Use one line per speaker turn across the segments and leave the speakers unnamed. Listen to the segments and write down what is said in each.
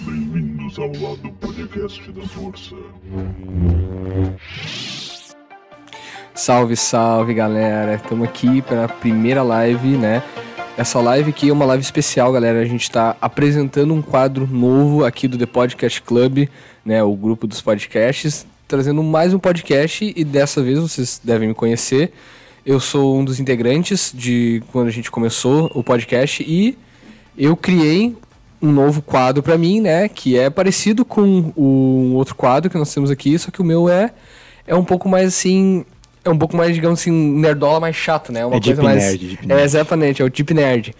Bem-vindos ao lado podcast da força.
Salve, salve galera! Estamos aqui para a primeira live, né? Essa live aqui é uma live especial, galera. A gente está apresentando um quadro novo aqui do The Podcast Club, né? O grupo dos podcasts, trazendo mais um podcast e dessa vez vocês devem me conhecer. Eu sou um dos integrantes de quando a gente começou o podcast e eu criei um novo quadro pra mim, né? Que é parecido com o um outro quadro que nós temos aqui, só que o meu é é um pouco mais assim, é um pouco mais digamos assim nerdola mais chato, né? Uma
É
coisa
deep
mais
nerd, deep
é
nerd.
exatamente é o deep nerd.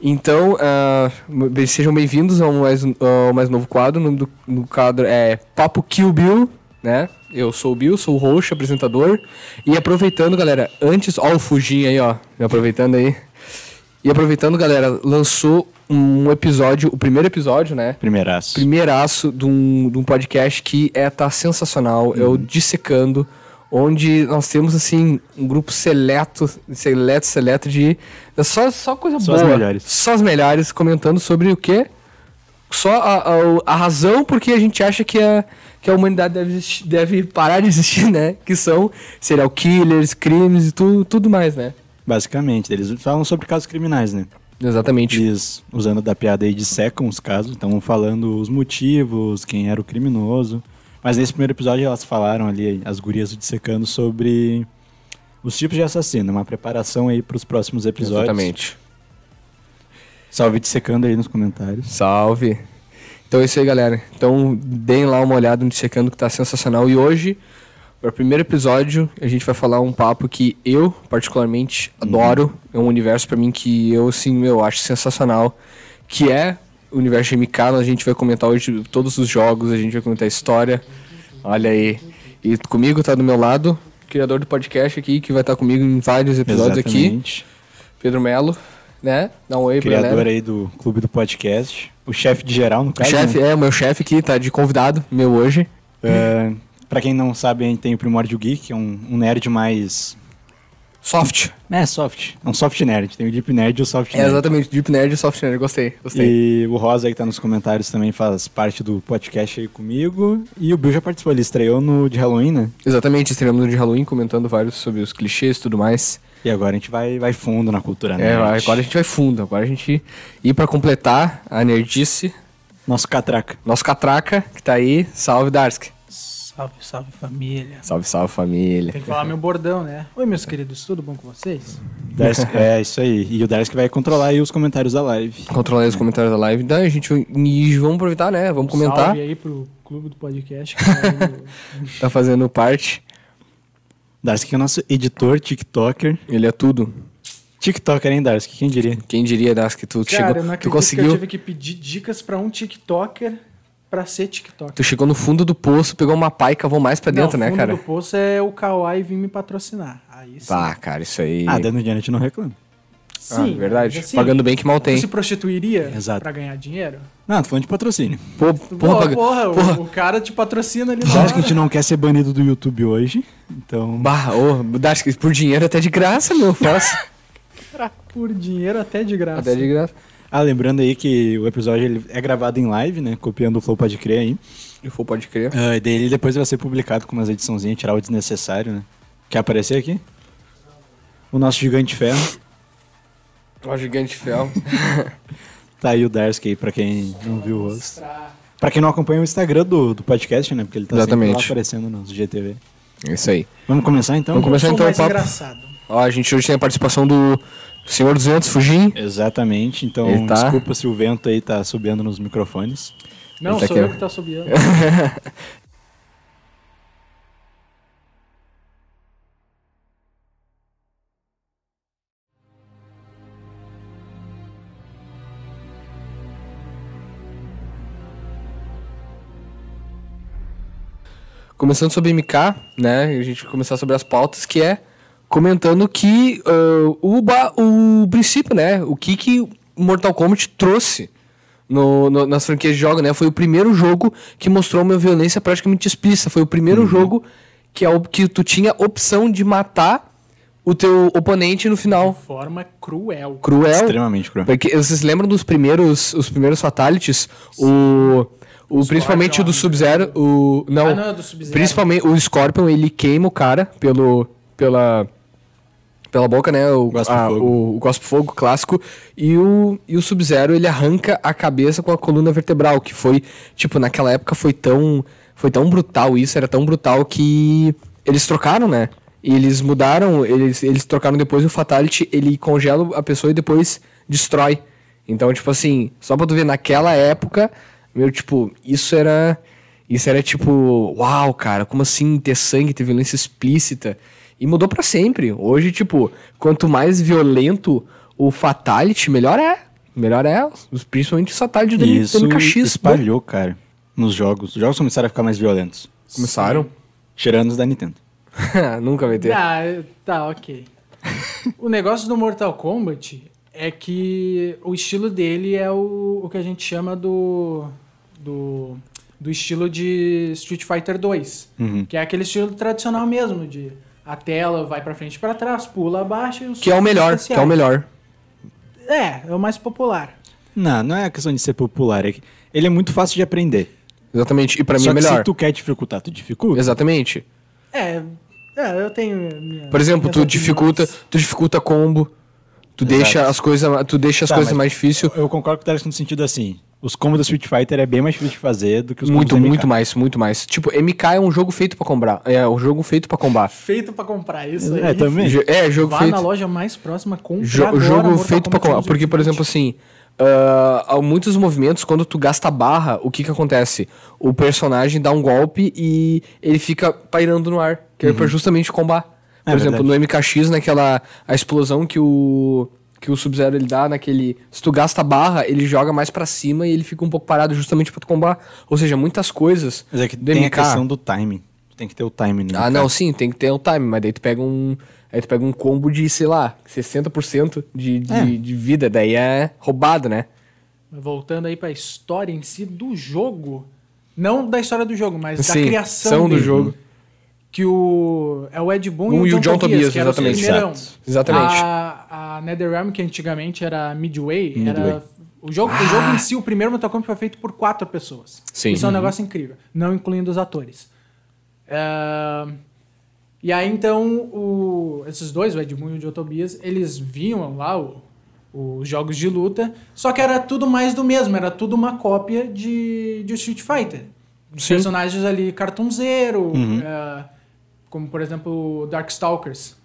Então, ah, be- sejam bem-vindos ao mais, ao mais novo quadro. O nome do, do quadro é Papo Kill Bill, né? Eu sou o Bill, sou o host, apresentador. E aproveitando, galera, antes... Ó o Fujin aí, ó. Me aproveitando aí. E aproveitando, galera, lançou um episódio, o primeiro episódio, né?
Primeiraço.
Primeiraço de um, de um podcast que é, tá sensacional, é
Uhum.
o Dissecando, onde nós temos, assim, um grupo seleto, seleto, seleto de... é Só, só coisa
Só
boa.
as melhores.
Só as melhores, comentando sobre o quê? Só a, a, o- a razão porque a gente acha que a, que a humanidade deve, existir- deve parar de existir, né? Que são serial killers, crimes e tudo, tudo mais, né?
Basicamente, eles falam sobre casos criminais, né?
Exatamente.
Eles, usando da piada aí, dissecam os casos, estão falando os motivos, quem era o criminoso. Mas nesse primeiro episódio elas falaram ali, as gurias dissecando sobre os tipos de assassino, uma preparação aí pros próximos episódios.
Exatamente.
Salve dissecando aí nos comentários.
Salve! Então é isso aí, galera. Então deem lá uma olhada no Dissecando que tá sensacional. E hoje, para o primeiro episódio, a gente vai falar um papo que eu particularmente adoro. É um universo para mim que eu, assim, meu, acho sensacional. Que é o universo de MK. A gente vai comentar hoje todos os jogos, a gente vai comentar a história. Olha aí. E comigo tá do meu lado, o criador do podcast aqui, que vai estar comigo em vários episódios aqui, Pedro Melo, né? Dá um oi, pra galera.
Criador aí do clube do podcast. O chefe de geral, no
O
caso.
chefe,
né?
é, o meu chefe aqui tá de convidado, meu hoje.
É, pra quem não sabe, a gente tem o Primórdio Geek, que é um- um nerd mais
Soft.
É, soft. É um soft nerd. Tem o Deep Nerd e o soft
É,
nerd.
exatamente, Deep Nerd e Soft Nerd, gostei, gostei.
E o Rosa aí que tá nos comentários também faz parte do podcast aí comigo. E o Bill já participou, ele estreou no de Halloween, né?
Exatamente, estreamos no de Halloween, comentando vários sobre os clichês e tudo mais.
E agora a gente vai, vai fundo na cultura
É,
nerd.
agora a gente vai fundo, agora a gente... E pra completar, a Nerdice,
Nosso catraca.
nosso catraca, que tá aí, salve Darsk.
Salve, salve família.
Salve, salve família.
Tem que falar meu bordão, né? Oi, meus queridos, tudo bom com vocês?
Darsk- é, isso aí. E o Darsk vai controlar aí os comentários da live.
Controlar os comentários da live, daí a gente... E vamos aproveitar, né, vamos comentar.
Salve aí pro clube do podcast. que tá aí no-
Tá fazendo parte,
Darsk que é o nosso editor, TikToker.
ele é tudo.
TikToker, hein, Darsk? Quem diria?
Quem diria, Darsk, tu
Cara, eu
chegou...
não
tu
acredito que eu
conseguiu...
tive que pedir dicas pra um TikToker pra ser TikToker.
Tu chegou no fundo do poço, pegou uma pá e cavou mais pra dentro, né,
não, fundo
cara?
do poço é o Kawaii vir me patrocinar. Aí sim.
Tá, cara, isso aí.
Ah, dando dinheiro a gente não reclama.
sim
Ah, verdade.
mas assim,
Pagando bem que mal
Tu
tem.
se prostituiria
Exato.
pra ganhar dinheiro?
Não, tô falando de patrocínio.
Pô,
Pô,
porra, porra.
porra, o- O, cara te patrocina ali na
Darsk que a
hora.
gente não quer ser banido do YouTube hoje. Então.
Bah, ô, acho que por dinheiro até de graça, meu, faço.
Por dinheiro até de graça.
até de graça.
Ah, lembrando aí que o episódio ele é gravado em live, né? Copiando o Flow Pode Crer aí.
Eu for, pode crer.
Ah, e daí ele depois vai ser publicado com umas ediçãozinhas, tirar o desnecessário, né? Quer aparecer aqui? O nosso gigante ferro.
Ó, gigante fel.
Tá aí o Darsk aí, pra quem não viu o rosto. Pra quem não acompanha o Instagram do, do podcast, né? Porque ele tá sempre lá
Exatamente.
aparecendo no GTV.
É Isso aí.
Vamos começar então?
Vamos
Eu
começar
sou
então o
mais
papo.
engraçado.
Ó, a gente hoje tem a participação do Senhor 200, Fugim.
Exatamente, então
Ele tá-
desculpa se o vento aí tá subindo nos microfones.
Não,
Ele tá
sou
aqui,
eu
ó.
que tá subindo.
Começando sobre MK, né? A gente vai começar sobre as pautas, que é comentando que ah, o, ba- o princípio, né? O que que Mortal Kombat trouxe no, no- nas franquias de jogo, né? Foi o primeiro jogo que mostrou uma violência é praticamente explícita. Foi o primeiro jogo que, a op- que tu tinha opção de matar o teu oponente no final.
Forma cruel.
Cruel.
Extremamente cruel.
Porque vocês lembram dos primeiros, os primeiros fatalities? O, o principalmente o do Sub-Zero, o não,
Ah, não, é do Sub-Zero.
principalmente o Scorpion, ele queima o cara pelo pela pela boca, né? O
Gospe
a-
fogo.
o, o gospe fogo clássico e o e o Sub-Zero, ele arranca a cabeça com a coluna vertebral, que foi tipo naquela época foi tão foi tão brutal isso, era tão brutal que eles trocaram, né? E eles mudaram, eles, eles trocaram depois o Fatality, ele congela a pessoa e depois destrói. Então, tipo assim, só pra tu ver, naquela época, meu, tipo, isso era. Isso era tipo, uau, cara, como assim ter sangue, ter violência explícita? E mudou pra sempre. Hoje, tipo, quanto mais violento o Fatality, melhor é. Melhor é, os- principalmente o Fatality do
E isso
MKX.
espalhou, cara, nos jogos. Os jogos começaram a ficar mais violentos.
Começaram?
Tirando os da Nintendo.
Nunca vai ter.
Ah, tá, ok. o negócio do Mortal Kombat é que o estilo dele é o, o que a gente chama do, do, do estilo de Street Fighter 2.
Uhum.
Que é aquele estilo tradicional mesmo, de a tela vai pra frente e pra trás, pula, abaixa e os
Que é o melhor, que é o melhor.
É, é o mais popular.
Não, não é questão de ser popular. É que ele é muito fácil de aprender.
Exatamente. E pra mim
Só
é
que
melhor.
se tu quer dificultar, tu dificulta.
Exatamente.
É, é, eu tenho. minha-
Por exemplo,
minhas
tu
opiniões.
dificulta, tu dificulta combo, tu deixa as coisas, tu deixa as
Tá,
coisas
mas-
mais difíceis.
Eu concordo com o Teres no sentido assim. Os combos do Street Fighter é bem mais difícil de fazer do que os
Muito,
combos do MK.
muito mais, muito mais. Tipo, MK é um jogo feito pra comprar, é um jogo feito pra combar.
Feito pra comprar isso.
É,
aí.
também.
Jo- É, jogo
Vá
feito
na loja mais próxima, compra
jo-
agora tá
jogo
Mortal
feito pra
Kombat
combar,
2020.
porque por exemplo assim, ah, há muitos movimentos quando tu gasta barra, o que que acontece? O personagem dá um golpe e ele fica pairando no ar, que é pra justamente combar. Por
Uhum. É
exemplo,
verdade.
no MKX, naquela a explosão que o que o Sub-Zero ele dá naquele, se tu gasta barra, ele joga mais pra cima e ele fica um pouco parado justamente pra tu combar. Ou seja, muitas coisas
Mas é que
do
tem a
MK.
questão do timing. Tu tem que ter o timing. né? no
Ah,
MK.
tá.
não, sim, tem que ter um time, mas daí tu pega um. Aí tu pega um combo de, sei lá, 60% de, de,
É.
de vida, daí é roubado, né?
Voltando aí pra história em si do jogo. Não da história do jogo, mas da criação
são do
dele,
jogo.
Que o. É o Ed Boon
Um
e o John, Tobias,
Tobias, exatamente.
que era o
Exato.
Exatamente.
A, a NetherRealm, que antigamente era Midway,
Midway.
era. O jogo, o jogo em si, o primeiro Mortal Kombat foi feito por quatro pessoas.
Sim.
Isso é um negócio incrível, não incluindo os atores. Ah, e aí, então, o- esses dois, o Edmund e o Joe Tobias, eles vinham lá o- os jogos de luta, só que era tudo mais do mesmo, era tudo uma cópia de, de Street Fighter.
Sim. Uhum.
Personagens ali cartunzeiro, ah, como por exemplo o Darkstalkers.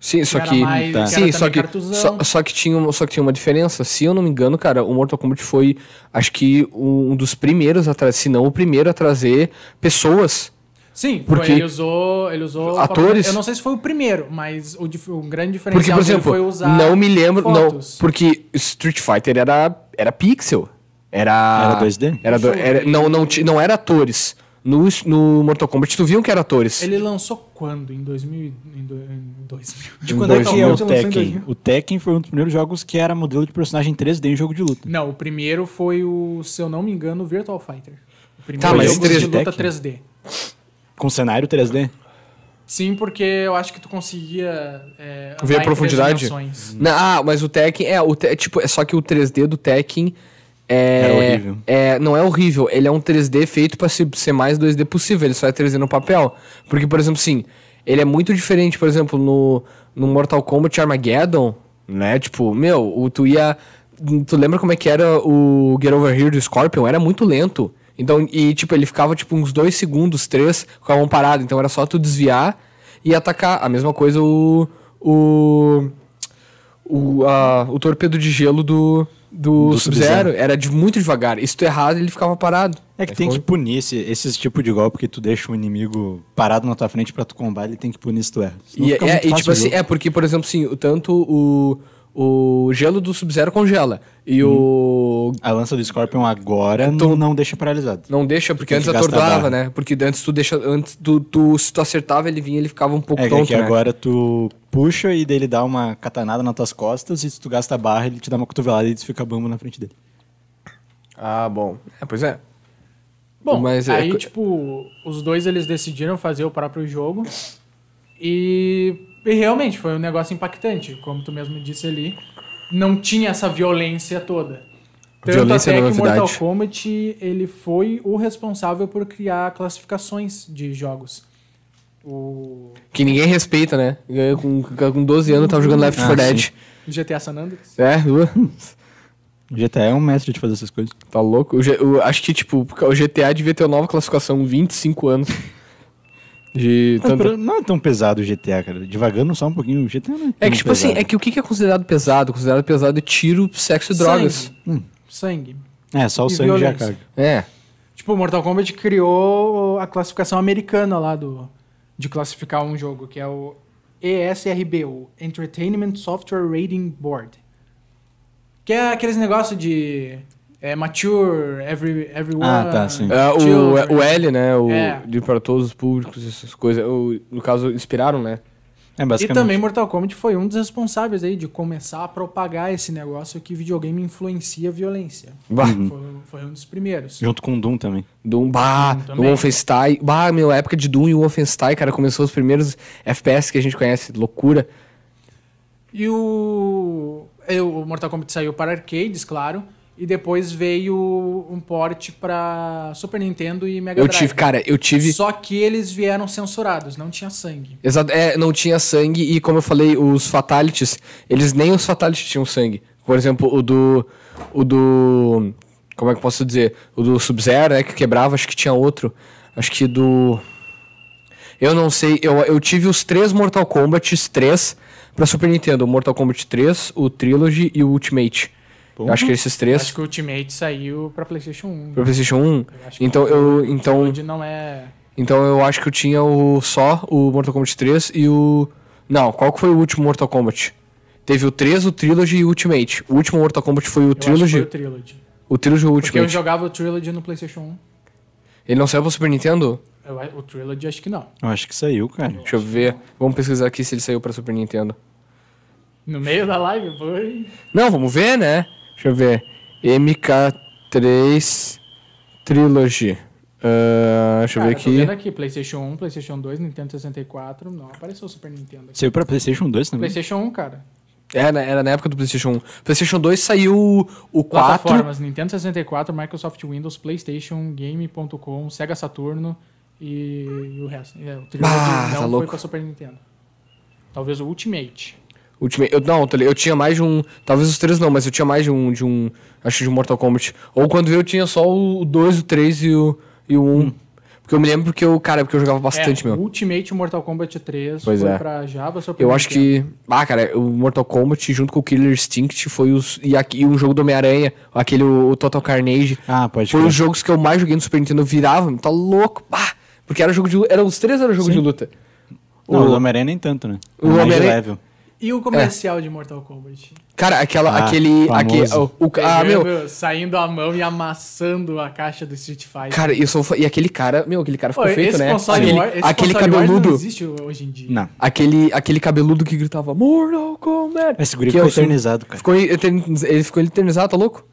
Sim, só
era
que.
mais- que era
Sim,
também
só que.
cartuzão.
Só, só que tinha, uma- só que tinha uma diferença. Se eu não me engano, cara, o Mortal Kombat foi, acho que, um dos primeiros a trazer, se não o primeiro a trazer pessoas.
Sim,
Porque-
foi, ele usou, ele usou
Atores?
Eu não sei se foi o primeiro, mas o, dif- o grande diferencial
Porque, por
dele
exemplo,
foi usar
não me lembro.
fotos.
Não, porque Street Fighter era, era pixel. Era.
Era 2D?
Era do-
Deixa eu
era-
ver.
não, não, ti- não era atores. No, no Mortal Kombat, tu viam que era atores.
Ele lançou quando? Em 2000? e- Em, do, em 2000.
um
De quando é que é
2000.
o
Lançou em
Tekken?
2000.
O Tekken foi um dos primeiros jogos que era modelo de personagem 3D em jogo de luta.
Não, o primeiro foi o, se eu não me engano, o Virtual Fighter. O primeiro
Tá,
mas
jogo
3D
de luta
Tekken?
3D.
Com cenário 3D?
Sim, porque eu acho que tu conseguia é, andar
Ver a
em
profundidade?
três dimensões.
Na- ah, mas o Tekken é, o Te- tipo, é só que o 3D do Tekken é,
Era horrível.
é- não é horrível, ele é um 3D feito pra se- ser mais 2D possível, ele só é 3D no papel. Porque, por exemplo, assim, ele é muito diferente, por exemplo, no, no Mortal Kombat Armageddon, né? Tipo, meu, o- tu ia. Tu lembra como é que era o Get Over Here do Scorpion? Era muito lento. Então, e tipo, ele ficava tipo uns dois segundos, três, com a mão parada. Então era só tu desviar e atacar. A mesma coisa o. O o, a- o torpedo de gelo do, do,
Do
Sub-Zero
Sub-Zero.
era de muito devagar. E se tu errado, ele ficava parado.
É que
Aí
tem que
ficou-
punir esse, esse tipo de golpe que tu deixa o inimigo parado na tua frente pra tu combater, ele tem que punir se tu erra. Senão
E,
fica
é-
muito
e,
fácil né?
tipo
o
assim,
jogo.
é porque, por exemplo, assim, o- tanto o, o gelo do Sub-Zero congela. E o.
A lança do Scorpion agora não, não deixa paralisado.
Não deixa, porque
Tem
antes
que gastar
atordoava,
barra.
né? Porque antes tu deixa. Antes tu, tu- se tu acertava, ele vinha ele ficava um pouco
É,
tonto.
que
né?
agora tu puxa e daí ele dá uma catanada nas tuas costas e se tu gasta a barra, ele te dá uma cotovelada e tu fica bambo na frente dele.
Ah, bom. É, pois é.
Bom,
Mas é
aí,
co-
tipo, os dois eles decidiram fazer o próprio jogo. E E realmente foi um negócio impactante, como tu mesmo disse ali, não tinha essa violência toda. Tanto
Violência
até
é
que
novidade.
Mortal Kombat ele foi o responsável por criar classificações de jogos. O
Que ninguém respeita, né? Eu, com, com 12 anos, eu tava jogando Left
Ah,
4 Dead.
GTA San Andreas.
É, uh,
GTA é um mestre de fazer essas coisas.
tá louco? O G- o- acho que, tipo, o GTA devia ter uma nova classificação, 25 anos. De
Mas
tanto...
pra- Não é tão pesado o GTA, cara. Devagando só um pouquinho, o GTA não é
É
tão
que, tipo assim,
pesado.
é que o que que é considerado pesado? Considerado pesado é tiro, sexo e drogas. Hum.
Sangue. Sangue.
É, só o
e
sangue já
violência.
caga.
É.
Tipo, Mortal Kombat criou a classificação americana lá do de classificar um jogo, que é o ESRB, o Entertainment Software Rating Board. Que é aqueles negócios de é, mature, every, everyone.
Ah, tá, sim.
É,
children.
o, o L, né? O,
É.
De para todos os públicos, essas coisas. O- no caso, inspiraram, né?
É,
E
basicamente.
também Mortal Kombat foi um dos responsáveis aí de começar a propagar esse negócio que videogame influencia a violência.
Bah.
Uhum.
Foi, foi um dos primeiros.
Junto com o Doom também.
Doom, bah,
Doom
o
também.
Wolfenstein. Bah, meu, a época de Doom e Wolfenstein, cara, começou os primeiros FPS que a gente conhece. Loucura.
E o, e o Mortal Kombat saiu para arcades, claro, e depois veio um port para Super Nintendo e Mega
Eu
Drive.
tive, cara, eu tive.
Só que eles vieram censurados, não tinha sangue.
Exato, é, não tinha sangue e como eu falei, os fatalities, eles nem os fatalities tinham sangue. Por exemplo, o do o do como é que eu posso dizer? O do Sub-Zero, né, que quebrava, acho que tinha outro. Acho que do Eu não sei, eu, eu tive os três Mortal Kombat 3 pra Super Nintendo, o Mortal Kombat 3, o Trilogy e o Ultimate. Eu acho que esses três
Acho que o Ultimate saiu para PlayStation 1.
pro PlayStation 1.
Eu acho que
Então eu então
Hoje não é.
então eu acho que eu tinha o só o Mortal Kombat 3 e o. Não, qual que foi o último Mortal Kombat? Teve o 3, o Trilogy e o Ultimate. O último Mortal Kombat foi o
Eu acho que
Trilogy.
foi o Trilogy.
O Trilogy e o
Porque eu
Ultimate.
jogava o Trilogy no PlayStation
Ele não saiu pro Super Nintendo?
1. Eu- o Trilogy acho que não.
Eu acho que saiu, cara.
Deixa eu ver. Vamos pesquisar aqui se ele saiu pra Super Nintendo.
No meio da live, foi.
Não, vamos ver, né? Deixa eu ver. MK3 Trilogy. Ah, deixa eu ver
Cara, tô
aqui.
vendo aqui, PlayStation 1, PlayStation 2, Nintendo 64. Não apareceu o Super Nintendo aqui.
Saiu pra PlayStation 2 também.
PlayStation 1, cara.
Era, era na época do PlayStation 1. PlayStation 2 saiu o- o 4.
Plataformas Nintendo 64, Microsoft Windows, PlayStation, Game.com, Sega Saturno e, e o resto. É, o Trilogy
Bah, tá
não foi
louco.
pra Super Nintendo. Talvez o Ultimate.
Ultimate. Eu, não, tô li- eu tinha mais de um. Talvez os três não, mas eu tinha mais de um. De um acho de um Mortal Kombat. Ou quando veio, eu tinha só o 2, o 3 e o 1. Um.
Hum.
Porque eu me lembro que eu. Cara, porque eu jogava bastante,
é,
meu.
Ultimate Mortal Kombat 3
Pois
foi
é.
pra Java, Super
Eu acho
Nintendo.
que. Ah, cara, o Mortal Kombat junto com o Killer Instinct foi os. E, aqui, e o jogo do Homem-Aranha, aquele o, o Total Carnage.
Ah, pode
foi
crer.
os jogos que eu mais joguei no Super Nintendo. Eu virava, tá louco. Pá! Porque era jogo de luta. Era os três eram jogo de luta.
Não,
O-
o Homem-Aranha nem tanto, né?
O
É mais de
Homem-Aranha-
level.
E o comercial de Mortal Kombat?
Cara, aquela.
Ah,
aquele.
famoso.
aquele o, o- ah, meu.
Pegando, Saindo a mão e amassando a caixa do Street Fighter.
Cara, isso foi- e aquele cara, meu, aquele cara ficou
Pô,
feito,
esse
né?
console
aquele
war- esse
aquele
console war não
cabeludo,
existe hoje em dia.
Não.
aquele aquele cabeludo que gritava Mortal Kombat.
Esse guri
Que
ficou
eu sou-
eternizado, cara.
Ficou eterniz- ele ficou eternizado, tá louco?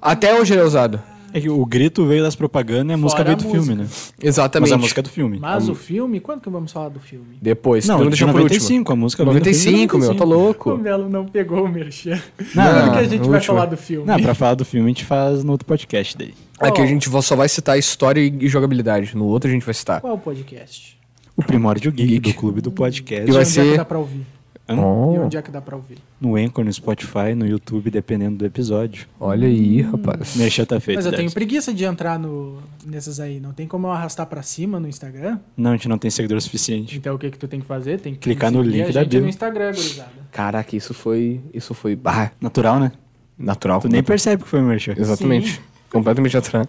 Até hoje ele é usado.
É que o grito veio das propagandas e a música veio
Fora
do
a
filme,
música.
né?
Exatamente.
Mas a música é do filme.
Mas o filme, quando que vamos falar do filme?
Depois,
Não,
vamos
de
deixar por último.
95, a música veio do filme de
95, meu, tá
O
louco.
Melo não pegou o merchan.
Não,
Quando que a
não,
gente
no
vai
último.
falar do filme?
Não, pra falar do filme a gente faz no outro podcast daí.
Aqui
Qual?
a gente só vai citar história e e jogabilidade, no outro a gente vai citar.
Qual é o podcast?
O Primórdio Geek,
Geek.
do Clube do Podcast.
E vai
onde é
ser-
que dá pra ouvir? E
Hum.
onde é que dá pra ouvir?
No Anchor, no Spotify, no YouTube, dependendo do episódio.
Olha aí, rapaz.
Mexeu tá feito.
Mas eu
deve
tenho
ser.
preguiça de entrar no, nesses aí. Não tem como eu arrastar pra cima no Instagram?
Não, a gente não tem seguidor suficiente.
Então o que que tu tem que fazer? Tem que
Clicar no
seguir
link
a
da
gente
bio.
no Instagram, gurizada.
Caraca, isso foi, isso foi bah,
Natural, né?
natural.
Tu nem percebe que foi o merchan.
Exatamente. Completamente atrás.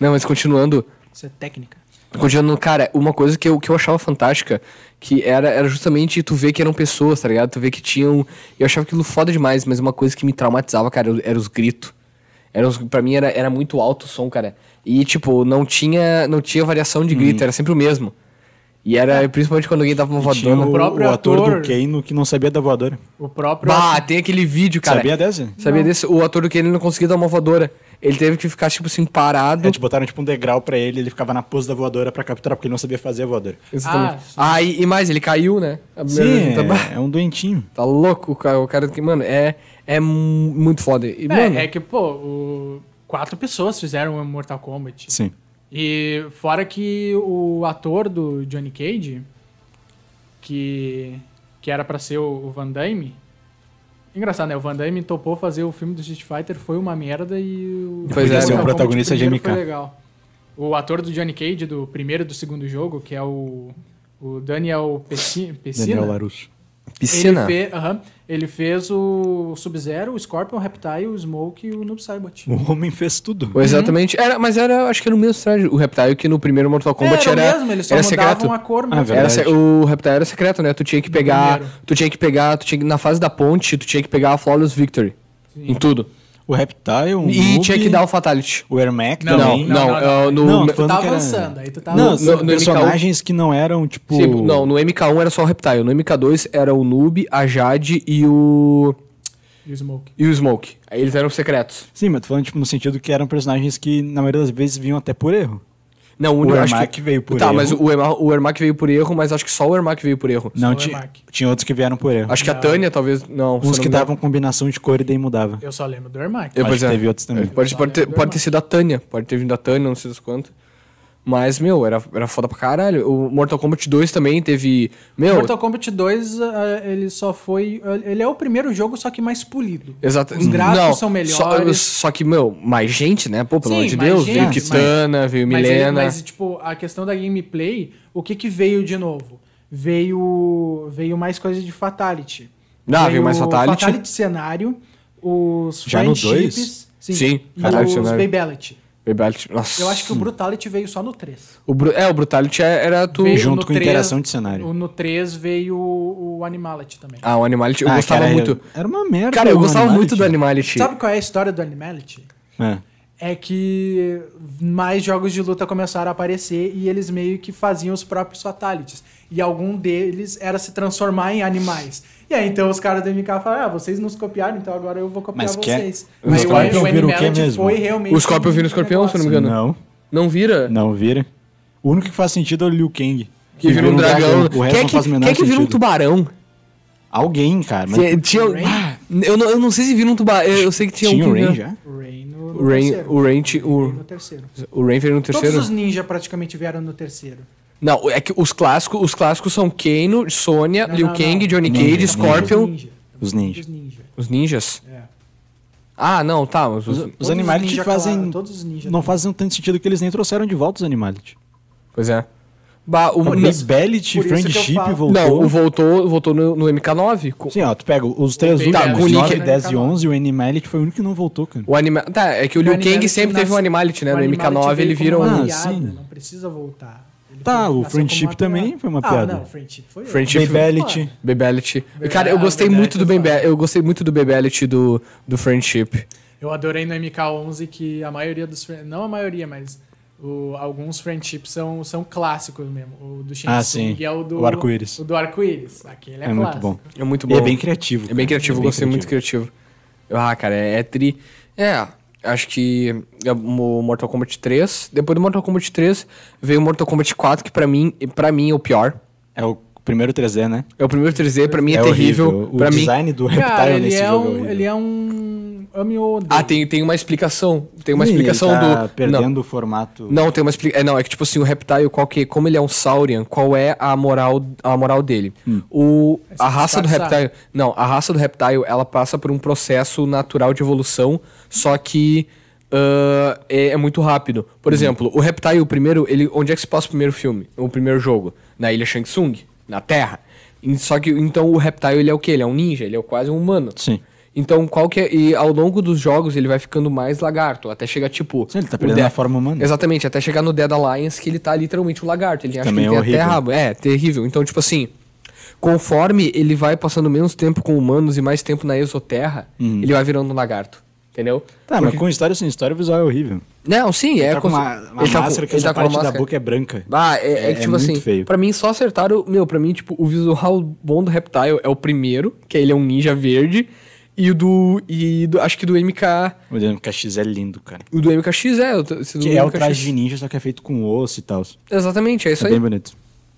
Não, mas continuando,
Isso é técnica.
Continuando, cara, uma coisa que eu, que eu achava fantástica, que era, era justamente tu ver que eram pessoas, tá ligado? Tu ver que tinham. Eu achava aquilo foda demais, mas uma coisa que me traumatizava, cara, eu- era os gritos. Era os, pra mim era, era muito alto o som, cara. E, tipo, não tinha, não tinha variação de grito, era sempre o mesmo. E era principalmente quando alguém dava uma
Uhum. É. E tinha
voadona.
o,
próprio
o ator, do
ator-
Keino que não sabia da voadora.
O próprio.
Bah, tem aquele vídeo, cara.
sabia dessa?
Sabia desse? O ator do que ele não conseguia dar uma voadora. Ele teve que ficar, tipo assim, parado.
É, te botaram tipo um degrau pra ele, ele ficava na pose da voadora pra capturar, porque ele não sabia fazer a voadora.
Exatamente.
sim.
Ah, e, e mais, ele caiu, né? A primeira
Sim,
vez, tá- bah,
é, é um doentinho.
Tá louco, o cara, o cara que, mano, é, é mu- muito foda. E, mano,
É, é que, pô, o- quatro pessoas fizeram o Mortal Kombat.
Sim.
E fora que o ator do Johnny Cage, que, que era pra ser o o Van Damme. Engraçado, né? O Van Damme topou fazer o filme do Street Fighter, foi uma merda e o.
Pois é,
Mortal
ser o
Kombat
protagonista é
primeiro
GMK.
Foi legal. O ator do Johnny Cage, do primeiro e do segundo jogo, que é o, o Daniel Pessi- Pessina.
Daniel Larusso.
piscina.
Ele, fe- aham. Ele fez o Sub-Zero, o Scorpion, o Reptile, o Smoke e o Noob Saibot.
O homem fez tudo.
Ou Exatamente. Era, mas era, acho que era o mesmo traje. O Reptile que no primeiro Mortal Kombat era,
o mesmo, eles só
era
mudavam
secreto.
a cor
Ah,
né? mesmo.
velho.
Era
Verdade.
se- o Reptile era secreto, né? Tu tinha que pegar.
primeiro.
Tu tinha que pegar. Tu tinha que, na fase da ponte, tu tinha que pegar a Flawless Victory. Em tudo.
O Reptile, o
e
Noob,
tinha que dar o Fatality.
o Air Mac
Não,
Não,
também.
não.
não, não.
é, no-
Não, tipo-
me-
tô-
Tu tá
Falando que era-
avançando, aí tu tá
Não,
avançando.
são
no- no
personagens que não eram, tipo...
sim, não, no MK1 era só o Reptile. No MK2 era o Noob, a Jade e o.
E o Smoke.
e o Smoke. Aí eles eram secretos.
Sim, mas tô falando, tipo, no sentido que eram personagens que, na maioria das vezes, vinham até por erro.
Não,
O
único- acho
Ermac veio por
tá,
erro.
mas o, Erma- o Ermac veio por erro, mas acho que só o Ermac veio por erro.
Não,
o
ti-
Ermac.
tinha outros que vieram por erro.
Acho que a Tânia talvez. Não. se eu
Uns
não
que
me engano.
davam combinação de cor e daí mudava.
Eu só lembro do Ermac.
Eu-
Acho
pois
que
é.
teve outros também.
Pode, pode, ter, pode ter sido a Tânia, pode ter vindo a Tânia, não sei das quantas. Mas, meu, era, era foda pra caralho. O Mortal Kombat 2 também teve. Meu,
Mortal Kombat 2, ah, ele só foi... Ele é o primeiro jogo, só que mais polido.
exato.
Os gráficos
não,
são
Só,
melhores.
só que, meu, mais gente, né? Pô, pelo
Sim,
amor de
mais
Deus.
gente,
veio
mas-
Kitana, veio
Mas, ele-
Milena.
mas, tipo, a questão da gameplay, o que que veio de novo? Veio, veio mais coisa de Fatality.
Ah, veio mais Fatality.
Fatality cenário, os
Já no dois?
friendships,
Sim,
e
Fatality
os
cenário.
Babality.
Babality, Nossa.
Eu acho que o Brutality veio só no 3.
O Bru- É, o Brutality é- era tu.
Veio
Junto
no
com
três-
interação de cenário.
No 3 veio o o Animality também.
Ah, o Animality. Eu
Ah,
gostava
cara,
muito.
Era uma merda.
Cara, eu
o
gostava
Animality.
muito do Animality.
Sabe qual é a história do Animality?
É.
É que mais jogos de luta começaram a aparecer e eles meio que faziam os próprios fatalities. E algum deles era se transformar em animais. E aí então os caras do MK falaram: ah, vocês nos copiaram, então agora eu vou copiar
Mas que é-
vocês.
o
Mas
Scorpion vira o quê mesmo?
foi realmente.
O Scorpion vira o
um
escorpião, se eu não me engano.
Não,
Não vira?
não vira. O único que faz sentido é o Liu Kang.
Que vira um dragão.
O resto
Quem é
não
que,
faz o menor
quem é que vira um
sentido.
tubarão?
Alguém, cara. Mas
Tinha-
um
tinha-
Rain?
Ah, eu, não, eu não sei se viram um tubarão. Eu, eu sei que tinha,
tinha
um
o
que vira-
Rain já?
O Rain no,
O
no
Rain-
terceiro.
o Rain ti- o-
no terceiro.
O Rain veio no terceiro?
Todos os ninja praticamente vieram no terceiro.
Não, é que os clássicos, os clássicos são Kano, Sonya,
Não,
Liu
não,
Ah, Kang,
não.
Johnny
Ninja,
Cage,
ninja.
Scorpion,
Os ninja.
Os ninja.
Os ninja.
os ninjas.
É.
Ah, não, tá. Os, os-
Os animais
ninja
que fazem.
claro, todos os ninja
não
claro.
fazem tanto sentido que eles nem trouxeram de volta os animais. tipo.
Pois é. Bah, o,
O
não,
Bibelity,
por isso que eu
Friendship
falo.
Ah, voltou.
não, o voltou, voltou no, no MK9. com-
Sim, ó, tu pega os três
Baby
últimos,
Tá, com o
9,
Nick-
10 e 11, o Animality foi o único que não voltou, cara.
O anima... Tá, é que o Liu
Animality
Kang sempre teve
nasce-
um Animality, né?
o
No MK9
Animality
ele
veio
vira
como
um.
uma
Ah,
piada,
sim.
Não precisa voltar. Ele
Tá,
foi-
o
nasceu
friendship
como uma piada.
também foi uma
Ah,
piada.
não, o friendship foi.
Friendship
foi-
Babality.
Bebelit.
Bebe-
Cara, eu
ah,
gostei
Bebe-
muito do
é
Bebe-
Bebe... Eu gostei muito do Bebelit do, do Friendship.
Eu adorei no MK11 que a maioria dos. friend- Não a maioria, mas. o- alguns friendships são, são clássicos mesmo. O do Shin
Ah,
Tsung
sim.
é o do.
O arco-íris.
O do arco-íris. Aquele é,
É muito
clássico.
bom.
É muito
E
bom.
é bem criativo.
É bem
cara.
criativo,
É bem
gostei muito criativo. Ah, cara, é, é tri. É, acho que é o Mortal Kombat 3. Depois do Mortal Kombat 3, veio o Mortal Kombat 4, que pra mim, pra mim é o pior.
É o primeiro 3D, né?
É o primeiro 3D, pra mim é,
é
terrível.
horrível. O
Pra mim.
design do Reptile
Cara, ele
nesse
é,
jogo é
um,
horrível.
ele é um. Ame ou odeio.
Ah, tem, tem uma explicação. Tem uma
Ih, ele
explicação
tá
do.
perdendo
Não.
o formato.
Não, tem uma explicação. É, não, é que tipo assim, o Reptile, qual que, como ele é um Saurian, qual é a moral, a moral dele? O, a
se
raça do
disfarçar.
Reptile. Não, a raça do Reptile, ela passa por um processo natural de evolução, só que ãh, é, é muito rápido. Por exemplo, o Reptile, o primeiro, ele, onde é que se passa o primeiro filme? O primeiro jogo? Na ilha Shang Tsung, na Terra. E- Só que, então, o Reptile, ele é o quê? Ele é um ninja, ele é quase um humano.
Sim.
Então, qual que é... E ao longo dos jogos, ele vai ficando mais lagarto, até chegar, tipo...
Sim, ele tá
o
perdendo
Death-
a forma humana.
Exatamente, até chegar no Dead Alliance, que ele tá literalmente um lagarto. Ele acha
Também
que ele
é
tem até
horrível.
rabo. É, terrível. Então, tipo assim... Conforme ele vai passando menos tempo com humanos e mais tempo na exoterra, ele vai virando um lagarto. Entendeu?
Uhum. Tá, mas com história sem história o visual é horrível.
Não, sim, é.
tá com
cons-
uma, uma
ele tá com-
máscara que
ele
essa
tá com uma
parte da
máscara.
boca é branca.
Ah, é, é
É-
que,
é
tipo
muito
assim,
feio.
pra mim só acertaram, meu, pra mim, tipo, o visual bom do Reptile é o primeiro, que ele é um ninja verde, e o do, e do, acho que do MK,
O DMKX é lindo, cara.
o do MKX é, o do- esse do
Que é o
MKX.
traje de ninja, só que é feito com osso e tal.
Exatamente, é isso
É
aí.
bem bonito.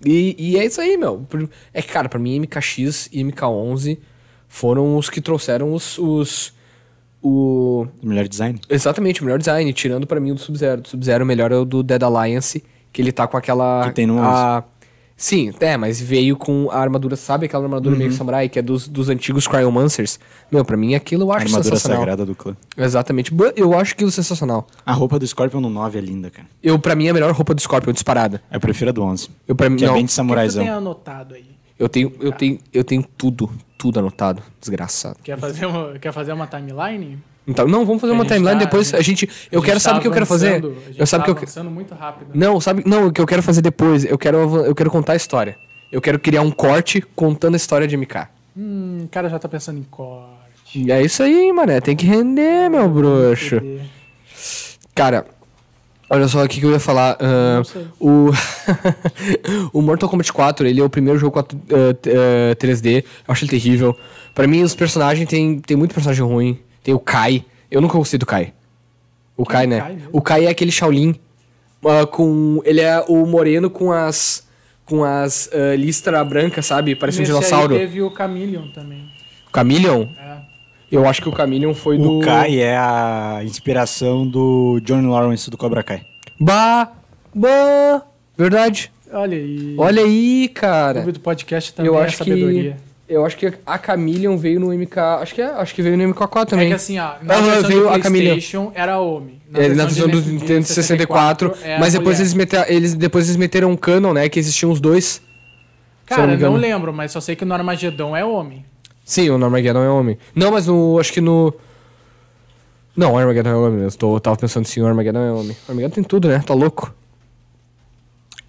E, e é isso aí, meu. Por- É que, cara, pra mim, MKX e MK11 foram os que trouxeram os. os o...
Melhor design.
Exatamente, o melhor design, tirando pra mim o do Sub-Zero. Do Sub-Zero, o melhor é o do Dead Alliance, que ele tá com aquela.
Que tem no
a... Sim, é, mas veio com a armadura, sabe aquela armadura meio
Uhum.
samurai, que é dos, dos antigos Cryomancers? Meu, pra mim aquilo eu
A
acho
armadura
sensacional.
sagrada do clã.
Exatamente. Bu- Eu acho aquilo sensacional.
A roupa do Scorpion no 9 é linda, cara.
Eu, pra mim, é a melhor roupa do Scorpion disparada.
Eu prefiro a do 11.
Eu, pra mim,
Que é
não.
bem de
O que tu
samuraizão.
tem anotado aí?
Eu tenho, eu tenho, eu tenho tudo, tudo anotado, desgraçado.
Quer fazer uma, quer fazer uma timeline?
Então, não, vamos fazer
A
uma
gente
timeline
tá-
depois. A gente, eu
A gente
quero
tá
saber o que eu quero fazer.
avançando, a gente
Eu sabe
tá
que eu que-
avançando muito rápido. né?
não, sabe, não, o que eu quero fazer depois. Eu quero, avan- eu quero contar a história. Eu quero criar um corte contando a história de MK.
Hum, o cara já tá pensando em corte.
E é isso aí, mané. Tem que render, meu bruxo. Cara, olha só o que que eu ia falar. ahn,
Não sei.
o, o Mortal Kombat 4, ele é o primeiro jogo 4, ah, t- ah, 3D. Eu acho ele terrível. Pra mim, os personagens, tem, tem muito personagem ruim. Tem o Kai. Eu nunca gostei do Kai. O Kai, né?
Kai mesmo?
o Kai é aquele Shaolin. ah, com, ele é o moreno com as... Com as ah, listra branca, sabe? Parece um
Nesse aí
dinossauro.
teve o Chameleon também.
O Chameleon?
É.
Eu acho que o Chameleon foi do...
O Kai é a inspiração do Johnny Lawrence do Cobra Kai.
Bah! Bah! Verdade.
Olha aí.
Olha aí,
O
cara.
nome do podcast também
eu
é
acho
sabedoria.
que eu acho que a Chameleon veio no MK, acho que é, acho que veio no MK4
É
também.
que assim, ó, na
Aham,
versão
veio a
do
Camila.
PlayStation era homem.
É, na
de
versão do
Nintendo
Nintendo 64,
64 era
mas depois
é mulher.
eles, meteram, eles depois eles meteram um canon, né, que existiam os dois. eu não
Cara,
me
não
engano.
lembro, mas só sei que no Armagedon é homem.
Sim, o Armageddon é homem. Não, mas no acho que no Não, o Armageddon é homem mesmo. Tô, eu tava pensando sim, o Armageddon é homem. O Armageddon tem tudo, né? Tá louco.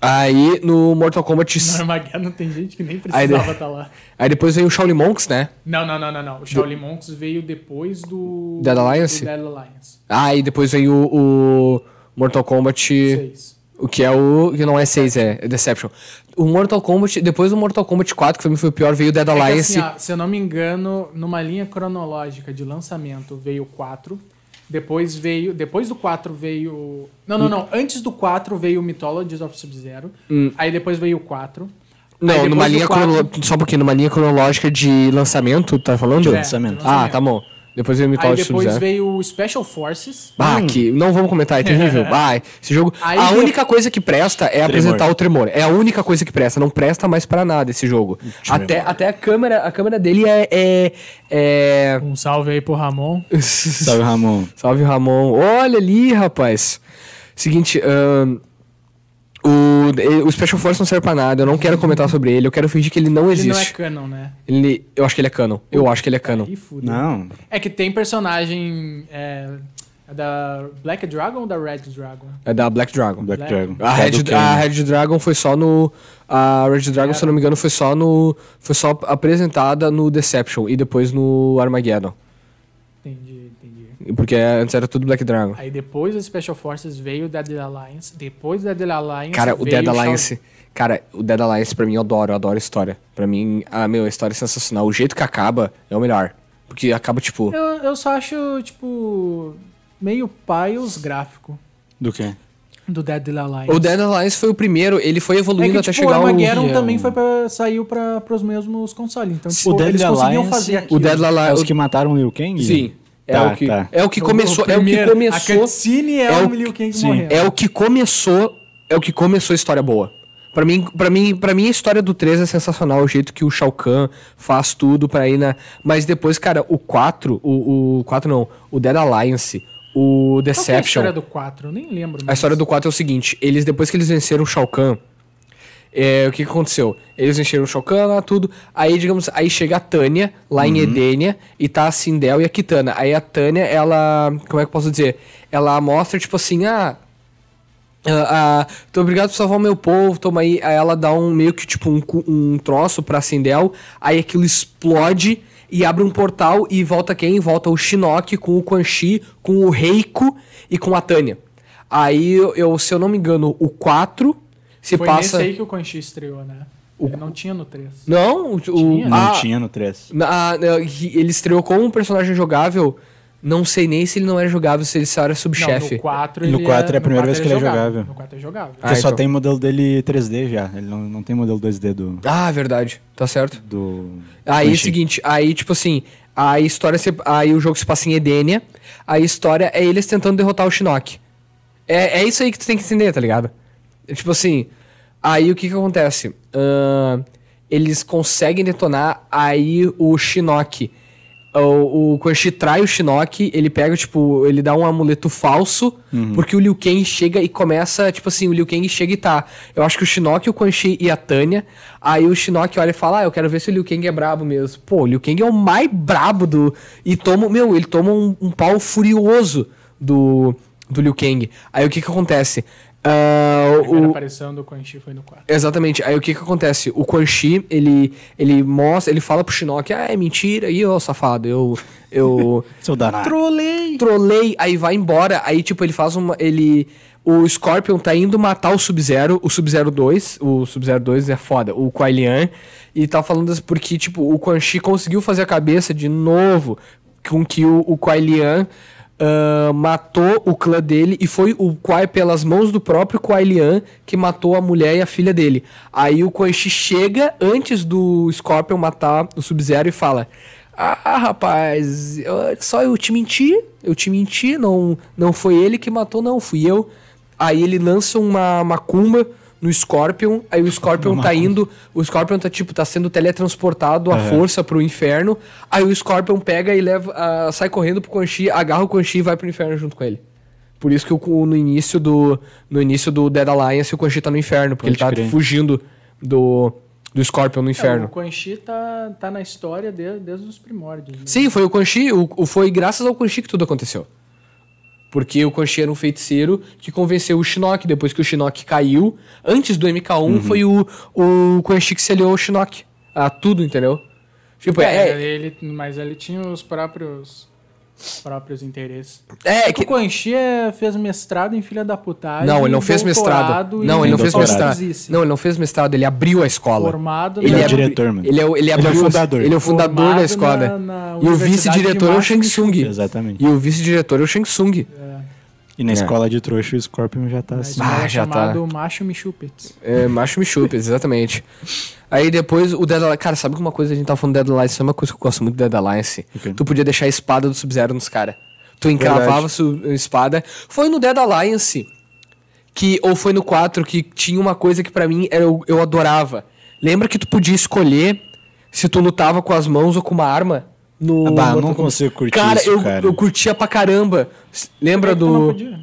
Aí no Mortal Kombat
No Armageddon tem gente que nem precisava
daí-
estar lá.
Aí depois veio o Shaolin Monks, né?
Não, não, não, não, não. O Shaolin Monks veio depois do.
Dead Alliance?
do Dead Alliance.
Aí depois veio o, o Mortal Kombat
Seis.
O que é o. Que não é 6, é Deception. O Mortal Kombat. Depois do Mortal Kombat 4, que pra mim foi o pior, veio o Dead
É que,
Alliance.
assim, ó, se eu não me engano, numa linha cronológica de lançamento veio o 4. Depois veio. Depois do 4 veio. Não,
Hum.
não, não. Antes do 4 veio o Mythologies of Sub-Zero.
Hum.
Aí depois veio o 4.
não,
aí
numa
depois do
linha
quatro-
cronológica. Só um pouquinho, numa linha cronológica de lançamento, tá falando?
De lançamento.
Ah, tá bom. Depois veio o
Aí
Mythology
depois
Sub-Zero.
veio o Special Forces.
Ah, que. Não vamos comentar, é terrível. Ah, esse jogo.
Aí
a
veio-
única coisa que presta é apresentar o tremor. É a única coisa que presta. Não presta mais pra nada esse jogo. Até, até a câmera. A câmera dele é. é, é...
Um salve aí pro Ramon.
Salve, Ramon.
Salve, Ramon. Olha ali, rapaz. Seguinte, ahn, o, o Special Force não serve pra nada. Eu não quero comentar sobre ele. Eu quero fingir que ele não
Ele não é
existe.
canon, né?
Ele- eu acho que ele é canon. Eu acho que ele é canon.
Ih, fudeu.
Não,
É que tem personagem é, é da Black Dragon ou da Red Dragon?
É da Black Dragon.
Black
Black-
Dragon.
A
É do
Red,
Ken.
a Red Dragon foi só no. A Red Dragon, se eu não me engano, foi só no. Foi só apresentada no Deception e depois no Armageddon.
Entendi, entendi.
Porque antes era tudo Black Dragon.
Aí depois do Special Forces veio o Dead Alliance. Depois do Dead Alliance.
Cara, o
veio
Dead
Shaolin.
Alliance. Cara, o Dead Alliance pra mim eu adoro, eu adoro a história. Pra mim, ah, meu, a história é sensacional. O jeito que acaba é o melhor. Porque acaba, tipo.
Eu, eu só acho, tipo, meio pai os gráficos
Do quê?
do Dead Alliance.
O Dead Alliance foi o primeiro, ele foi
é
evoluindo
que,
até
tipo, o
chegar
Armageddon
ao.
também foi pra, saiu para os mesmos consoles. Então, tipo,
O Dead
eles conseguiam
Alliance-
fazer
o
O
aquilo.
Dead
É os
Alliance.
que mataram o Liu Kang?
Sim. É,
Tá,
o que,
tá.
é o que
O- o
começou. é o que
primeiro, A
começou.
cutscene é,
é
o
o
Liu Kang
sim,
morrendo.
É o que começou. É o que começou a história boa. Pra mim, pra mim, pra mim, a história do 3 é sensacional, o jeito que o Shao Kahn faz tudo pra ir na. Mas depois, cara, o 4, o, o 4 não, o Dead Alliance, o
Qual que é a
Deception.
história do 4? Eu nem lembro.
A
mais.
história do 4 é o seguinte: eles, depois que eles venceram o Shao Kahn, é, o que, que aconteceu? Eles venceram o Shao Kahn lá, tudo. Aí, digamos, aí chega a Tânia, lá em Edenia, e tá a Sindel e a Kitana. Aí a Tânia, ela. Como é que eu posso dizer? Ela mostra, tipo assim, ah. ah, ah, tô obrigado por salvar o meu povo, toma aí. Aí ela dá um meio que tipo um, cu- um troço pra Sindel, aí aquilo explode. e abre um portal e volta quem? Volta o Shinnok com o Quan Chi, com o Reiko e com a Tânia. Aí, eu- eu, se eu não me engano, o 4 se
Foi
passa...
nesse aí que o Quan Chi estreou, né? Ele não tinha no 3.
Não, o, o-
Tinha?
Não
ah,
tinha no 3.
na- na- ele estreou como um personagem jogável. Não sei nem se ele não era jogável, se ele só era
Não,
subchefe.
no 4
No
ele
quatro é a primeira
no
vez
quatro
que ele é jogável.
No 4 é jogável.
Ah,
Porque só
então.
tem modelo dele 3D já. Ele não, não tem modelo 2D do.
Ah, verdade. Tá certo.
do
Aí é o
Banshee.
seguinte, aí tipo assim, a história se, aí o jogo se passa em Edenia, a história é eles tentando derrotar o Shinnok. É, é isso aí que tu tem que entender, tá ligado? É tipo assim, aí o que que acontece? Ahn, eles conseguem detonar, aí o Shinnok, o, o Quan Chi trai o Shinnok, ele pega, tipo, ele dá um amuleto falso, porque o Liu Kang chega e começa, tipo assim, o Liu Kang chega e tá. Eu acho que o Shinnok, o Quan Chi e a Tânia, aí o Shinnok olha e fala, ah, eu quero ver se o Liu Kang é brabo mesmo. Pô, o Liu Kang é o mais brabo do... E toma, meu, ele toma um, um pau furioso do, do Liu Kang. Aí o que que acontece? Ah,
A primeira
o-
aparição do Quan Chi foi no 4.
Exatamente. Aí o que que acontece? O Quan Chi, ele, ele mostra, ele fala pro Shinnok, ah, é mentira, aí, ô safado, eu... Eu
Seu danado.
Trolei!
trolei, aí vai embora, aí tipo, ele faz uma... ele... O Scorpion tá indo matar o Sub-Zero, o Sub-Zero 2, o Sub-Zero 2 é foda, o Kuai Lian, e tá falando assim, porque, tipo, o Quan Chi conseguiu fazer a cabeça de novo com que o, o Kuai Lian ah, matou o clã dele e foi o Kuai pelas mãos do próprio Kuai Lian que matou a mulher e a filha dele. Aí o Quan Chi chega antes do Scorpion matar o Sub-Zero e fala: Ah, rapaz, eu- só eu te menti, eu te menti, não, não foi ele que matou, não, fui eu. Aí ele lança uma macumba no Scorpion, aí o Scorpion tá indo, o Scorpion tá tipo, tá sendo teletransportado à força pro inferno, aí o Scorpion pega e leva, ah, sai correndo pro Quan Chi, agarra o Quan Chi e vai pro inferno junto com ele. Por isso que o- o- no início do no início do Dead Alliance o Quan Chi tá no inferno, porque
Pode
ele tá
crer.
fugindo do do Scorpion no
É, o
inferno.
Quan Chi tá, tá na história desde, desde os primórdios. né?
Sim, foi o Quan Chi, o- o- foi graças ao Quan Chi que tudo aconteceu. Porque o Quan Chi era um feiticeiro que convenceu o Shinnok, depois que o Shinnok caiu, antes do MK1
Uhum.
foi o, o Quan Chi que se aliou ao Shinnok. A tudo, entendeu? Tipo,
É,
é, é,
ele, mas ele tinha os próprios os próprios interesses.
é, que...
O Quan Chi é- fez mestrado em Filha da Putagem.
Não, ele não fez mestrado.
doutorado em
Não, ele não fez
doutorado.
mestrado.
Zice,
Não, ele não fez mestrado, ele abriu a escola.
Formado
Ele
na-
é o
abri-
diretor, mano.
Ele é, o- ele
Ele é o
abriu-
fundador.
Ele é o fundador da
Formado
escola.
na- na
e o
Universidade
vice-diretor é o
de
Shang Tsung.
Exatamente.
E o vice-diretor é o Shang Tsung.
E
É.
na escola de trouxa o Scorpion já tá assim.
na escola
Ah, já tá.
chamado Macho Michupets.
É, macho me chupa, exatamente. Aí depois o Dead Alliance. Cara, sabe que uma coisa a gente tava falando do Dead Alliance? Isso é uma coisa que eu gosto muito do Dead Alliance.
Ok.
Tu podia deixar a espada do Sub-Zero nos caras. Tu encravava
Verdade.
su- a espada. Foi no Dead Alliance que. Ou foi no 4 que tinha uma coisa que pra mim era- eu, eu adorava. Lembra que tu podia escolher se tu lutava com as mãos ou com uma arma? No
Ah, bah, eu
Mortal
não
Kombat?
consigo curtir
cara,
isso,
eu,
cara.
eu curtia pra caramba. S- Lembra
Por é que que tu não
do.
podia?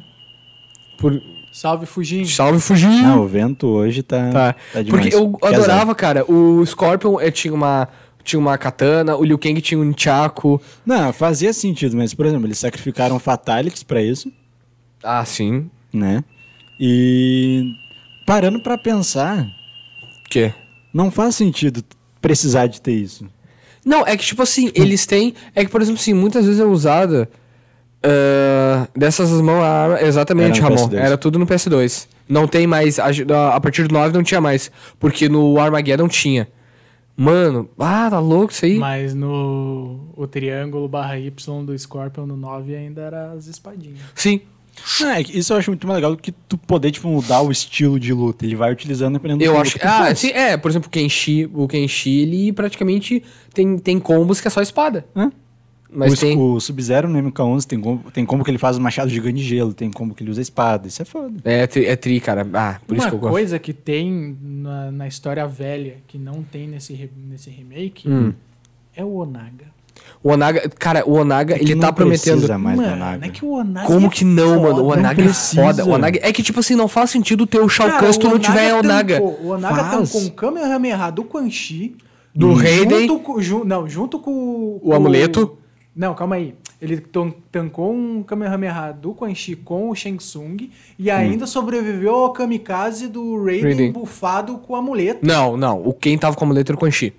Por-
Salve Fujinho.
Salve Fujinho!
Não, o vento hoje tá.
Tá.
demais.
Porque eu
Que azar.
adorava, cara. O Scorpion eh, tinha uma tinha uma katana, o Liu Kang tinha um Nchaku.
Não, fazia sentido, mas, por exemplo, eles sacrificaram Fatalics pra isso,
Ah, sim.
né? E. Parando pra pensar,
Que?
não faz sentido precisar de ter isso.
Não, é que tipo assim, eles têm, é que por exemplo assim, muitas vezes é usada ah, dessas mãos a arma, exatamente,
Era no
Ramon,
PS2.
era tudo no PS2. Não tem mais a, a partir do 9 não tinha mais, porque no Armageddon tinha. Mano, ah, tá louco isso aí.
Mas no o triângulo barra Y do Scorpion no 9 ainda era as espadinhas.
Sim.
Não, é que isso eu acho muito mais legal do que tu poder, tipo, mudar o estilo de luta. Ele vai utilizando dependendo
Eu
estilo
acho
que
que.
tu
Ah,
faz.
sim, é, por exemplo, o Kenshi, o Kenshi, ele praticamente tem, tem combos que é só espada.
Hã?
Mas
o,
tem.
o Sub-Zero no MK11 tem como, tem como que ele faz o machado gigante de gelo, tem como que ele usa a espada. Isso é foda.
É, tri- é tri, cara. Ah, por isso
Uma
que eu gosto.
coisa que tem na, na história velha que não tem nesse, re- nesse remake
Hum.
é o Onaga.
O Onaga, cara, o Onaga,
É que
ele tá
não
prometendo.
precisa mais do
Mano,
Onaga.
é que o Onaga.
Como
é
que não,
foda.
mano? O Onaga é
precisa.
foda. O Onaga... É que, tipo assim, não faz sentido ter o Shao
Cara,
Kahn se tu
o
não tiver o
tancou-
Onaga.
O Onaga
Faz.
tancou um Kamehameha do Quan Chi.
Do Raiden.
Junto com, ju- não, junto com.
O amuleto.
Não, calma aí. Ele tan- tancou um Kamehameha do Quan Chi com o Shang Tsung e ainda sobreviveu ao kamikaze do Raiden,
Hum. Raiden.
bufado com o amuleto.
Não, não. O quem tava com a muleta era o Quan Chi.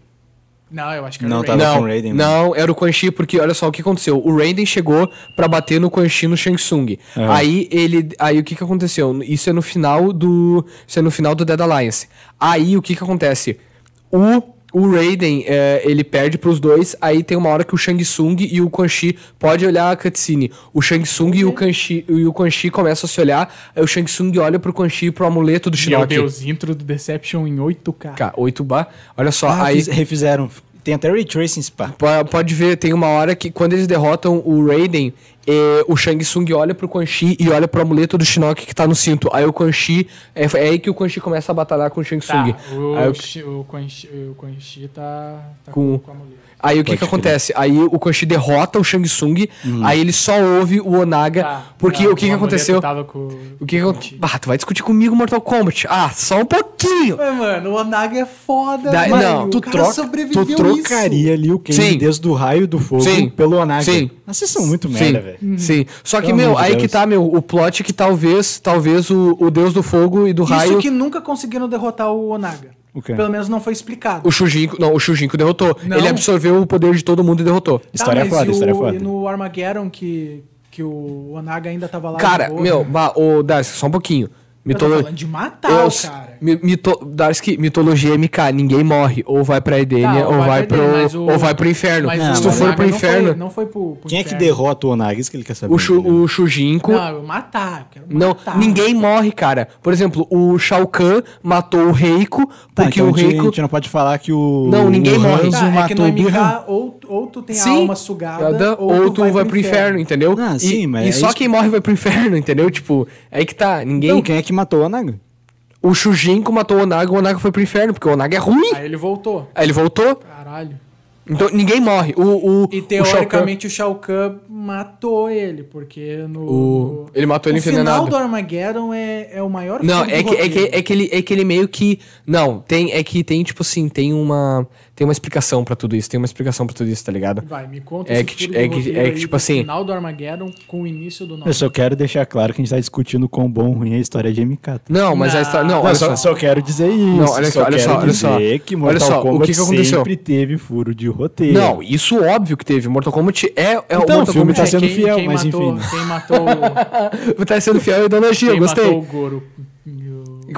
Não, eu acho que era
Não,
o
tava-
Raiden.
não,
com o Raiden, né?
não, era o Quan Chi, porque olha só o que aconteceu. O Raiden chegou pra bater no Quan Chi no Shang Tsung.
Aham.
Aí ele, aí o que que aconteceu? Isso é no final do, isso é no final do Dead Alliance. Aí o que que acontece? O o Raiden, é, ele perde pros dois, aí tem uma hora que o Shang Tsung e o Quan Chi pode olhar a cutscene. O Shang Tsung
Uhum.
e o Quan Chi, e o Quan Chi começam a se olhar, aí o Shang Tsung olha pro Quan Chi e pro amuleto do
Meu
Shinnok.
Deus, intro do Deception em 8K.
Cara, 8 bar. Olha só,
Ah,
aí
fiz- refizeram. Tem até Ray Tracing Spa.
Po- Pode ver, tem uma hora que quando eles derrotam o Raiden, eh, o Shang Tsung olha pro Quan Chi e olha pro amuleto do Shinnok que tá no cinto. Aí o Quan Chi, é, é aí que o Quan Chi começa a batalhar com o Shang
Tá,
Tsung. Aí
o,
o-
Shi- o, Quan Chi, o Quan Chi tá, tá
Com-
a mulher.
Aí o que que
Pode crer. Hum.
acontece? Aí o Quan Chi derrota o Shang Tsung, aí ele só ouve o Onaga,
Tá,
porque
não,
o que que
amuleto
aconteceu?
Tava com,
O que que
com
aconteceu? Ah, tu vai discutir comigo Mortal Kombat. Ah, só um pouquinho.
Mas, mano, o Onaga é foda,
Da-
mano.
não,
o
tu
cara
troca-
sobreviveu
Tu trocaria ali o Kane
Sim.
desde o raio do fogo
Sim.
pelo Onaga.
Sim.
Mas vocês são muito
Sim,
merda,
Tá,
velho.
Uhum.
sim. Só que,
Pelo
meu,
amor de
aí que
Deus.
tá, meu, o plot que talvez, talvez o, o Deus do Fogo e do
Isso.
Raio...
Isso que nunca conseguiram derrotar o Onaga.
O quê?
Pelo menos não foi explicado.
O Shujinko, não, o Shujinko derrotou.
Não.
Ele absorveu o poder de todo mundo e derrotou.
História
Tá,
é
mas
foda,
e o-
história foda.
E no Armageddon que, que o Onaga ainda tava lá.
Cara,
de boa,
meu,
né?
bah, ô Darcy, só um pouquinho.
Eu tô
Mitolo...
falando de matar
Eu-
o cara.
mi- mito- Darcy, mitologia MK, ninguém morre. Ou vai pra Edenia,
Tá,
ou, vai
pra Edenia, mas
pro,
o-
ou vai pro inferno.
Mas
Não,
o
Se tu
mas
for
Onaga
pro
não foi-
inferno,
Não foi pro, pro
Quem é que
inferno.
derrota o Onaga? Isso que ele quer saber.
o, Shu,
entendeu?
o Shujinko...
Não, tá. eu matar. Eu quero
Não,
matar.
ninguém morre, cara. Por exemplo, o Shao Kahn matou o Reiko,
Tá,
porque
então
o
a, gente, a
Reiko...
gente não pode falar que o.
Não, ninguém
o
morre.
Hanzo
Tá, é que
matou
no
o Gohan.
MK, ou, ou tu tem
um Sim.
a alma sugada,
Nada, ou, tu vai, pro inferno, entendeu?
Ah,
E-
sim, mas
e
é
só
isso-
quem morre vai pro inferno, entendeu? Tipo, aí que tá, ninguém
Então, quem é que matou o Onaga?
O Shujinko matou o Onaga, o Onaga foi pro inferno, porque o Onaga é ruim.
Aí ele voltou.
Aí ele voltou,
Caralho.
então ninguém morre. O, o, o
E
Shao Kahn-
teoricamente o Shao Kahn matou ele, porque no.
o,
no-
ele matou ele
o final
envenenado.
do Armageddon é, é o maior
Não,
furo do
é que, é, que,
roteiro.
é, que ele, é que ele meio que. Não, tem, é que tem, tipo assim, tem uma. Tem uma explicação pra tudo isso. Tem uma explicação pra tudo isso, tá ligado?
Vai, me conta
é
esse
que-
furo
é
do
que-
roteiro
é que,
aí
tipo
do
assim-
final do Armageddon com o início do
Eu
nosso.
só quero deixar claro que a gente tá discutindo quão bom ou ruim é a história de MK. tá?
Não, mas
Não.
a história. Não,
Não,
olha
eu só,
só.
só quero dizer isso.
Não, olha só, olha
quero
só, olha só.
dizer que
Olha
Mortal
só, o
Kombat
que que aconteceu?
sempre teve furo de roteiro.
Não, isso óbvio que teve. Mortal Kombat é, é
Então,
Mortal
o filme
Kombat.
tá sendo fiel, mas
matou,
enfim.
Quem matou,
Tá sendo fiel à ideologia,
quem
eu gostei.
matou o Goro?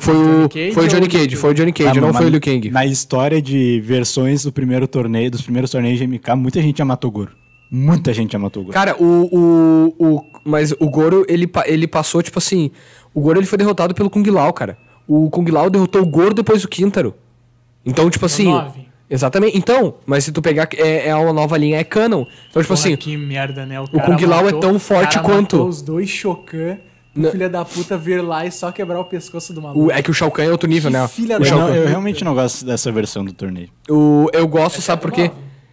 Foi o, foi o Johnny Cage, foi tipo o Johnny
Tá,
Cage, não
mas
foi o Liu Kang.
Na história de versões do primeiro torneio, dos primeiros torneios de MK, muita gente já matou o Goro. Muita gente já matou o Goro.
Cara, o, o, o- Mas o Goro, ele, pa- ele passou, tipo assim. O Goro ele foi derrotado pelo Kung Lao, cara. O Kung Lao derrotou o Goro depois do Quintaro. Então, tipo assim.
nove.
Exatamente. Então, mas se tu pegar. É, é uma nova linha, é canon. Então, tipo
Porra,
assim.
que merda, né? O,
Kung Lao é tão forte
cara
quanto-
matou os dois Shokan,
Não.
o filho da puta vir lá e só quebrar o pescoço do maluco.
o- é que o Shao Kahn é outro nível,
Que
né?
filha
o
da
Eu,
Shao
não-
Kahn.
eu realmente não gosto dessa versão do torneio.
O- eu gosto, sabe por quê?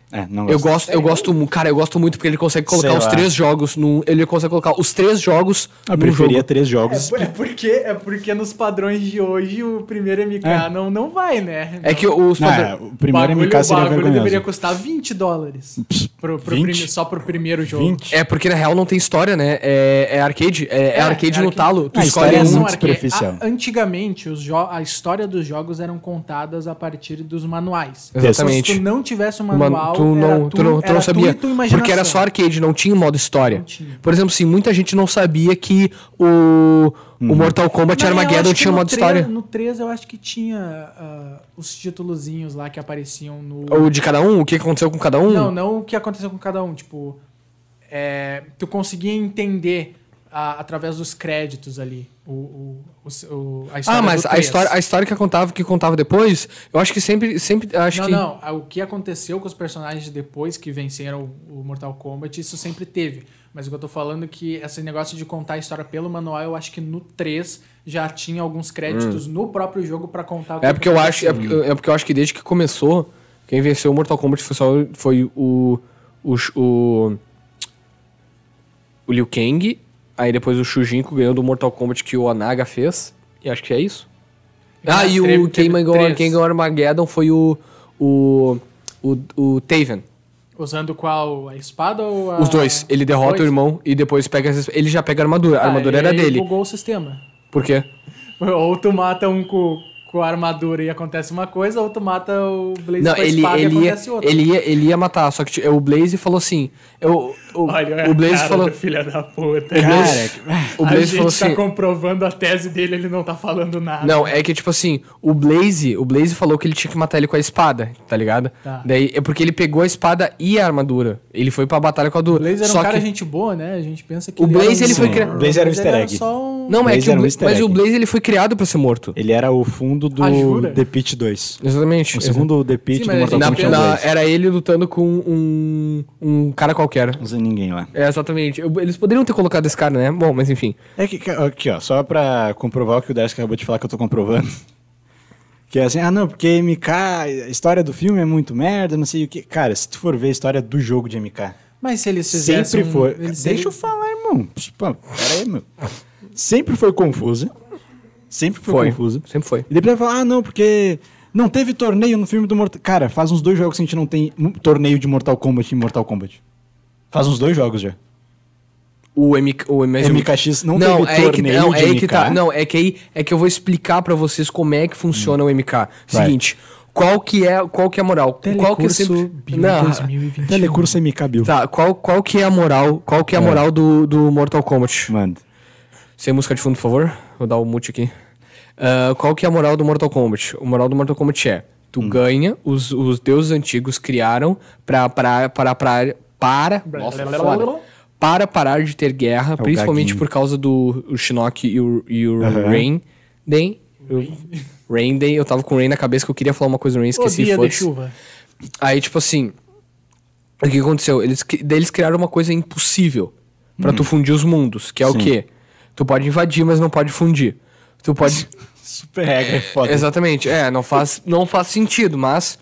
É, não gosto.
Eu gosto, eu gosto, mu- cara, eu gosto muito porque ele consegue colocar
Sei
os
lá.
três jogos num. Ele consegue colocar os três jogos
Eu
num
preferia
jogo.
três jogos.
É, é porque, é porque nos padrões de hoje o primeiro MK
É.
não, não vai, né?
É que os
Ah,
padr-
o primeiro
bagulho,
MK seria
O bagulho deveria
vergonhoso.
custar 20 dólares pro, pro
20?
prime- só pro primeiro jogo.
20?
É porque na real não tem história, né? É, é arcade, é, é
É,
arcade
é
no
arcade.
talo. Tu
Ah,
escolhe
história é
um.
muito
Não, Arque,
superficial.
a- antigamente, os jo- a história dos jogos eram contadas a partir dos manuais.
Exatamente.
Se tu não tivesse o
Uma-
manual,
tu não,
era
tu não, tu
era
não sabia.
e tua
porque era
imaginação.
só arcade, não tinha modo história.
Não tinha.
Por exemplo, assim, muita gente não sabia que o, o Mortal Kombat
Mas eu acho
Armageddon
que
tinha
no
modo
tre-
história.
No 3 eu acho que tinha ah, os títulozinhos lá que apareciam no.
Ou de cada um, o que aconteceu com cada um.
Não, não o que aconteceu com cada um. Tipo, é, tu conseguia entender a- através dos créditos ali o, o- o- o- a história.
ah, mas
do
a
3.
história, a história que eu contava, que contava depois, eu acho que sempre, sempre acho
não,
que
não. ah, O que aconteceu com os personagens depois que venceram o, o Mortal Kombat, isso sempre teve. Mas o que eu tô falando é que esse negócio de contar a história pelo manual, eu acho que no 3 já tinha alguns créditos no próprio jogo pra contar o
Hum. É porque eu acho,
aconteceu.
é porque, é porque eu acho que desde que começou, quem venceu o Mortal Kombat foi, só, foi o, o, o. O Liu Kang. Aí depois o Shujinko ganhou do Mortal Kombat que o Onaga fez. E acho que é isso. Ah, e
Teve-
o
teve
quem ganhou,
três.
quem ganhou Armageddon foi o. O. O, o Taven.
Usando qual? A espada ou a...
Os dois. Ele derrota o
Dois?
irmão e depois pega. as- Ele já pega a armadura. A
Ah,
armadura era
ele
dele.
bugou o sistema.
Por quê?
Ou tu mata um com, com a armadura e acontece uma coisa, outro mata o Blaze
Não,
com a
ele,
espada e
ele, ia,
acontece outra.
ele, ia, ele ia matar, só que tipo, o Blaze falou assim. Eu, o,
Olha,
o Blaze
cara
falou.
do Filha da puta.
Cara,
O
a
Blaze
gente
falou
tá
assim.
comprovando a tese dele, ele não tá falando nada.
Não, é que tipo assim, o Blaze, o Blaze falou que ele tinha que matar ele com a espada, tá ligado?
Tá.
Daí é porque ele pegou a espada e a armadura. Ele foi pra batalha com a
O
armadura.
Blaze era
só
um cara
que...
gente boa, né? A gente pensa que
O Blaze, ele
era um-
foi
Sim,
criado-
o Blaze era um
Mas
easter
ele
egg.
só um-
Não, é
Blaze
que o
era um
Bla-
easter
mas
egg.
o Blaze ele foi criado pra ser morto.
Ele era o fundo do
Ah, jura?
The Pit 2.
Exatamente.
O segundo The Pit
Sim,
do
mas
Mortal
ele-
Na-
Kombat é o
na-
Blaze.
era ele lutando com um, um cara qualquer.
Não sei ninguém lá.
É, exatamente. Eu- Eles poderiam ter colocado esse cara, né? Bom, mas enfim.
É que, que- aqui, ó, só pra comprovar o que o Dash acabou de falar que eu tô comprovando. Que é assim, ah não, porque MK, a história do filme é muito merda, não sei o que. Cara, se tu for ver a história do jogo de MK,
Mas se eles fizessem...
sempre
um-
foi.
eles-
Deixa eu falar, irmão. Pô, pera aí, meu. Sempre foi confusa. Sempre foi,
Foi.
confusa.
Sempre foi.
E depois vai falar, ah não, porque não teve torneio no filme do Mortal Cara, faz uns dois jogos que a gente não tem um torneio de Mortal Kombat em Mortal Kombat. Faz uns dois jogos já.
O, M, o mas o-
MKX não,
Não,
teve
é aí que,
torneio
não,
de
é aí
MK.
que tá. Não, é que aí é que eu vou explicar pra vocês como é que funciona o MK. Seguinte, qual que é, qual que é a moral? qual que é
Telecurso
sempre-
Bio
Não,
2021.
Telecurso MK Bill.
Tá, qual, qual que é a moral? Qual que é a moral do, do Mortal Kombat?
Manda.
Sem música de fundo, por favor. Vou dar o mute aqui. Ah, qual que é a moral do Mortal Kombat? O moral do Mortal Kombat é: tu
Hum.
ganha, os, os deuses antigos criaram pra, pra, pra, pra, para. Nossa, tá foda. Para parar de ter guerra, principalmente
É gaguinho.
por causa do o Shinnok e o, e o
Aham.
Rain. Den. Rain Den, eu tava com o Rain na cabeça que eu queria falar uma coisa do Rain,
O
esqueci.
dia de
foda-se.
chuva.
Aí, tipo assim, o que aconteceu? Eles, cri- daí eles criaram uma coisa impossível pra tu fundir os mundos, que é o
Uhum. Sim.
quê? Tu pode invadir, mas não pode fundir. Tu pode.
Super regra, foda.
Exatamente, é, não faz, não faz sentido, mas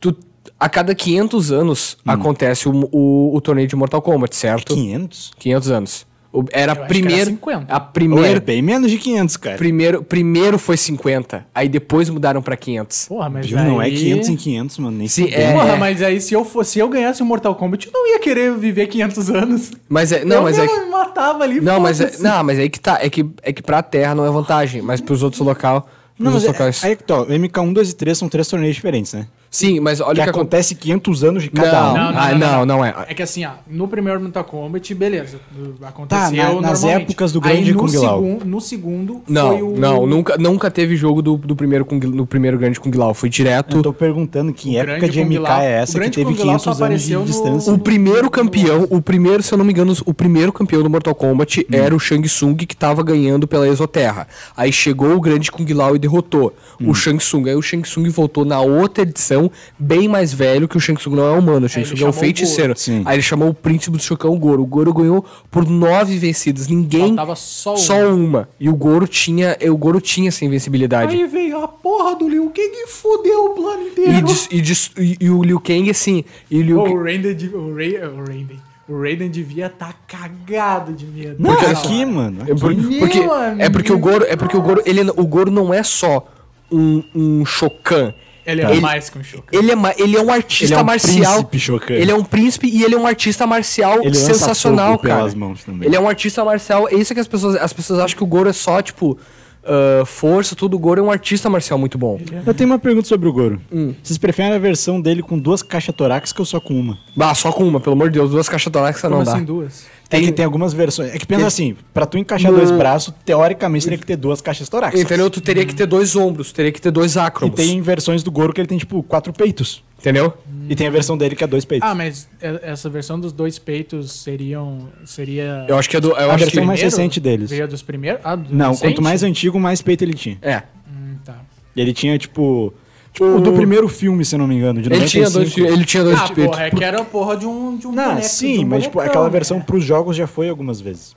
tu, a cada 500 anos
Hum.
acontece o, o, o torneio de Mortal Kombat, certo?
500?
500 anos. O- era
acho que era
primeiro.
50.
A
Ou é
primeiro,
bem menos de 500, cara.
primeiro, primeiro foi 50, aí depois mudaram pra 500.
Porra, mas
Viu? Não é
aí-
500 em 500, mano. Nem
Sim,
fudendo.
é.
Porra, mas aí se eu fosse, se eu ganhasse o Mortal Kombat, eu não ia querer viver 500 anos.
Mas é, não,
eu
mas é
mesmo
que-
me matava ali.
Não, mas, é,
foda-se.
não, mas aí que tá. É que, é que pra terra não é vantagem, mas pros outros local. Pros
Não,
outros
mas é,
locais.
aí que tá, ó, MK1, 2 e 3 são três torneios diferentes, né?
Sim, mas olha
que
o que acontece.
acontece 500 anos de cada
Não,
um.
Ah, não, não é.
É que assim, ó, no primeiro Mortal Kombat, beleza, do-
Tá, na-
aconteceu
nas
normalmente.
épocas do
Aí
grande
no
Kung Lao.
Segun, no segundo foi
Não,
o...
não, nunca, nunca teve jogo do, do primeiro Kung, no primeiro grande Kung Lao. Foi
Eu
direto.
tô perguntando que época
grande
de
Kung
MK
Lao-
é
o
essa que
grande
teve
Kung Lao
500
só
anos de
apareceu no-
distância.
O primeiro campeão, o primeiro, se eu não me engano, o primeiro campeão do Mortal
Hum.
Kombat era o Shang Tsung que tava ganhando pela Exoterra. Aí chegou o grande Kung Lao e derrotou
Hum.
o Shang Tsung. Aí o Shang Tsung voltou na outra edição, bem mais velho, que o Shang Tsung não é humano, o Shang
Aí
Tsung é
ele
um
chamou o
feiticeiro.
Goro.
Sim.
Aí ele chamou o príncipe do chocão o Goro. O Goro ganhou por nove vencidas. Ninguém.
Faltava só
um,
um.
Só
uma.
uma. E o Goro tinha. O Goro tinha essa invencibilidade.
Aí veio a porra do Liu Kang e fodeu o plano
E,
inteiro.
dis- e dis- e- e o Liu Kang, assim. E o Liu
Pô,
Kang-
o Raiden, de- o, Ray, o Raiden, o Raiden devia estar cagado de medo.
Não,
Cara,
aqui, mano.
É, por-
Meu
porque,
amigo.
é porque o Goro, é porque o Goro, ele, o Goro não é só um, um Shokan.
Ele é
Ele-
mais que um Shokan.
Ele é, ma- ele é um artista
Ele é um
marcial.
príncipe Shokan.
Ele é um príncipe e ele é um artista marcial
Ele lança
sensacional,
fogo
cara.
pelas mãos também.
Ele é um artista marcial. É isso que as pessoas, as pessoas acham que o Goro é só, tipo, ah, força, tudo. O Goro é um artista marcial muito bom.
Eu tenho uma pergunta sobre o Goro.
Hum.
Vocês preferem a versão dele com duas caixas torácicas ou só com uma?
Ah, só com uma, pelo amor de Deus. Duas caixas torácicas não
Como
dá.
assim duas?
Tem,
Tem-
é que tem algumas versões. É que pensa
Tem-
assim, pra tu encaixar
No-
dois braços, teoricamente teria que ter duas caixas torácicas.
Entendeu? Tu teria que ter dois ombros, teria que ter dois
E
acromos.
tem versões do Goro que ele tem, tipo, quatro peitos.
Entendeu?
E tem a versão dele que é dois peitos.
Ah, mas e- essa versão dos dois peitos seriam. Seria.
Eu acho que é do. Eu
a
acho que...
versão mais
primeiro?
recente deles.
Seria dos primeiros? Ah, do
Não,
recente?
quanto mais antigo, mais peito ele tinha.
É.
Hum, tá.
E ele tinha, tipo. Tipo, o do primeiro filme, se eu não me engano, de
Ele tinha,
95.
dois, ele tinha dois
Ah,
peitos.
porra, é que era a porra de um. De um
Não,
boneco, de
sim,
um
mas tipo,
bonecão,
aquela
né?
versão pros jogos já foi algumas vezes.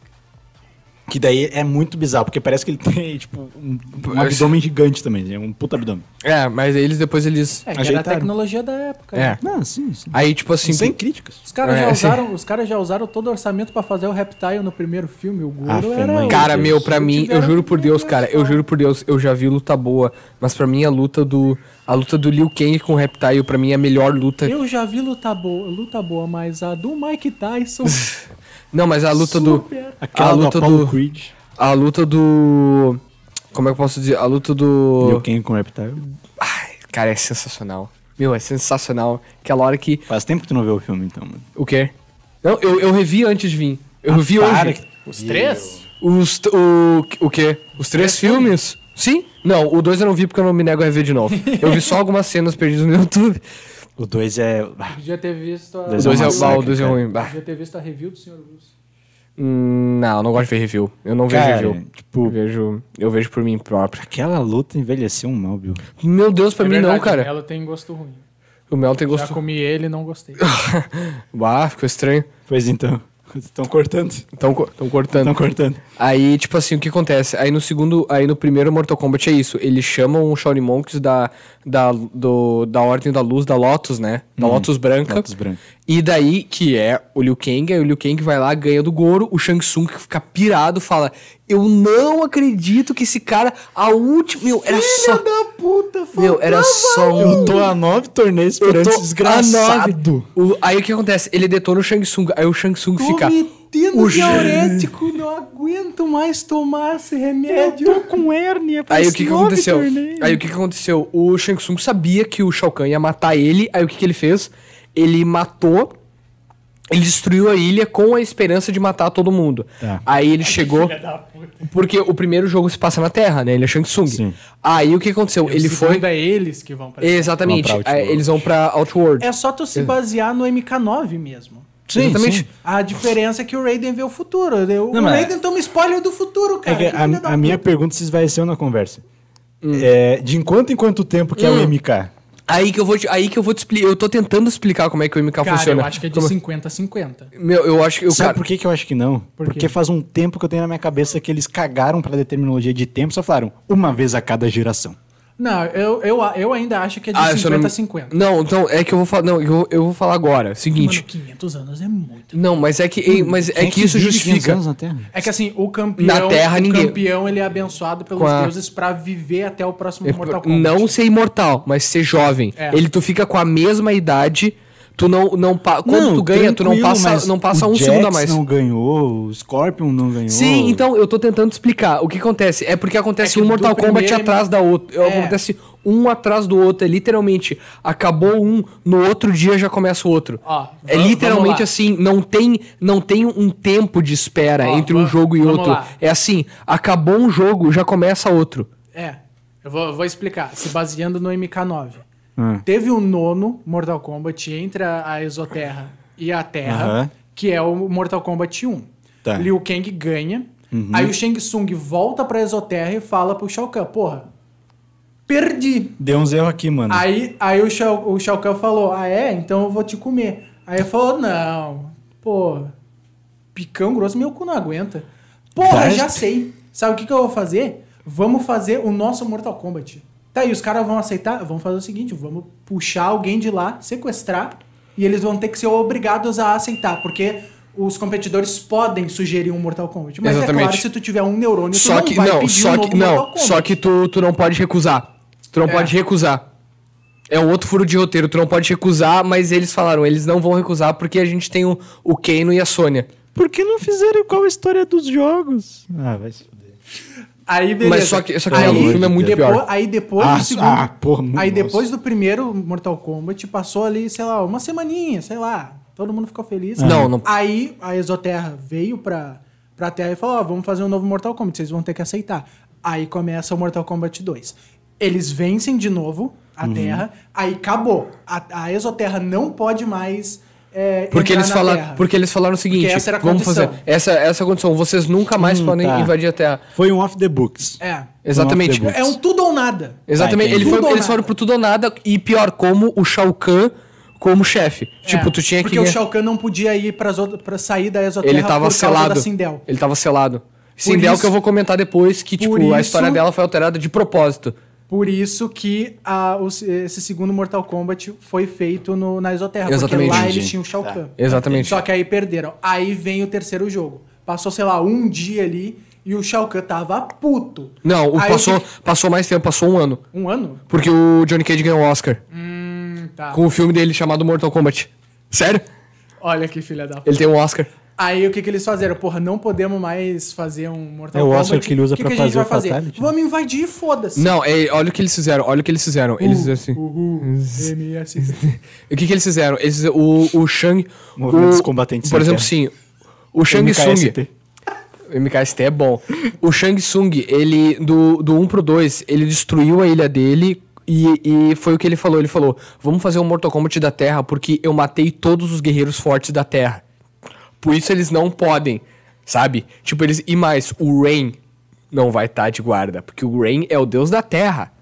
Que daí é muito bizarro, porque parece que ele tem, tipo, um, um
Parece-
abdômen gigante também, é um puta abdômen.
É, mas eles depois eles.
É, que era a
ajeitaram.
tecnologia da época.
É.
né?
Não, Ah, sim, sim.
Aí, tipo assim.
Sem
tu-
críticas.
Os caras,
É,
já
assim.
usaram, os caras já usaram todo o orçamento pra fazer o Reptile no primeiro filme. O Goro
Ah, foi,
era.
mãe.
o-
Cara,
Deus.
meu, pra mim, eu
tiveram
juro
que
por Deus,
inventar
cara,
essa
eu juro por Deus, eu já vi luta boa, mas pra mim a luta do. A luta do Liu Kang com o Reptile, pra mim, é a melhor luta.
Eu já vi luta boa, luta boa, mas a do Mike Tyson.
Não, mas a luta do.
Super.
A luta do.
Creed.
A luta do. Como é que eu posso dizer? A luta do.
E o Ken com o Reptile.
Ai, cara, é sensacional. Meu, é sensacional. Aquela hora que.
Faz tempo que tu não vê o filme, então, mano.
O quê? Não, eu, eu revi antes de vir. Eu revi
Ah, para
hoje.
que-
Os três?
Os. t- O, o quê? Os três filmes? Sim? Não, o dois eu não vi porque eu não me nego a rever de novo. Eu vi só algumas cenas perdidas no YouTube.
O 2 é.
Podia ter visto a.
O
O
Dois
dois é,
um
ah,
massacre,
o dois é
cara.
ruim. Bah.
Podia ter visto a review do Sr. Bruce.
Hum, Não, eu não gosto de ver review. Eu não
Cara,
vejo review. Eu
tipo,
vejo, eu vejo por mim próprio.
aquela luta envelheceu um mal, Bill.
Meu Deus, pra
É
mim
verdade,
não, cara.
Ela tem gosto ruim.
O mel tem
Já
gosto.
comi ele e não gostei.
Ah, ficou estranho.
Pois então. Estão cortando.
Estão cortando.
Estão cortando.
Aí, tipo assim, o que acontece? Aí no segundo, aí no primeiro Mortal Kombat é isso. Eles chamam o Shaolin Monks da, da, do, da Ordem da Luz, da Lotus, né? Da Lotus Branca.
Uhum. Lotus Branca.
E daí, que é o Liu Kang, aí o Liu Kang vai lá, ganha do Goro, o Shang Tsung que fica pirado, fala, eu não acredito que esse cara, a última... Meu, era só...
puta,
Meu, era só um...
Eu tô a nove torneios
Eu
esperando
tô
esse desgraçado.
anove. O- aí o que acontece? Ele detona o Shang Tsung, aí o Shang Tsung fica... O Jean-
não aguento mais tomar esse remédio.
com hérnia.
Aí o que, que aconteceu? Aí o que, que aconteceu? O Shang Tsung sabia que o Shao Kahn ia matar ele. Aí o que, que ele fez? Ele matou. Ele destruiu a ilha com a esperança de matar todo mundo.
Tá.
Aí ele chegou.
da puta.
Porque o primeiro jogo se passa na Terra, né? Ele é Shang Tsung.
Sim.
Aí o que aconteceu? ele foi.
É eles que vão pra.
Exatamente.
Vão pra
Aí
Outworld.
eles vão pra Outworld.
É só tu se basear no MK9 mesmo.
Sim,
Exatamente.
sim.
A diferença é que o Raiden vê o futuro. O
Não, mas-
Raiden toma spoiler do
É
futuro, cara.
que
Que
a,
filho da
a minha
puta.
pergunta se esvaeceu na conversa. É, de enquanto em quanto tempo que é
Hum.
o MK?
Aí que eu vou te, aí que eu vou te explicar. Eu tô tentando explicar como é que o MK
Cara,
funciona.
eu acho que é de
Como-
50 a 50.
Meu, eu acho que o
Sabe
cara.
por que, que eu acho que não?
Por quê?
Porque faz um tempo que eu tenho na minha cabeça que eles cagaram pra determinologia de tempo, só falaram uma vez a cada geração.
Não, eu, eu, eu ainda acho que é de
Ah, se eu
50
não me-
a 50.
Não, então é que eu vou falar. Não, eu, vou- eu vou falar agora. Seguinte.
Mano, 500 anos é muito.
Não, mas é que, ei, mas é
Hum, Quem
que, isso
vive 500
justifica.
anos né? na Terra?
É que assim, o campeão,
Na Terra,
o
ninguém-
campeão ele é abençoado pelos
Com a-
deuses pra viver até o próximo Mortal Kombat.
É, Não ser imortal, mas ser jovem.
É.
Ele tu fica com a mesma idade, tu não não pa- quando tu ganha, tu não
tranquilo,
passa
mas
não passa
o
um
Jax
segundo a mais.
não ganhou, o Scorpion não ganhou.
Sim, então eu tô tentando explicar. O que acontece? É porque acontece
É que
um
do
Mortal Kombat
primeiro-
atrás da outra.
É.
Acontece um atrás do outro. É literalmente, acabou um, no outro dia já começa o outro.
Ó,
é
vam- vamos
literalmente
lá.
assim, não tem, não tem um tempo de espera
Ó,
entre um
vam-
jogo e
vamos
outro.
lá.
É assim, acabou um jogo, já começa outro.
É, eu vou, eu vou explicar. Se baseando no MK9.
Ah.
Teve o nono Mortal Kombat entre a, a Exoterra e a Terra,
Aham.
que é o Mortal Kombat 1.
Tá. Uhum.
Liu Kang ganha. Aí o Shang Tsung volta pra Exoterra e fala pro Shao Kahn, porra, perdi.
Deu uns erros aqui, mano.
Aí, aí o, Shao, o Shao Kahn falou, ah é? Então eu vou te comer. Aí ele falou, não, pô, picão grosso meu cu não aguenta. Porra,
Tá.
já sei. Sabe o que, que eu vou fazer? Vamos fazer o nosso Mortal Kombat. Tá, aí os caras vão aceitar? Vamos fazer o seguinte, vamos puxar alguém de lá, sequestrar, e eles vão ter que ser obrigados a aceitar, porque os competidores podem sugerir um Mortal Kombat. Mas é
Exatamente.
claro, se tu tiver um neurônio, tu
Só
não
que
vai
não,
pedir
só
um
que
novo Mortal
não,
Kombat.
só que tu, tu não pode recusar. Tu não
É.
pode recusar. É um outro furo de roteiro, tu não pode recusar, mas eles falaram, eles não vão recusar porque a gente tem o, o Kano e a Sônia.
Por que não fizeram igual a história dos jogos? Ah, vai se fuder.
Aí, beleza.
Mas só que- só que
aí,
o filme é
muito
depois,
pior.
Aí depois
Ah,
do segundo...
ah, porra, muito
aí
nossa.
depois do primeiro Mortal Kombat, passou ali, sei lá, uma semaninha, sei lá. Todo mundo ficou feliz.
Ah. Não, não-
Aí a Exoterra veio pra, pra Terra e falou, ó, vamos fazer um novo Mortal Kombat, vocês vão ter que aceitar. Aí começa o Mortal Kombat 2. Eles vencem de novo a
Uhum.
Terra, aí acabou. A, a Exoterra não pode mais é,
Porque
entrar
eles,
na
falaram,
Terra.
porque eles falaram o seguinte,
Porque essa era a
vamos fazer
condição.
essa essa é condição, vocês nunca mais
Hum,
podem
tá.
invadir a Terra.
Foi um off the books.
É.
Exatamente.
Não,
É um tudo ou nada.
Exatamente.
Tá,
Ele
entendi.
foi-
Tudo ou
eles
nada.
foram pro tudo ou nada e pior como o Shao Kahn como chefe. Tipo,
É,
tu tinha
porque
que
o Shao Kahn não podia ir para para sair da Exoterra
ele tava
por causa
selado.
da Sindel.
Ele tava selado. Sindel
isso-
que eu vou comentar depois que tipo
por
a
isso-
história dela foi alterada de propósito.
Por isso que a- os- esse segundo Mortal Kombat foi feito no- na Exoterra,
Exatamente.
porque lá
Entendi. Tá.
eles tinham o Shao Kahn.
Exatamente.
Só que aí perderam. Aí vem o terceiro jogo. Passou, sei lá, um dia ali e o Shao Kahn tava puto.
Não, o
Aí
passou,
que-
passou mais tempo, passou um ano.
Um ano?
Porque o Johnny Cage ganhou o Oscar
Hum, tá.
com o filme dele chamado Mortal Kombat. Sério?
Olha que filha da puta.
Ele tem um Oscar.
Aí o que, que eles fizeram? Porra, não podemos mais fazer um Mortal
É o
Kombat.
Oscar que ele usa
O
pra
que a gente
fazer o
vai fazer?
Fatality, né?
Vamos invadir, foda-se.
Não, é, olha o que eles fizeram, olha o que eles
Uh,
fizeram. Eles fizeram assim.
Uhul. MS.
O que, que eles fizeram? Eles fizeram- o, o Shang.
Movimento
o-
dos combatentes
Por
na
exemplo,
Terra.
sim. O Shang Tsung.
MKST.
MKST é bom. O Shang Tsung, ele, do, do 1 pro 2, ele destruiu a ilha dele e, e foi o que ele falou. Ele falou: vamos fazer um Mortal Kombat da Terra porque eu matei todos os guerreiros fortes da Terra. Por isso eles não podem, sabe? Tipo, eles. E mais, o Rain não vai estar de guarda, porque o Rain é o deus da Terra.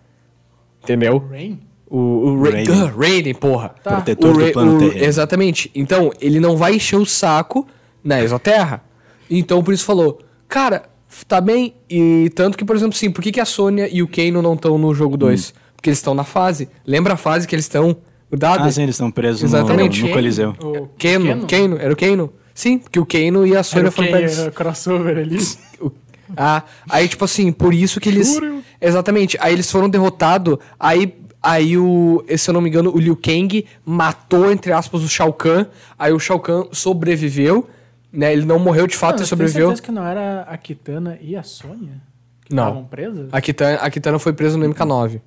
Entendeu?
Rain?
O, o Ra-
Raiden.
Ah, Raiden, porra.
Tá.
Protetor
O Ra-
do plano
o-
terreno.
Exatamente. Então, ele não vai encher o saco na exoterra. Então, por isso falou, cara, f- tá bem. E tanto que, por exemplo, sim, por que, que a Sônia e o Kano não estão no jogo
Hum.
2? Porque eles estão na fase. Lembra a fase que eles estão
Ah,
grudados?
sim, eles estão presos no,
Exatamente.
no Coliseu.
O
Kano, Kano, era o Kano. Sim, porque o Kano e a
Era
Sônia
o né?
foram
Ken,
pegos.
era o crossover ali.
O- Ah, aí, tipo assim, por isso que eles. Exatamente. Aí eles foram derrotados. Aí, aí o. Se eu não me engano, o Liu Kang matou, entre aspas, o Shao Kahn. Aí o Shao Kahn sobreviveu. Né? Ele não morreu de fato
Mano,
e sobreviveu.
Tem certeza que não era a Kitana e a Sônia? Que
Não.
estavam presas?
A Kitana, a Kitana foi presa no MK9.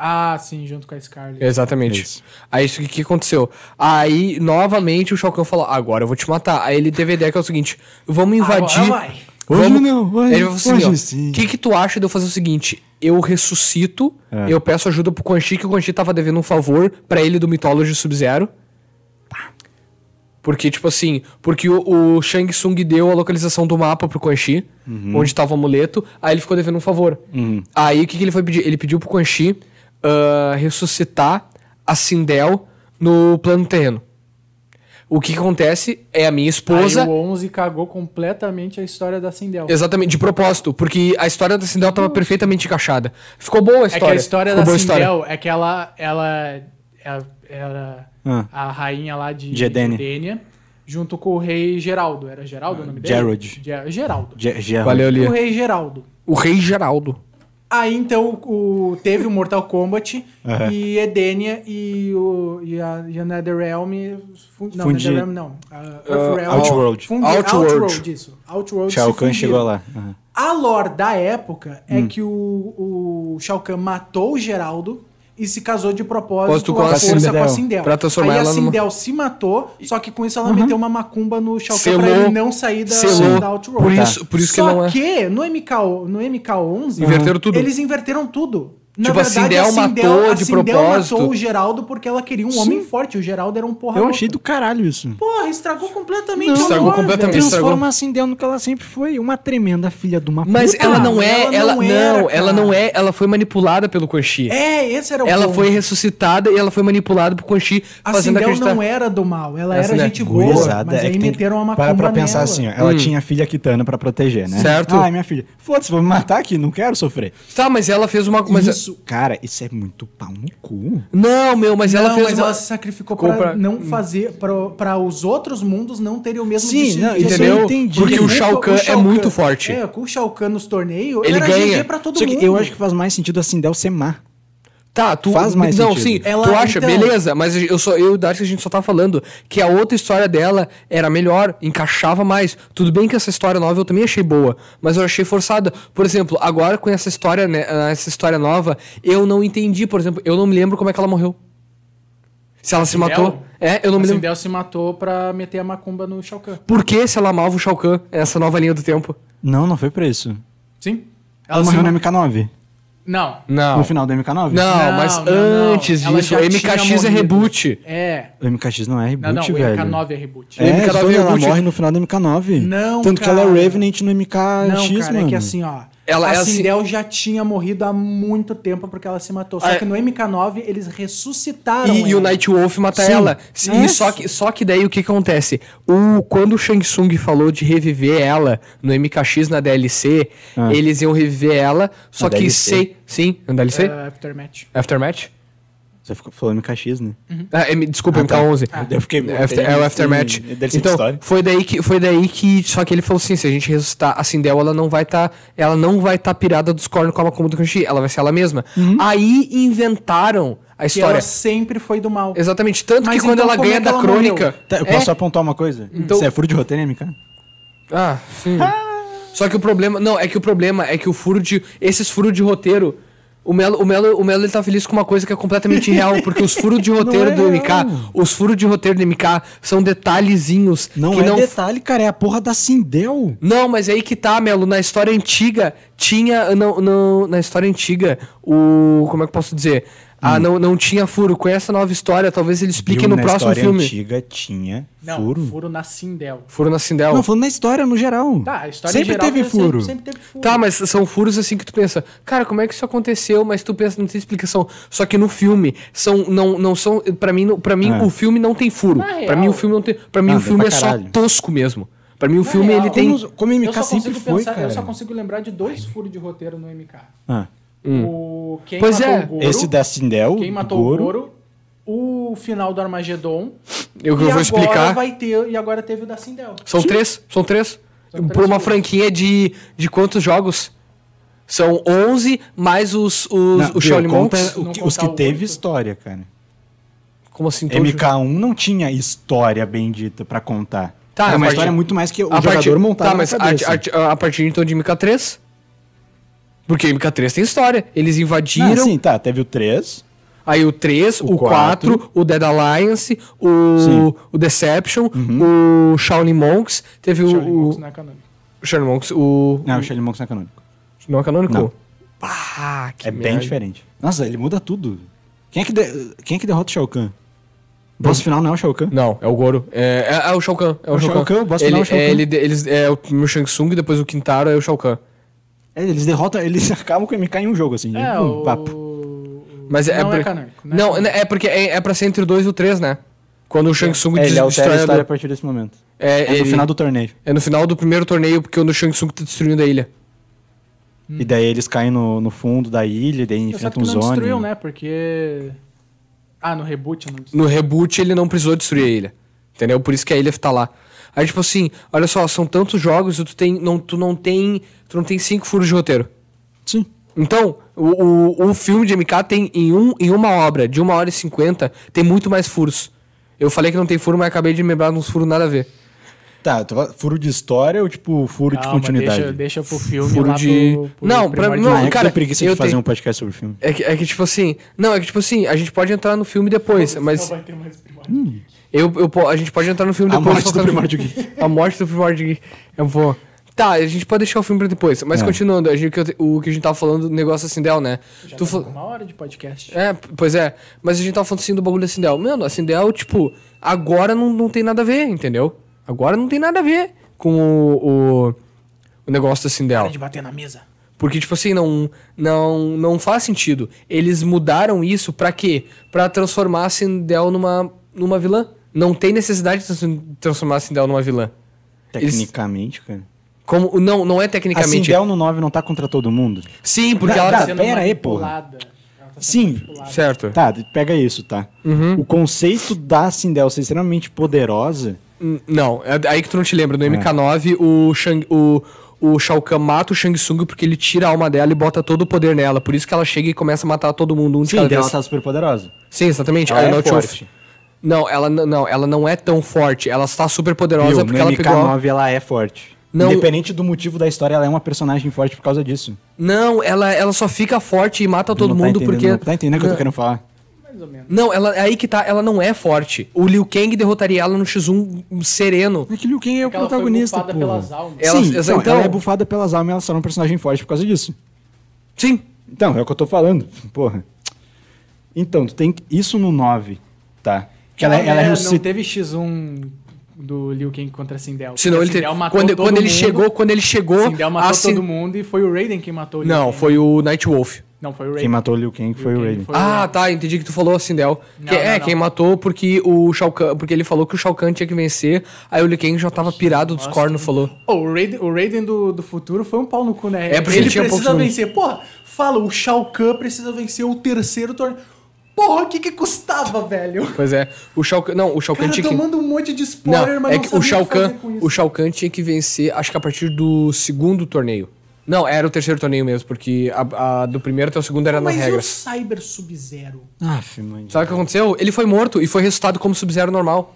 Ah, sim, junto com a Scarlet.
Exatamente.
Isso.
Aí isso que, que aconteceu. Aí, novamente, o Shao Kahn falou: agora eu vou te matar. Aí ele teve a ideia que é o seguinte: vamos
Agora
invadir.
vai.
Hoje
Vamos-
não, hoje-
Ele falou assim,
hoje
ó,
sim.
Que que tu acha de eu fazer o seguinte? Eu ressuscito,
É.
eu peço ajuda pro Quan Chi, que o Quan Chi tava devendo um favor pra ele do Mythology Sub-Zero. Pá. Porque, tipo assim, porque o, o Shang Tsung deu a localização do mapa pro Quan Chi,
Uhum.
onde tava o amuleto, aí ele ficou devendo um favor. Aí o que, que ele foi pedir? Ele pediu pro Quan Chi ah, ressuscitar a Sindel no plano terreno. O que, que acontece é a minha esposa.
Aí o 11 cagou completamente a história da Sindel.
Exatamente, de propósito, porque a história da Sindel tava perfeitamente encaixada. Ficou boa a
É que
história.
a história
ficou
da
boa a
Sindel é que ela, ela, ela era
Ah.
a rainha lá de
De Edenia.
Edenia, junto com o rei Geraldo. Era Geraldo o nome dele?
Gerald.
Ge- Geraldo.
Ge- Gerald.
Valeu,
O
Lia.
rei Geraldo.
O Rei Geraldo.
Aí então o, teve o Mortal Kombat
Aham.
e Edenia e, o, e, a, e a NetherRealm. fun- Não,
Fundi- Ah,
NetherRealm não. A Earthrealm.
Outworld.
Fundi-
Outworld.
Outworld, isso. Outworld.
Shao
se
Kahn chegou
fundiram.
lá. Aham.
A lore da época
Hum.
é que o, o Shao Kahn matou o Geraldo e se casou de
Propósito
propósito
com
a
a
força com a
Sindel.
Sindel.
Pra transformar
Aí a
ela numa- Uhum.
Sindel se matou, só que com isso ela meteu uma macumba no Shao Kahn pra
Selou-
ele não sair da,
selou.
da Outworld.
Por
Tá.
isso- por isso que
só
não é-
que no, MK, no MK11...
Inverteram tudo.
Eles inverteram tudo. Na
Tipo, a
verdade,
Sindel matou de propósito.
matou o Geraldo porque ela queria um homem forte. O Geraldo era um porra
Eu
louca.
achei do caralho isso.
Porra, estragou completamente
Não,
a
estragou
lore,
completamente,
velho.
estragou.
Transforma a Sindel no assim que ela sempre foi, uma tremenda filha de uma
Mas
puta.
ela não é,
ela
ela,
não
não,
era, cara.
ela não é, ela foi manipulada pelo Quan Chi.
É, esse era o
ela
ponto.
foi ressuscitada e ela foi manipulada pro Quan Chi,
A
fazendo
Sindel
acreditar.
não é. era do mal, ela
Essa,
era
né,
gente boa,
Gurizada,
mas
é
aí
que tem que
meteram uma
para
macumba
pra pensar
nela.
assim, ó, ela tinha a filha Kitana pra proteger, né?
Certo.
Ah, minha filha. Foda-se, vou me matar aqui, não quero sofrer.
Tá, mas ela fez uma. Mas
isso, cara, isso é muito pau no cu.
Não, meu, mas
Não,
ela fez
mas
uma.
ela se sacrificou
Ficou
pra,
pra-
não fazer, pra, pra os outros mundos não terem o mesmo
Sim,
destino é
não,
de-
entendeu?
de-
Entendeu?
entendi.
Porque o
Nunca-
Shao Kahn é muito forte.
É, com o Shao Kahn nos torneios,
Ele
era
ganha.
GG pra todo
Só que
mundo.
eu acho que faz mais sentido a Sindel ser má.
Tá, tu
Faz mais
Não,
sentido.
sim,
Ela-
tu acha,
então-
beleza, mas eu só eu e o Darcy a gente só tá falando que a outra história dela era melhor, encaixava mais. Tudo bem que essa história nova eu também achei boa, mas eu achei forçada. Por exemplo, agora com essa história, né, ah, essa história nova, eu não entendi, por exemplo, eu não me lembro como é que ela morreu. Se ela se
Sindel?
matou? É, eu não
a
me lembro.
Sindel se matou pra meter a macumba no Shao Kahn.
Por que se ela amava o Shao Kahn, essa nova linha do tempo?
Não, não foi pra isso.
Sim?
Ela,
se
morreu
ma-
no MK9.
Não.
Não.
No final do MK9?
Não, mas
não, não.
antes
Ela
disso,
já tinha
MKX é
morrido.
reboot.
É.
O MKX não é
Não,
reboot,
não, o
velho.
MK9 é reboot.
É,
MK9
Zona,
é
ela
reboot.
morre no final do MK9.
Não,
Tanto que ela
cara.
é Revenant no MKX,
Não, cara,
mano.
é que assim, ó.
Ela-
a
ela se-
Sindel já tinha morrido há muito tempo porque ela se matou. Só
Ah, é.
que no MK9 eles ressuscitaram.
E, e o
ela.
Night Wolf mata
Sim.
ela. Sim, e
Isso.
só, que, só que daí o que acontece? O, quando o Shang Tsung falou de reviver ela no MKX na DLC,
Ah.
eles iam reviver ela, só
Na
que
DLC?
sem. Sim, na DLC?
É, Aftermatch.
Aftermatch?
Você ficou- falou MKX, né?
Uhum.
Ah, M- desculpa,
Ah, tá.
MK11.
Eu fiquei...
After- é o Aftermatch.
Deve ser
Então,
história.
foi daí, que, foi daí que. Só que ele falou assim: se a gente ressuscitar a Sindel, ela não tá vai estar.
Uhum.
ela não vai estar pirada dos cornos com a Makuma do Kanshi. Ela vai ser ela mesma. Aí inventaram a
que ela
história.
sempre foi do mal.
Exatamente, tanto
Mas
que quando
então
ela
como
ganha
é que
da
ela
crônica.
morreu?
Tá, eu
É,
posso só apontar uma coisa?
Então-
Isso é furo de roteiro, MK?
Ah, sim. Só que o problema. Não, é que o problema é que o furo de. Esses furos de roteiro. O Melo, o, Melo, o Melo ele tá feliz com uma coisa que é completamente real, porque os furos de roteiro
é
do MK,
real.
os furos de roteiro do MK são detalhezinhos
Não
que
é
não
detalhe, cara, é a porra da Sindel.
Não, mas aí que tá, Melo. Na história antiga, tinha. Não, não, na história antiga, o. Como é que eu posso dizer? Ah, não, não tinha furo. Com essa nova história, talvez ele explique
Hum. Viu?
no
Na
próximo
história
filme.
antiga tinha
Não,
furo.
furo, na Sindel.
Furo na Sindel.
Não, falando na história no geral.
Tá, a história em
Sempre
geral
teve
tá-
furo.
Sempre, sempre teve furo.
Tá, mas são furos assim que tu pensa, cara, como é que isso aconteceu? Mas tu pensa, não tem explicação. Só que no filme, são, não, não são. Pra mim, para mim
É.
o filme não tem furo.
Na
Pra
real-
mim, o filme não tem. Pra mim,
Ah,
o
deu
filme
pra
é só
caralho.
tosco mesmo. Pra mim, o filme
real-
ele tem.
Como, como
eu
MK
só
sempre
consigo
foi,
pensar,
cara.
eu só consigo lembrar de dois furos de roteiro no MK.
Ah,
Hum.
O quem
Pois
matou
é.
o Goro,
esse da Sindel,
quem
do
matou
Goro,
o Goro, o final do Armagedon.
Eu, eu
e
vou
agora
explicar.
vai ter e agora teve o da Sindel.
São três, são três.
São três
Por uma
jogos.
franquia de, de quantos jogos? São 11 mais os, os,
Não,
o
viu,
Shaolin
conta
Monks.
o
Não
que-
contar
os que
o
teve
oito.
história, cara.
Como assim? todo jogo?
MK1 não tinha história bendita pra contar.
Tá,
Era
a
uma
partir-
história muito mais que o
a
jogador
partir, Tá,
montava na
mas a,
cabeça.
a- a partir então de MK3? Porque MK3 tem história. Eles invadiram,
Não, sim, tá, teve o 3.
aí o 3,
O
o 4, o Dead Alliance, o,
Sim. Uhum.
o Deception, o Shaolin Monks, teve o-
Charlie Mox
o...
não é canônico.
Shaolin Monks, o...
Não, o Shaolin Monks não é canônico.
Não é canônico?
Não.
Ah, que
é bem
merda.
diferente. Nossa, ele muda tudo. Quem é que, de- Quem é que derrota o Shao Kahn? O boss final não é o Shao Kahn?
Não, é o Goro. É, é- é o Shao Kahn. É o, Shao Kahn.
o boss
ele,
final é o Shao
é,
Kahn.
ele- eles, é o primeiro Shang Tsung, depois o Quintaro, é o Shao Kahn.
É, eles derrotam, eles acabam com o MK em um jogo, assim.
É,
um
o...
papo.
Mas é,
não
pra-
é canônico. né?
Não, é porque é, é pra ser entre o 2 e o 3, né? Quando o Shang Tsung
É, ele
des-
altera a
destrói
história a
do-
partir desse momento.
É,
É, no
ele-
final do torneio.
é no final do primeiro torneio, porque o Shang Tsung tá destruindo a ilha.
E daí eles caem no, no fundo da ilha, e daí
Só que
enfrentam
não
um Zone.
destruiu, né? Porque... Ah, no reboot não destruiu.
No reboot, ele não precisou destruir a ilha. Entendeu? Por isso que a ilha tá lá. Aí, tipo assim, olha só, são tantos jogos e tu, tem, não, tu não tem. Tu não tem cinco furos de roteiro.
Sim.
Então, o, o, o filme de MK tem em, um, em uma obra, de uma hora e cinquenta, tem muito mais furos. Eu falei que não tem furo, mas acabei de me lembrar de uns furos nada a ver.
Tá, tu fala furo de história ou tipo furo de
Calma,
continuidade?
Deixa, deixa pro filme
Furo
lá
de-
pro- pro
Não, pra-
primordial.
não,
Ah, é que
cara,
eu tenho preguiça de
eu
fazer
tenho-
um podcast sobre o filme.
É que, é que, tipo assim. Não, é que tipo assim, a gente pode entrar no filme depois, mas.
Não vai ter mais primordial.
Eu, eu, po- a gente pode entrar no filme
A
depois.
morte do
qualquer-
Primordial Geek.
A morte do Primordial Geek. Eu vou. Tá, a gente pode deixar o filme pra depois. Mas
É.
continuando, a gente, o que eu te- o que a gente tava falando do negócio assim dela, né?
Já tá
Tu
tu
fa-
uma hora de podcast.
É, p- pois é. Mas a gente tava falando assim do bagulho da Sindel. Mano, a Sindel, tipo, agora não, não tem nada a ver, entendeu? Agora não tem nada a ver com o, o, o negócio da Sindel.
Para de bater na mesa.
Porque, tipo assim, não, não, não faz sentido. Eles mudaram isso pra quê? Pra transformar a Sindel numa, numa vilã. Não tem necessidade de trans- transformar a Sindel numa vilã. Eles-
Tecnicamente, cara. Ah,
Como, não, não é
A
tecnicamente.
Sindel no 9 não tá contra todo mundo?
Sim, porque
Dá-
ela.
dá-
tá-
Ah, pera aí, porra.
manipulada. Ela tá sendo
Sim.
manipulada.
Certo.
Tá, pega isso, tá?
Uhum.
O conceito da Sindel ser extremamente poderosa.
N- Não, é aí que tu não te lembra. No MK9, o, Shang, o, o Shao Kahn mata o Shang Tsung porque ele tira a alma dela e bota todo o poder nela. Por isso que ela chega e começa a matar todo mundo, um de
Sim,
cada
daí ela
vez.
tá super poderosa.
Sim, exatamente.
Ela
Aí
é
não um te of-
forte.
Não, ela n- não, ela não é tão forte. Ela está super poderosa
Viu?
porque
No
ela pegou. a-
MK9 ela é forte.
Não-
Independente do motivo da história, ela é uma personagem forte por causa disso.
Não, ela, ela só fica forte e mata todo
Não tá
mundo
entendendo-
porque.
Não tá entendendo o que eu tô
Não.
querendo falar?
Mais ou
é
menos.
Não, ela, aí que tá, ela não é forte. O Liu Kang derrotaria ela no X1 sereno.
É que Liu Kang é o
Porque ela foi
protagonista,
bufada
porra.
pelas almas.
Ela-
Sim,
exa-
então,
então-
ela é bufada pelas almas e ela se torna um personagem forte por causa disso.
Sim.
Então, é o que eu tô falando, porra. Então, tu tem que- isso no 9, tá? Que ela, ela
é,
ressuscita-
Não teve X1 do Liu Kang contra a Sindel.
Senão
A
ele te...
Sindel matou
quando,
todo
quando ele
mundo,
chegou, assim. quando ele
a
chegou,
Sindel matou
a Sin-
todo mundo e foi o Raiden quem matou o Liu
Não,
Kang.
foi o Nightwolf.
Não, foi o Raiden.
Quem matou o Liu Kang foi
Liu
o
Kang
Raiden.
foi o
Ah,
Raiden.
tá, entendi que tu falou a Sindel.
Não,
Que- é,
não, não.
quem matou porque o Shao Kahn, porque ele falou que o Shao Kahn tinha que vencer, aí o Liu Kang já tava pirado dos cornos, falou.
Ô, o Raiden, o Raiden do, do futuro foi um pau no cu, né?
É, porque
ele
tinha poucos
precisa
minutos.
vencer. Porra, fala, o Shao Kahn precisa vencer o terceiro torneio. Porra, o que que custava, velho?
Pois é, o Shao Kahn, não, o Shao Kahn
Cara,
tinha que
tomando um monte de
Não,
spoiler, mas
é
não
que
sabia
o Shao
fazer
Kahn,
com isso.
o Shao Kahn tinha que vencer, acho que a partir do segundo torneio. Não, era o terceiro torneio mesmo, porque a, a do primeiro até o segundo era nas
Mas e o
regras.
Cyber Sub-Zero?
Ah, mãe.
Sabe o que aconteceu? Ele foi morto e foi ressuscitado como Sub-Zero normal.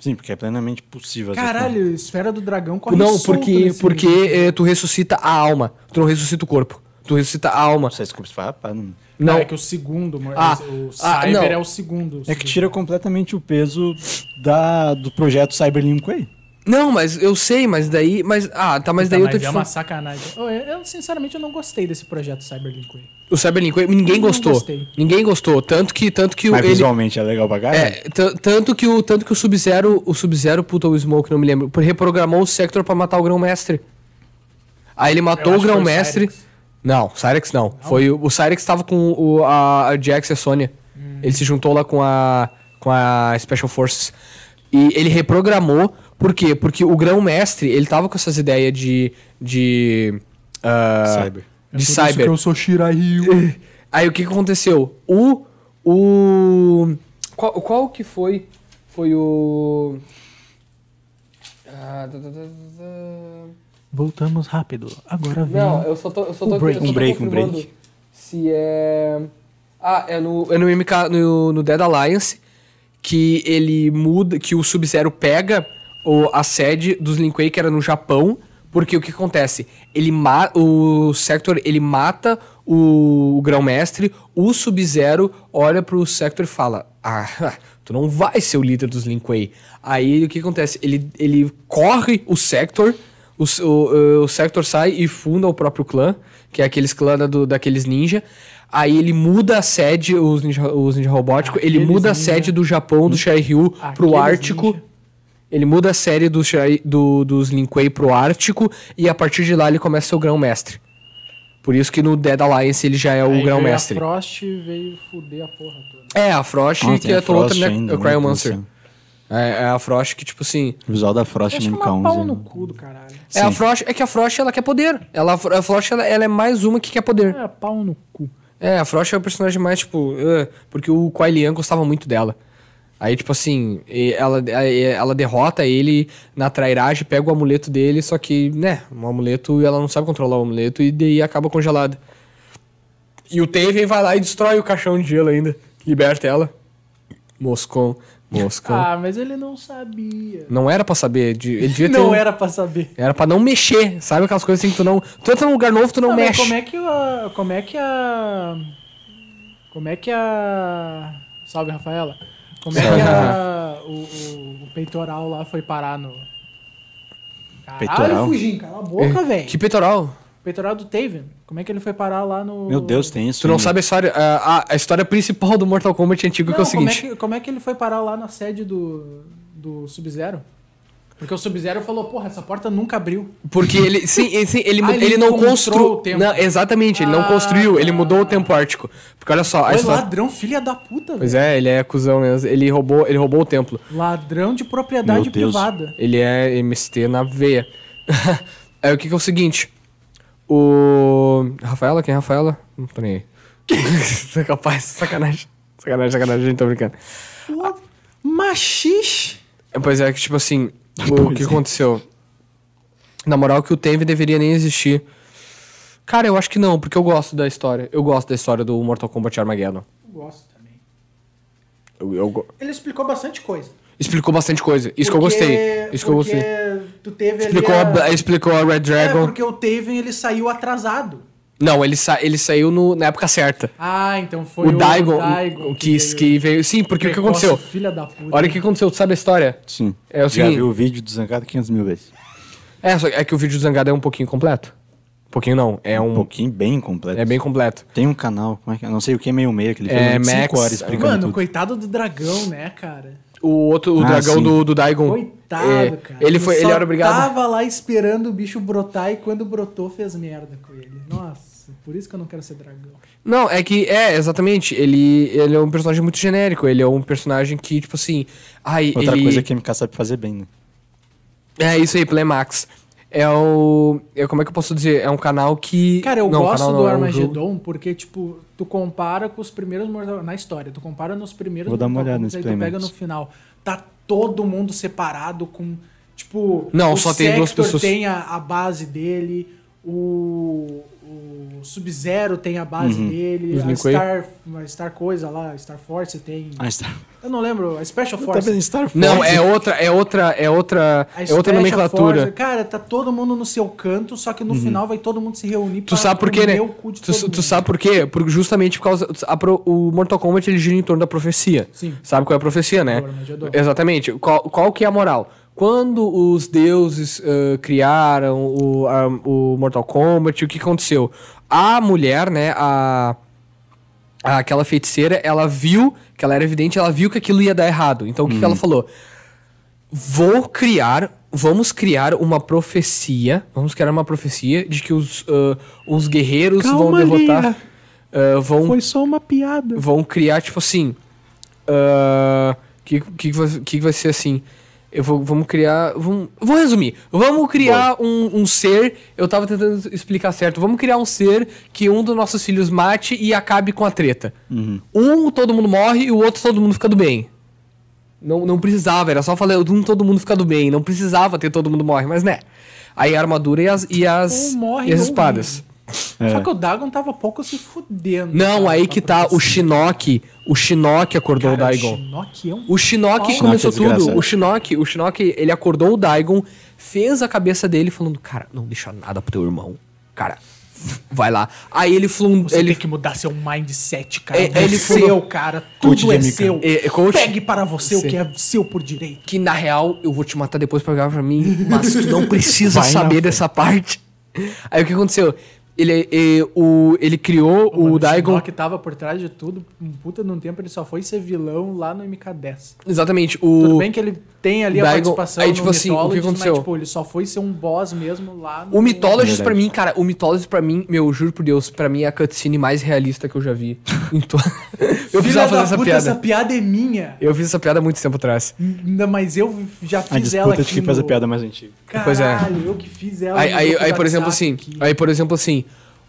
Sim, porque é plenamente possível. essa coisa.
Caralho, Esfera do Dragão corre
não,
solto
porque,
nesse
porque
mundo.
eh, tu ressuscita a alma. Tu não ressuscita o corpo. Tu ressuscita a alma.
Você desculpa se falar, pá, não.
Não,
Não,
é que o segundo, mas
Ah,
o
ah,
Cyber
não.
é o segundo.
É que tira completamente o peso da, do projeto Cyberlinko aí.
não, mas eu sei, mas daí. Mas, ah, tá, mas
Tá,
daí eu tô
mas
te
é uma
falando.
sacanagem. Eu, eu, sinceramente, eu não gostei desse projeto Cyberlink aí.
O Cyberlink, ninguém
Eu não
gostou.
gostei.
Ninguém gostou. Tanto que, tanto que o-
Mas
ele.
visualmente é legal pra
né?
caralho.
É, t- tanto que o tanto que o Sub-Zero, o Sub-Zero, puta, o Smoke, não me lembro, reprogramou o Sector pra matar o Grão-Mestre. Aí ele matou
Eu
o
acho que foi o
Grão-Mestre.
Cyrex.
Não, Cyrex não. Foi o, o Cyrex tava com o, a, a Jax e a Sônia.
Hum.
Ele se juntou lá com a com a Special Forces. E ele reprogramou, por quê? Porque o Grão-Mestre, ele tava com essas ideias de de ah,
Cyber.
É
de cyber.
sou Shirai Ryu.
Aí o que que aconteceu? O. O. Qual, qual que foi? Foi o. Ah, tá, tá, tá, tá, tá.
Voltamos rápido. Agora vem.
Não, eu só tô. Eu só
Um
tô,
break,
eu só tô
um break, um
confirmando
break.
Se é. Ah, é no, é no MK. No, no Dead Alliance que ele muda. Que o Sub-Zero pega o, a sede dos Lin Kuei, que era no Japão. Porque o que acontece? Ele ma o Sector ele mata o, o Grão-Mestre, o Sub-Zero olha pro Sector e fala: Ah, tu não vai ser o líder dos Lin Kuei. Aí o que acontece? Ele, ele corre o Sector, o, s- o, o Sector sai e funda o próprio clã, que é aqueles clã da do- daqueles ninja. Aí ele muda a sede, os ninja, os ninja robóticos, ele
Aqueles
muda a
ninja.
sede do Japão, do Shai Ryu, pro
Aqueles
Ártico.
ninja.
Ele muda a série do, Shai- do, dos Lin Kuei pro Ártico, e a partir de lá ele começa a ser o Grão-Mestre. Por isso que no Dead Alliance ele já é o Grão-Mestre.
A Frost veio foder a porra toda.
É, a Frost,
Ah,
que
tem
é
a
a tua outra,
Frost
né?
ainda,
o Cryomancer.
né?
É, é a Frost que, tipo assim,
O visual da Frost
Eu
no
acho que é
MK11.
uma pau no
né?
cu do caralho.
É, a
Sim.
Frost, é que a Frost ela quer poder. Ela, a Frost ela, ela é mais uma que quer poder.
É pau no cu.
É, a Frost é o personagem mais, tipo. eh, porque o Kuai Lian gostava muito dela. Aí, tipo assim, e ela, aí ela derrota ele na trairagem, pega o amuleto dele, só que, né, um amuleto ela não sabe controlar o amuleto e daí acaba congelada. E o Taven vai lá e destrói o caixão de gelo ainda. Liberta ela. Moscon, Moscon.
Ah, mas ele não sabia.
Não era pra saber. de- Ele devia ter
Não
um-
era pra saber.
Era pra não mexer, sabe aquelas coisas assim que tu não. Tu entra num lugar novo, tu não,
Ah, mas
mexe.
Como é que a. Como é que a. Como é que a. Salve, Rafaela. Como é
Salve,
que a, o, o- o peitoral lá foi parar no. Caralho,
Peitoral?
Fujin, cala a boca, velho.
É, Que peitoral.
O peitoral do Taven. Como é que ele foi parar lá no.
Meu Deus, tem isso.
Tu não
ainda.
sabe a história. A, a- a história principal do Mortal Kombat antigo
Não,
que é o
como, é
seguinte.
que, como é que ele foi parar lá na sede do, do Sub-Zero? Porque o Sub-Zero falou, porra, essa porta nunca abriu.
Porque ele. Sim, ele- sim, ele,
Ah,
mu-
ele
ele não
encontrou o
construiu.
tempo.
Não, exatamente, ele não
Ah,
construiu, ele
tá.
mudou o tempo ártico. Porque olha só, a
Foi
história.
ladrão, filha da puta,
tá- Pois
velho.
é, ele é cuzão mesmo. Ele roubou, ele roubou o templo.
Ladrão de propriedade
Meu Deus.
privada.
Ele é MST na veia. Aí o que, que é o seguinte? O. Rafaela? Quem é Rafaela? Não tô nem aí. Capaz, sacanagem. Sacanagem, sacanagem, a gente tá brincando.
Pô, machixe.
É, Pois é, que tipo assim, o que aconteceu? Na moral, que o Teve deveria nem existir. Cara, eu acho que não, porque eu gosto da história. Eu gosto da história do Mortal Kombat Armageddon.
Eu gosto também.
Eu, eu go-
Ele explicou bastante coisa.
Explicou bastante coisa. Isso que eu gostei. Isso que eu gostei.
Tu teve
Explicou a,
ali a...
Bla- explicou a Red
É,
Dragon.
porque o Taven, ele saiu atrasado.
Não, ele, sa ele saiu no- na época certa.
Ah, então foi
O Daigon,
Daigon
o que,
veio.
que veio. Sim, porque o que
Precoce,
aconteceu?
Filha da puta.
Olha o que aconteceu, tu sabe a história?
Sim.
É o
Já
seguinte-
vi o vídeo do Zangado 500 mil vezes.
É, só- é que o vídeo do Zangado é um pouquinho completo. Um pouquinho não, é
Um
um.
pouquinho bem completo.
É bem completo.
Tem um canal, como é que é? Não sei o que, meio meio, que ele
É,
fez uns cinco
Max-
horas explicando
Mano,
tudo.
coitado do dragão, né, cara?
O outro, o
Ah,
dragão
sim.
do, do Daigon.
Coitado,
é,
cara.
Ele, foi, ele
só
era obrigado.
tava lá esperando o bicho brotar e quando brotou fez merda com ele. Nossa, por isso que eu não quero ser dragão.
Não, é que, é, exatamente. Ele, ele é um personagem muito genérico. Ele é um personagem que, tipo assim. Ai,
Outra
ele.
coisa que a MK sabe fazer bem, né?
É isso aí, Playmax. É o. É, como é que eu posso dizer? É um canal que.
Cara, eu
não,
gosto
canal
do
não, é um jogo.
Armagedon porque, tipo, tu compara com os primeiros Mortal Na história, tu compara nos primeiros
Vou dar uma
Mortal
olhada
Kombat,
nesse
aí tu pega
Playmates.
no final. Tá todo mundo separado com, tipo...
Não,
o
só tem duas
Sektor
pessoas.
tem a, a base dele, O, o Sub-Zero tem a base
Uhum.
dele,
Os
a
Linkway.
Star, a Star coisa lá, Star Force tem...
Ah, Star...
Eu não lembro, a Special
Tá
Force.
vendo Star Force?
Não, é outra, é outra, é outra,
A
é outra
Special
nomenclatura. Uhum.
Force, cara, tá todo mundo no seu canto, só que no final vai todo mundo se reunir
Tu sabe por quê, né?
comer o cu de
Tu,
todo
tu
mundo.
sabe por quê? Por, justamente por causa. a pro- o Mortal Kombat ele gira em torno da profecia.
Sim.
Sabe qual é a profecia, né?
Do Armagedon.
Exatamente. Qual, qual que é a moral? Quando os deuses ãh, criaram o, a- o Mortal Kombat, o que aconteceu? A mulher, né? A, a- aquela feiticeira, ela viu, que ela era evidente, ela viu que aquilo ia dar errado. Então o que que
Uhum.
ela falou? vou criar, vamos criar uma profecia, vamos criar uma profecia de que os, ah, os guerreiros
Calma,
vão derrotar,
Lia.
ah, vão,
Foi só uma piada.
vão criar tipo assim, ah, que, que, vai- que vai ser assim, eu vou, vamos criar, vamos, vou resumir, vamos criar um, um ser, eu tava tentando explicar certo, vamos criar um ser que um dos nossos filhos mate e acabe com a treta. Um todo mundo morre e o outro todo mundo fica do bem. Não, não precisava, era só falar um todo mundo fica do bem, não precisava ter todo mundo morre, mas né. Aí a armadura e as, e as,
Ou morre
e as
ou
espadas.
Só
É.
que o Dagon tava pouco se fudendo.
Não,
cara,
aí
pra
que tá o
profecia.
Shinnok, o Shinnok acordou
Cara,
o Daigon.
Shinnok é um
O Shinnok
Shinnok
começou
é desgraçado.
tudo. O Shinnok, o Shinnok, ele acordou o Daigon, fez a cabeça dele falando: "Cara, não deixa nada pro teu irmão. Cara, vai lá". Aí ele falou, um,
Você
ele
tem que mudar seu mindset, cara.
É,
É,
ele
seu,
falou-
cara.
Coach
Tudo é
Jimmy,
seu.
cara. É, é coach-
Pegue para você
Sim.
o que é seu por direito.
que na real eu vou te matar depois pra gravar pra mim, mas tu não precisa
Vai na
saber
frente.
dessa parte. Aí o que aconteceu? Ele, eh, o, ele criou
Mano,
o Daigon.
Shinnok tava por trás de tudo. Um puta de um tempo, ele só foi ser vilão lá no MK10.
Exatamente. O,
Tudo bem que ele tem ali a
Daigon-
participação
aí,
no
tipo assim, o que
Mythologies,
aconteceu?
mas tipo, ele só foi ser um boss mesmo lá no...
O Mythologist
Verdade.
pra mim, cara, o Mythologist pra mim, meu, juro por Deus, pra mim é a cutscene mais realista que eu já vi. Então, eu
Filha da
precisava fazer essa
puta,
piada.
essa piada é minha.
Eu fiz essa piada há muito tempo atrás.
Ainda Mas eu já
A
fiz ela
disputa
aqui
de quem faz a
no-
piada mais antiga.
Pois é.
Caralho, eu que fiz ela.
Aí,
no
aí,
grupo
aí,
do
por exemplo,
WhatsApp
assim,
aqui.
aí, por exemplo, assim,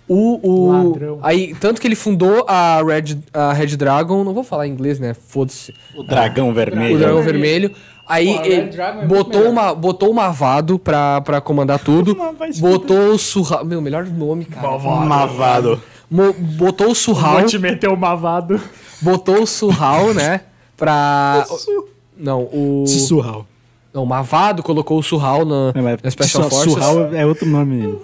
o, o
Ladrão.
aí tanto que ele fundou a Red, a Red Dragon, não vou falar em inglês, né? Foda-se.
O dragão
O
vermelho.
dragão
Dragão
vermelho. Aí
Pô, a Red
ele
Dragon é muito
botou,
melhor.
uma, botou uma Avado pra, pra comandar tudo.
assim?
Mavado.
botou o Surral. Meu, melhor nome, cara.
Mavado.
Mo- botou o Surral.
Vou te meter o mavado.
Botou o Surral, né? Pra. Não, o.
Surral.
Não, o Mavado colocou o Surral na,
É, mas
na Special
Su-
Forces.
Surral é outro nome.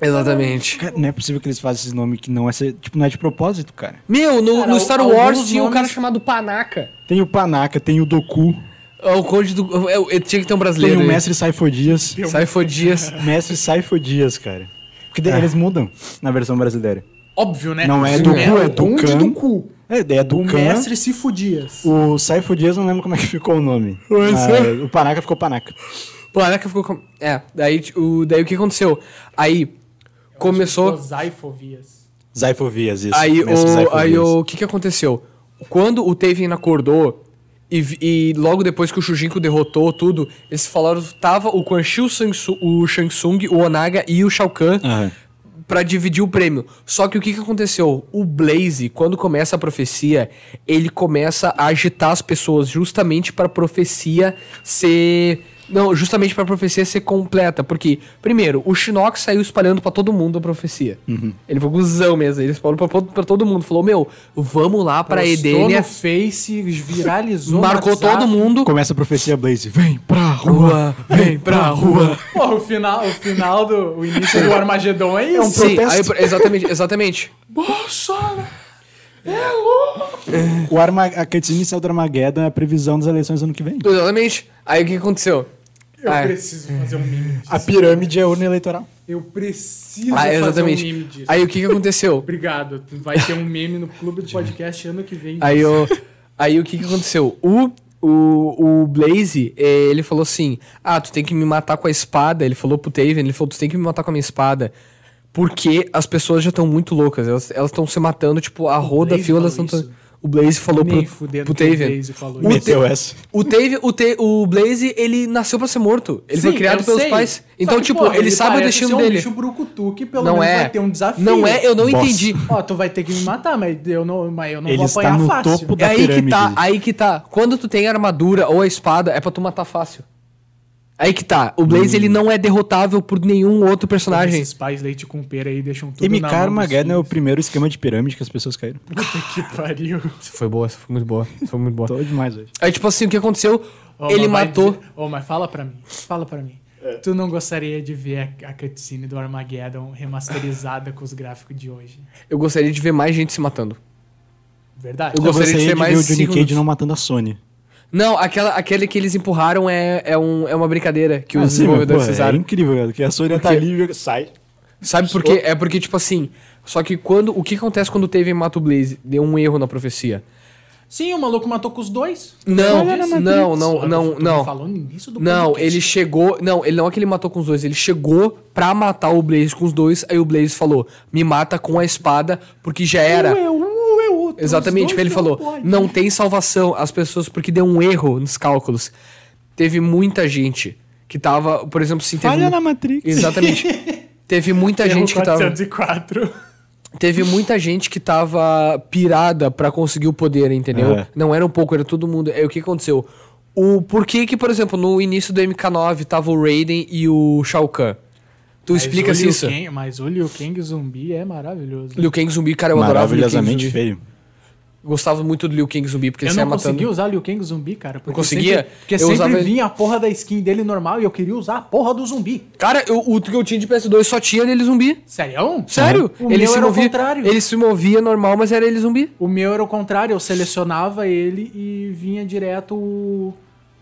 Exatamente.
Cara, não é possível que eles façam esse nome que não é. ser- Tipo, não é de propósito, cara.
Meu, no,
Cara,
no Star
alguns
Wars tinha um
nomes-
cara chamado Panaca.
Tem o Panaca, tem o Doku,
É O Conde do. é, é, tinha que ter um
tem
brasileiro.
o
aí.
Mestre Saifo Dias.
Saifodias.
Mestre Saifo Dias, cara. Porque de- eles mudam na versão brasileira.
Óbvio, né?
Não é
Sim,
do
né?
cu, é
O
do
bonde
can.
do cu.
É, é do
O
Khan.
mestre se fudias.
O Saifo Dias, não lembro como é que ficou o nome.
Oi,
Mas
sério?
o Panaca ficou Panaca.
Panaca ficou. Com... É, daí o, daí o que aconteceu? Aí começou.
Zaifovias.
Zaifovias, isso.
Aí,
Mestre
o,
Saifo
aí
Dias.
o que, que aconteceu? Quando o Taven acordou e, vi- e logo depois que o Shujinko derrotou tudo, eles falaram que tava o Quan Chi, o, Shang Tsu- o Shang Tsung, o Onaga e o Shao Kahn
Aham.
pra dividir o prêmio. Só que o que, que aconteceu? O Blaze, quando começa a profecia, ele começa a agitar as pessoas justamente pra profecia ser. Não, justamente pra profecia ser completa. Porque, primeiro, o Shinnok saiu espalhando pra todo mundo a profecia.
Uhum.
Ele foi cuzão mesmo. Ele espalhou pra, pra todo mundo. Falou: Meu, vamos lá pra
Postou
Edenia.
no Face, viralizou.
Marcou
no WhatsApp.
todo mundo.
Começa a profecia Blaze. Vem pra rua.
Rua, vem pra rua.
Porra, o final, o final do. O início do Armagedon é isso.
um
Sim, aí,
protesto.
exatamente, exatamente.
Bolsonaro. É
O Arma... A cutscene inicial do Armageddon é a previsão das eleições do ano que vem.
Exatamente. Aí o que que aconteceu?
Eu
Ah,
preciso fazer um meme disso.
A pirâmide é a urna eleitoral.
Eu preciso
Ah,
fazer um
exatamente.
meme disso.
Aí o que, que aconteceu?
Obrigado. Tu Vai ter um meme no clube do podcast ano que vem.
aí, o, aí o que, que aconteceu? O, o, o Blaze, eh, ele falou assim: Ah, tu tem que me matar com a espada. Ele falou pro Taven, ele falou: Tu tem que me matar com a minha espada. Porque as pessoas já estão muito loucas. Elas estão se matando, tipo, a roda, a
Blaze
fila. elas
falou
tão-
isso?
O Blaze falou
Nem
pro,
fudendo
pro
que o
Taven.
Blaze falou
o,
isso.
Ta-
Meteu essa.
o, Taven- o, Ta- o Blaze, ele nasceu pra ser morto. Ele foi
Sim,
criado
eu
pelos
sei.
pais.
Só
Então,
que,
tipo,
porra,
ele, sabe o
parece
destino
ser
dele.
Um bicho brucutu que pelo
não
menos
é.
vai ter um desafio.
Não é, eu não
Bosta.
entendi.
Ó, tu vai ter que me matar, mas eu não, mas eu não
Ele
vou
está
apanhar
no
fácil.
topo da-
É aí que
pirâmide.
tá, aí que tá. Quando tu tem a armadura ou a espada, é pra tu matar fácil. Aí que tá. O Blaze ele não é derrotável por nenhum outro personagem.
Esses pais leite com pera aí deixam tudo na
MK
mão
Armageddon é o
dos
primeiro esquema de pirâmide que as pessoas caíram.
filhos. Puta que pariu.
Isso foi boa, isso foi muito boa. Isso foi muito boa.
Tô demais hoje.
Aí, tipo assim, o que aconteceu?
Ô,
ele
mas vai
matou.
dizer- Ô, mas fala pra mim. Fala pra mim. Tu não gostaria de ver a, a cutscene do Armageddon remasterizada com os gráficos de hoje?
Eu gostaria de ver mais gente se matando.
Verdade?
Eu
Eu
gostaria de
gostaria é de
ter
ver
mais
o Johnny
cinco
Cage
minutos.
não matando a Sony.
Não, aquela, aquele que eles empurraram é, é, um, é uma brincadeira que os
Ah, sim, meu,
desenvolvedores
pô, É
fizeram.
incrível, cara, que a Sony tá ali e sai.
Sabe por quê? É porque, tipo assim. Só que quando. O que acontece quando teve Mato Blaze? Deu um erro na profecia.
Sim, o maluco matou com os dois.
Não,
Olha na Matrix.
não, não,
Olha,
não,
tu tá
não.
Falou no início do
Não,
podcast.
ele chegou. Não, ele não é que ele matou com os dois, ele chegou pra matar o Blaze com os dois. Aí o Blaze falou: me mata com a espada, porque já
Um
era.
é um, um é outro.
Exatamente,
os
tipo,
dois
ele
não
falou:
pode.
não tem salvação as pessoas, porque deu um erro nos cálculos. Teve muita gente que tava, por exemplo, assim, teve.
Falha na Matrix.
Exatamente. teve muita
Erro
gente tá- que tava.
404.
Teve muita gente que tava pirada pra conseguir o poder, entendeu?
É.
Não era um pouco, era todo mundo. Aí o que aconteceu? O por que que, por exemplo, no início do MK9 tava o Raiden e o Shao Kahn? Tu
Mas
explica
o
se
Liu
isso?
Kang- mas o Liu Kang zumbi é maravilhoso.
Liu Kang zumbi, cara, eu adorava o Liu Kang
Maravilhosamente
zumbi.
feio.
Gostava muito do Liu Kang zumbi porque
Eu
ele
não
saia
conseguia
matando.
usar Liu Kang zumbi, cara. Porque
conseguia?
Sempre, porque
Eu
sempre
usava ele-
vinha a porra da skin dele normal e eu queria usar a porra do zumbi.
Cara, eu, o que eu tinha de PS2 só tinha ele zumbi.
Sério? Uhum.
Sério?
O meu era o contrário.
Ele se movia normal, mas era ele zumbi.
O meu era o contrário, eu selecionava ele e vinha direto o.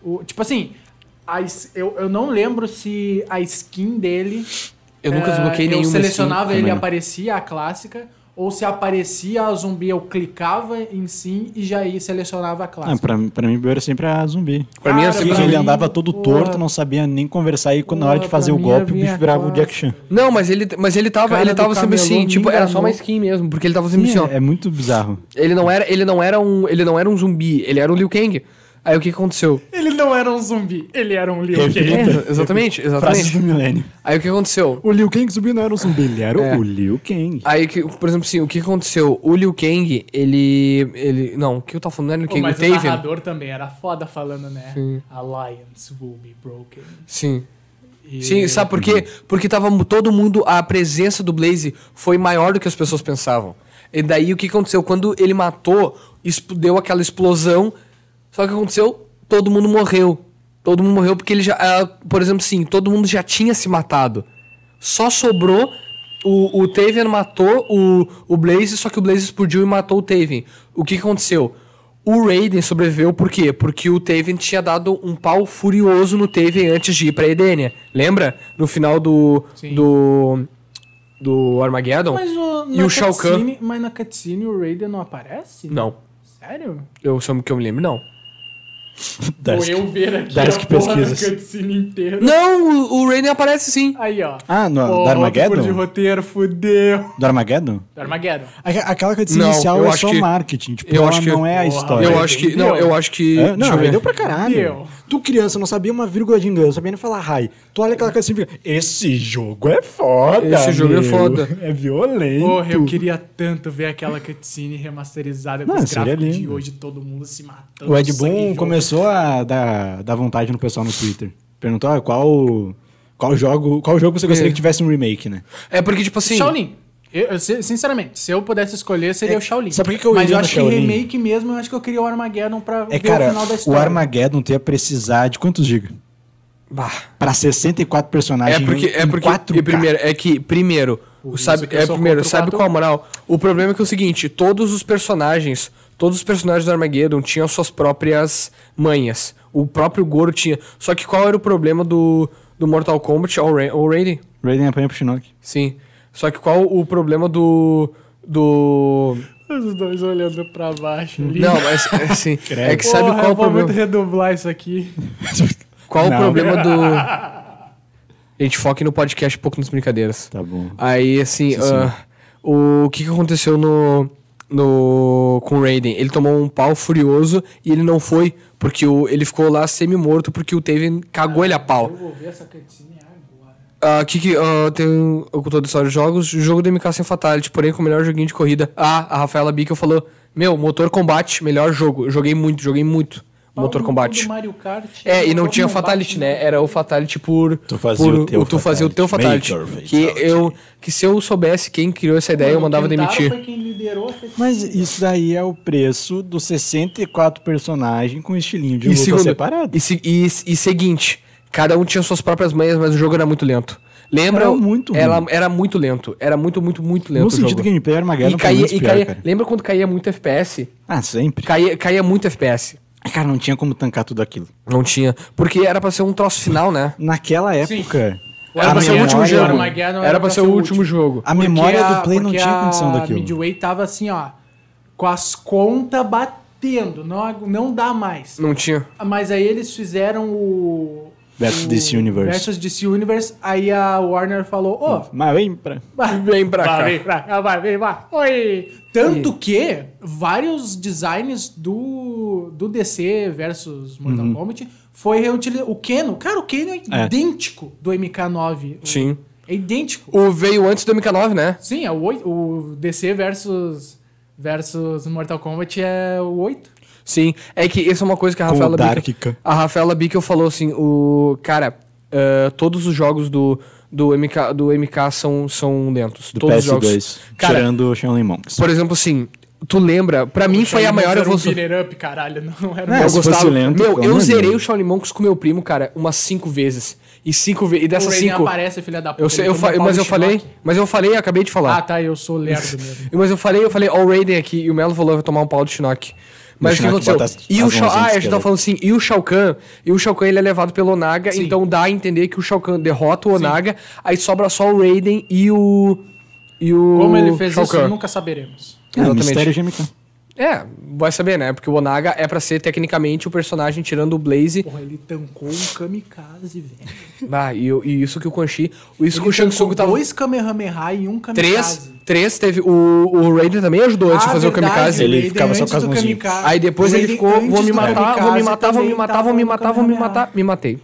o- tipo assim, a is- eu, eu não lembro se a skin dele.
Eu nunca
eh,
desbloqueei nenhuma
Eu
skin
selecionava ele e
também.
aparecia a clássica. Ou se aparecia a zumbi, eu clicava em sim e já ia e selecionava a
Ah,
clássica.
pra, pra mim, era sempre a zumbi.
Pra mim era
Cara,
sempre
Porque
pra
ele
mim,
andava todo
porra,
torto, não sabia nem conversar, e quando na hora de
Porra,
fazer
pra
o
mim
golpe,
era
o bicho
minha
virava o
classe.
Jack Chan.
Não, mas ele, mas ele tava,
Cara
ele
do
tava sempre
camelô
assim,
me
tipo, era só uma
enganou.
skin mesmo, porque ele tava sempre
Sim,
assim, ó.
é, é muito bizarro.
Ele não era, ele não era um, ele não era um zumbi, ele era um Liu Kang. Aí o que que aconteceu?
Ele não era um zumbi, ele era um Liu
Refri-
Kang.
É, exatamente,
Frases
exatamente.
do milênio.
Aí o que aconteceu?
O Liu Kang zumbi não era um zumbi, ele era
É.
o Liu Kang.
Aí que, por exemplo, assim, o que que aconteceu? O Liu Kang, ele, ele, não, o que eu tava falando não era Liu
Pô,
Kang,
mas é
o
o
Taven.
narrador também era foda falando, né?
Sim.
Alliance will be broken.
Sim.
E-
Sim, sabe por quê? Porque tava mu- todo mundo, a presença do Blaze foi maior do que as pessoas pensavam. E daí o que aconteceu? Quando ele matou, expo- deu aquela explosão. Só que aconteceu, todo mundo morreu. Todo mundo morreu porque ele já, ah, por exemplo, sim, todo mundo já tinha se matado. Só sobrou o, o Taven matou o, o Blaze, só que o Blaze explodiu e matou o Taven. O que que aconteceu? O Raiden sobreviveu por quê? Porque o Taven tinha dado um pau furioso no Taven antes de ir pra Edenia. Lembra? No final do.
Sim.
Do. Do Armageddon?
Mas o,
E
na
o Shao Kahn?
cutscene- Mas na cutscene o Raiden não aparece?
Não.
Sério?
Eu sou que eu me lembro, não.
Dask.
Vou eu ver aqui
das
a
Tá, que
porra da
pesquisas.
cutscene inteira.
Não, o, o Raiden aparece sim.
Aí, ó.
Ah, no,
Ó,
do
outro de
Armageddon?
roteiro, fudeu.
Do Armageddon?
Do Armageddon.
Aqu- Aquela cutscene
Não, eu
inicial é
acho
só
que-
marketing. Tipo,
eu
ela
acho que-
não é a
Porra,
história.
Eu acho que. Não,
Vendeu.
eu acho que.
É,
deixa eu
não,
ver.
vendeu pra caralho.
Deu.
Tu criança não sabia uma vírgula de inglês, não sabia nem falar hi. Tu olha aquela coisa assim e fica, esse jogo é foda.
Esse jogo é
meu.
foda."
É violento.
Porra, eu queria tanto ver aquela cutscene remasterizada com
Não,
os
seria
gráficos de
lindo.
hoje, todo mundo se matando.
O Ed
sangue
Boon
junto.
começou a dar, dar vontade no pessoal no Twitter. Perguntou ah, qual qual jogo, qual jogo você gostaria
É.
que tivesse um remake, né?
É porque, tipo assim.
Shaolin. Eu, eu, si- sinceramente, se eu pudesse escolher, seria
É,
o Shaolin.
sabe por que que eu
Mas
iria
eu
no
acho que
Shaolin?
remake mesmo, eu acho que eu queria o Armageddon pra
É,
ver o
cara,
final da
o
história.
Armageddon tu ia precisar de quantos gigas?
Bah.
Pra 64 personagens
É porque, é
em
porque
4K.
e primeiro, é que primeiro,
Por isso
sabe,
que eu
é
sou
primeiro,
contra o
sabe
quatro.
qual a moral? O problema é que é o seguinte, todos os personagens, todos os personagens do Armageddon tinham suas próprias manhas. O próprio Goro tinha. Só que qual era o problema do, do Mortal Kombat All Ra- All Raiden?
Raiden apanha pro Shinnok.
Sim. Só que qual o problema do do
Os dois olhando pra baixo ali.
Não, mas é, assim, é que sabe
Porra,
qual
eu
o
vou
problema?
muito redublar isso aqui.
Qual o
Não.
problema do Gente, foque no podcast, um pouco nas brincadeiras.
Tá bom.
Aí, assim,
Sim, sim.
ah, o que, que aconteceu no, no com o Raiden? Ele tomou um pau furioso e ele não foi, porque o, ele ficou lá semi-morto porque o Taven cagou ele a pau.
vou ver essa cutscene agora.
Ah, que que ah, tem o contou da história de jogos, jogo do MK sem Fatality, porém com o melhor joguinho de corrida. Ah, a Rafaela Bickel falou: Meu, motor combate, melhor jogo. Eu joguei muito, joguei muito.
pau
Motor
no cu
combate.
um do Mario Kart,
É, e não
Mortal
tinha
Kombat,
fatality,
né?
né? Era o fatality por
Tu fazia
por-
o teu
tu fazia o teu
fatality.
fatality.
Maker
que
fatality.
eu que se eu soubesse quem criou essa ideia, eu
Mano,
mandava
Kentaro
demitir.
Foi quem liderou, foi quem-
Mas isso daí é o preço dos 64 personagens com estilinho de
e
luta
segundo,
separado.
E, se- e- e seguinte, cada um tinha suas próprias manhas, mas o jogo era muito lento. Lembra?
Era muito
era,
ruim.
era muito lento. Era muito, muito, muito lento.
no
o
sentido
jogo.
gameplay era uma guerra
e caía, e
pior,
caía-
cara.
Lembra quando caía muito FPS?
Ah, sempre.
Caía, caía muito FPS.
Cara, não tinha como tancar tudo aquilo.
Não tinha. Porque era pra ser um troço final, né?
Naquela época,
Era pra ser o
memória-
último jogo.
Era uma guerra, não
Era pra ser o último jogo.
a memória
Porque a-
do Play não
porque
tinha condição
a
daquilo.
Midway tava assim, ó, com as contas batendo, não, agu- não dá mais.
Não tinha.
Mas aí eles fizeram o...
Versus
o
DC Universe.
Versus DC Universe, aí a Warner falou, ô...
Mas vem pra...
vai-
Vem pra
vai,
cá.
vem pra cá, vai, vem, vai. Oi! Tanto que vários designs do, do DC versus Mortal Kombat foi reutilizado. O Keno, cara, o Keno é,
Uhum. É.
idêntico do MK9. O-
Sim.
É idêntico.
O veio antes do MK9, né?
Sim, é o 8. O DC versus, versus Mortal Kombat é o 8.
Sim, é que isso é uma coisa que a
Com
Rafaela
o Dark
Bickel,
Khan.
a Rafaela Bickel falou assim, o cara, eh, todos os jogos do do MK do MK são são lentos,
Do
todos os
PS2,
jogos. Cara,
tirando o Shaolin Monks.
por exemplo, assim, tu lembra, Pra mim foi a maior evolução.
Era um beat it up, caralho. Não era um
É,
eu
se fosse
gostava.
lento,
meu,
pelo
eu
amor de
zerei o
Deus.
Shaolin Monks com meu primo, cara, umas cinco vezes. E cinco vezes, e
O
dessas
Raiden
cinco,
aparece, filha da puta.
eu, sei-
ele
eu
toma
fa-
pau
mas
do
eu falei,
Shinnok.
mas eu falei, eu acabei de falar.
Ah, tá, eu sou lerdo mesmo.
Mas eu falei, eu falei, ó, o Raiden aqui, e o Melo falou, eu vou tomar um pau do Shinnok. Mas o que
Shinnok
aconteceu?
bota as-
E o
as
Shao, ah, a gente
mãozinhas de
tava
esqueleto.
falando assim, e o Shao Kahn, e o Shao Kahn ele é levado pelo Onaga,
Sim.
então dá a entender que o Shao Kahn derrota o Onaga, aí sobra só o Raiden e o e o
Como ele fez
Shao
isso,
Kahn.
nunca saberemos.
É, o
Exatamente.
mistério de MK.
É, vai saber, né? Porque o Onaga é pra ser tecnicamente o personagem tirando o Blaze.
Porra, ele tancou um kamikaze, velho.
Ah, e, o- e isso que o Quan Chi, isso que
Ele
o Shang
tancou
Tsung tava
Dois Kamehameha e um
três,
kamikaze.
três teve o, o Raiden também ajudou antes de
Ah,
fazer
verdade,
o kamikaze.
Ele
Raiden
ficava só
antes
com as
do
mãozinhas.
kamikaze.
Aí depois ele
Raiden
ficou,
antes
vou me
do
matar, vou me
kamikaze
matar, vou me
também
matar, vou me
tava no
matar, vou me matar.
Kamehameha.
Me matei.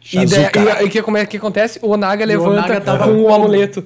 E
Shazuka.
daí- e aí, que- como é que acontece? O Onaga levanta
Onaga tava
com o
como?
amuleto.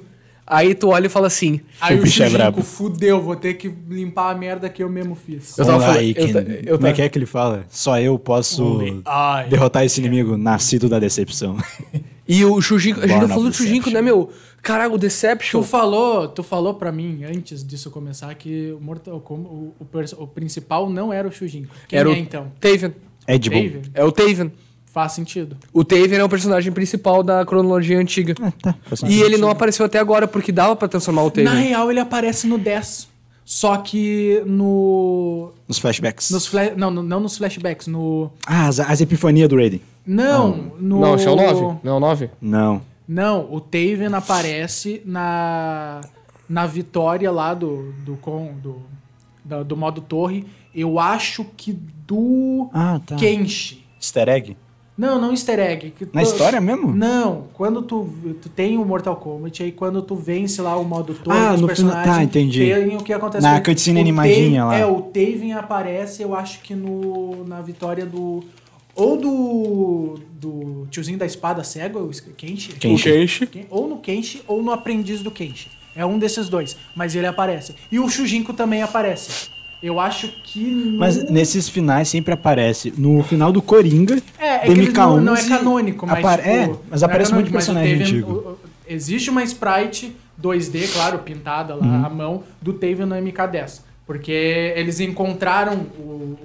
Aí tu olha e fala assim.
Aí
O
o
bicho é
Chico
brabo.
fudeu, vou ter que limpar a merda que eu mesmo fiz.
Eu tava
Olá,
falando-
Iken.
eu ta- eu
Como é
ta-
que é que ele fala? Só eu posso
Ai.
derrotar esse inimigo nascido da decepção.
E o Shujinko. A gente não
Born
falou
of
do Shujinko,
Deception.
né, meu? Caraca, o
Tu
Deception.
falou, tu falou pra mim, antes disso começar, que o, Mortal Kombat- o, o perso- o principal não era o Shujinko. Quem
Era
é,
o
então?
Taven.
É de bom.
Taven?
É o Taven.
Faz sentido.
O Taven é o personagem principal da cronologia antiga.
Tá.
E ele não apareceu até agora, porque dava pra transformar o
Ah, Na
Taven.
real, ele aparece no 10. Só que no...
Nos flashbacks.
Nos fla- não, no- não nos flashbacks, no...
Ah, as, as epifanias do Raiden.
Não, no...
Não, esse é o 9. Não é o 9?
Não.
Não, o Taven aparece na, na vitória lá do, do, com, do, da- do modo torre. Eu acho que do
Ah, tá.
Kenshi.
Easter egg?
Não, não easter egg. que
Na
to-
história mesmo?
Não, quando tu, tu tem o Mortal Kombat, aí quando tu vence lá o modo todo
Ah,
dos
no final-
personagens,
tá, entendi.
tem o que acontece
Na
com ele.
cutscene
O
animadinha
Taven-
lá.
É, o Taven aparece, eu acho que no, na vitória do... Ou do, do tiozinho da espada cego, o Sk- Kenshi.
Kenshi.
Ken- Ou no Kenshi, ou no aprendiz do Kenshi. É um desses dois, mas ele aparece. E o Shujinko também aparece. Eu acho que... no-
Mas nesses finais sempre aparece. No final do Coringa,
É, é
do
que eles não,
MK11,
não é canônico, mas.
apare-
tipo,
é,
não
mas aparece
canônico,
muito
mas o
personagem
Taven-
antigo.
o- o- Existe uma sprite 2D, claro, pintada lá
Uhum.
à mão, do Taven no MK10. Porque eles encontraram, o, o,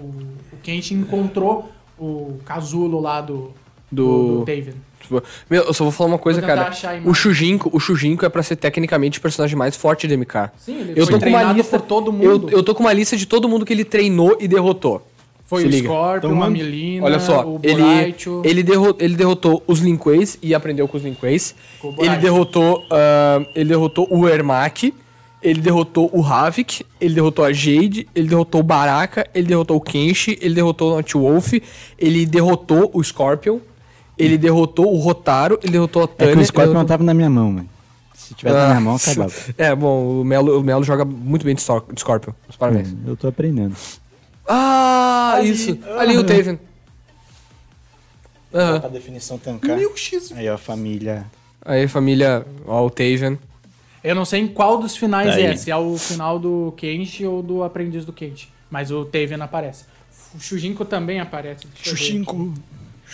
o Kenshi encontrou o casulo lá do,
Do-
do, Taven.
Tipo, Meu, eu só vou falar uma coisa,
tentar
cara.
achar a imagem.
O Shujinko, o Shujinko é pra ser tecnicamente o personagem mais forte do MK.
Sim, ele
eu tô
foi
com uma
treinado
lista
por todo mundo.
Eu, eu tô com uma lista de todo mundo que ele treinou e derrotou.
Foi
Se
o
liga.
Scorpion,
Então,
a
mano,
Melina,
Olha só,
o
ele,
Boraicho.
ele, derro- ele derrotou os Linquays e aprendeu com os Linquays.
Com o Boraicho.
Ele derrotou, ah, ele derrotou o Ermac, ele derrotou o Havik, ele derrotou a Jade, ele derrotou o Baraka, ele derrotou o Kenshi, ele derrotou o Nightwolf, ele derrotou o Scorpion, ele derrotou o Rotaro, ele derrotou a
é
Tânia.
que o
ele
Scorpion
derrotou-
tava na minha mão, mano. Se tivesse na minha mão, tá
Nossa.
acabava.
É, bom, o Melo, o Melo joga muito bem de Stor- de Scorpion. Os parabéns.
É, Eu tô aprendendo.
Ah, isso. Ali o Taven. Aham.
A definição tancar. Aí, ó, família.
Aí, família, ó, o Taven.
Eu não sei em qual dos
Tá
finais
Daí.
é, se é o final do Kenshi ou do aprendiz do Kenshi. Mas o Taven aparece. O Shujinko também aparece. deixa eu ver.
Xuxinco.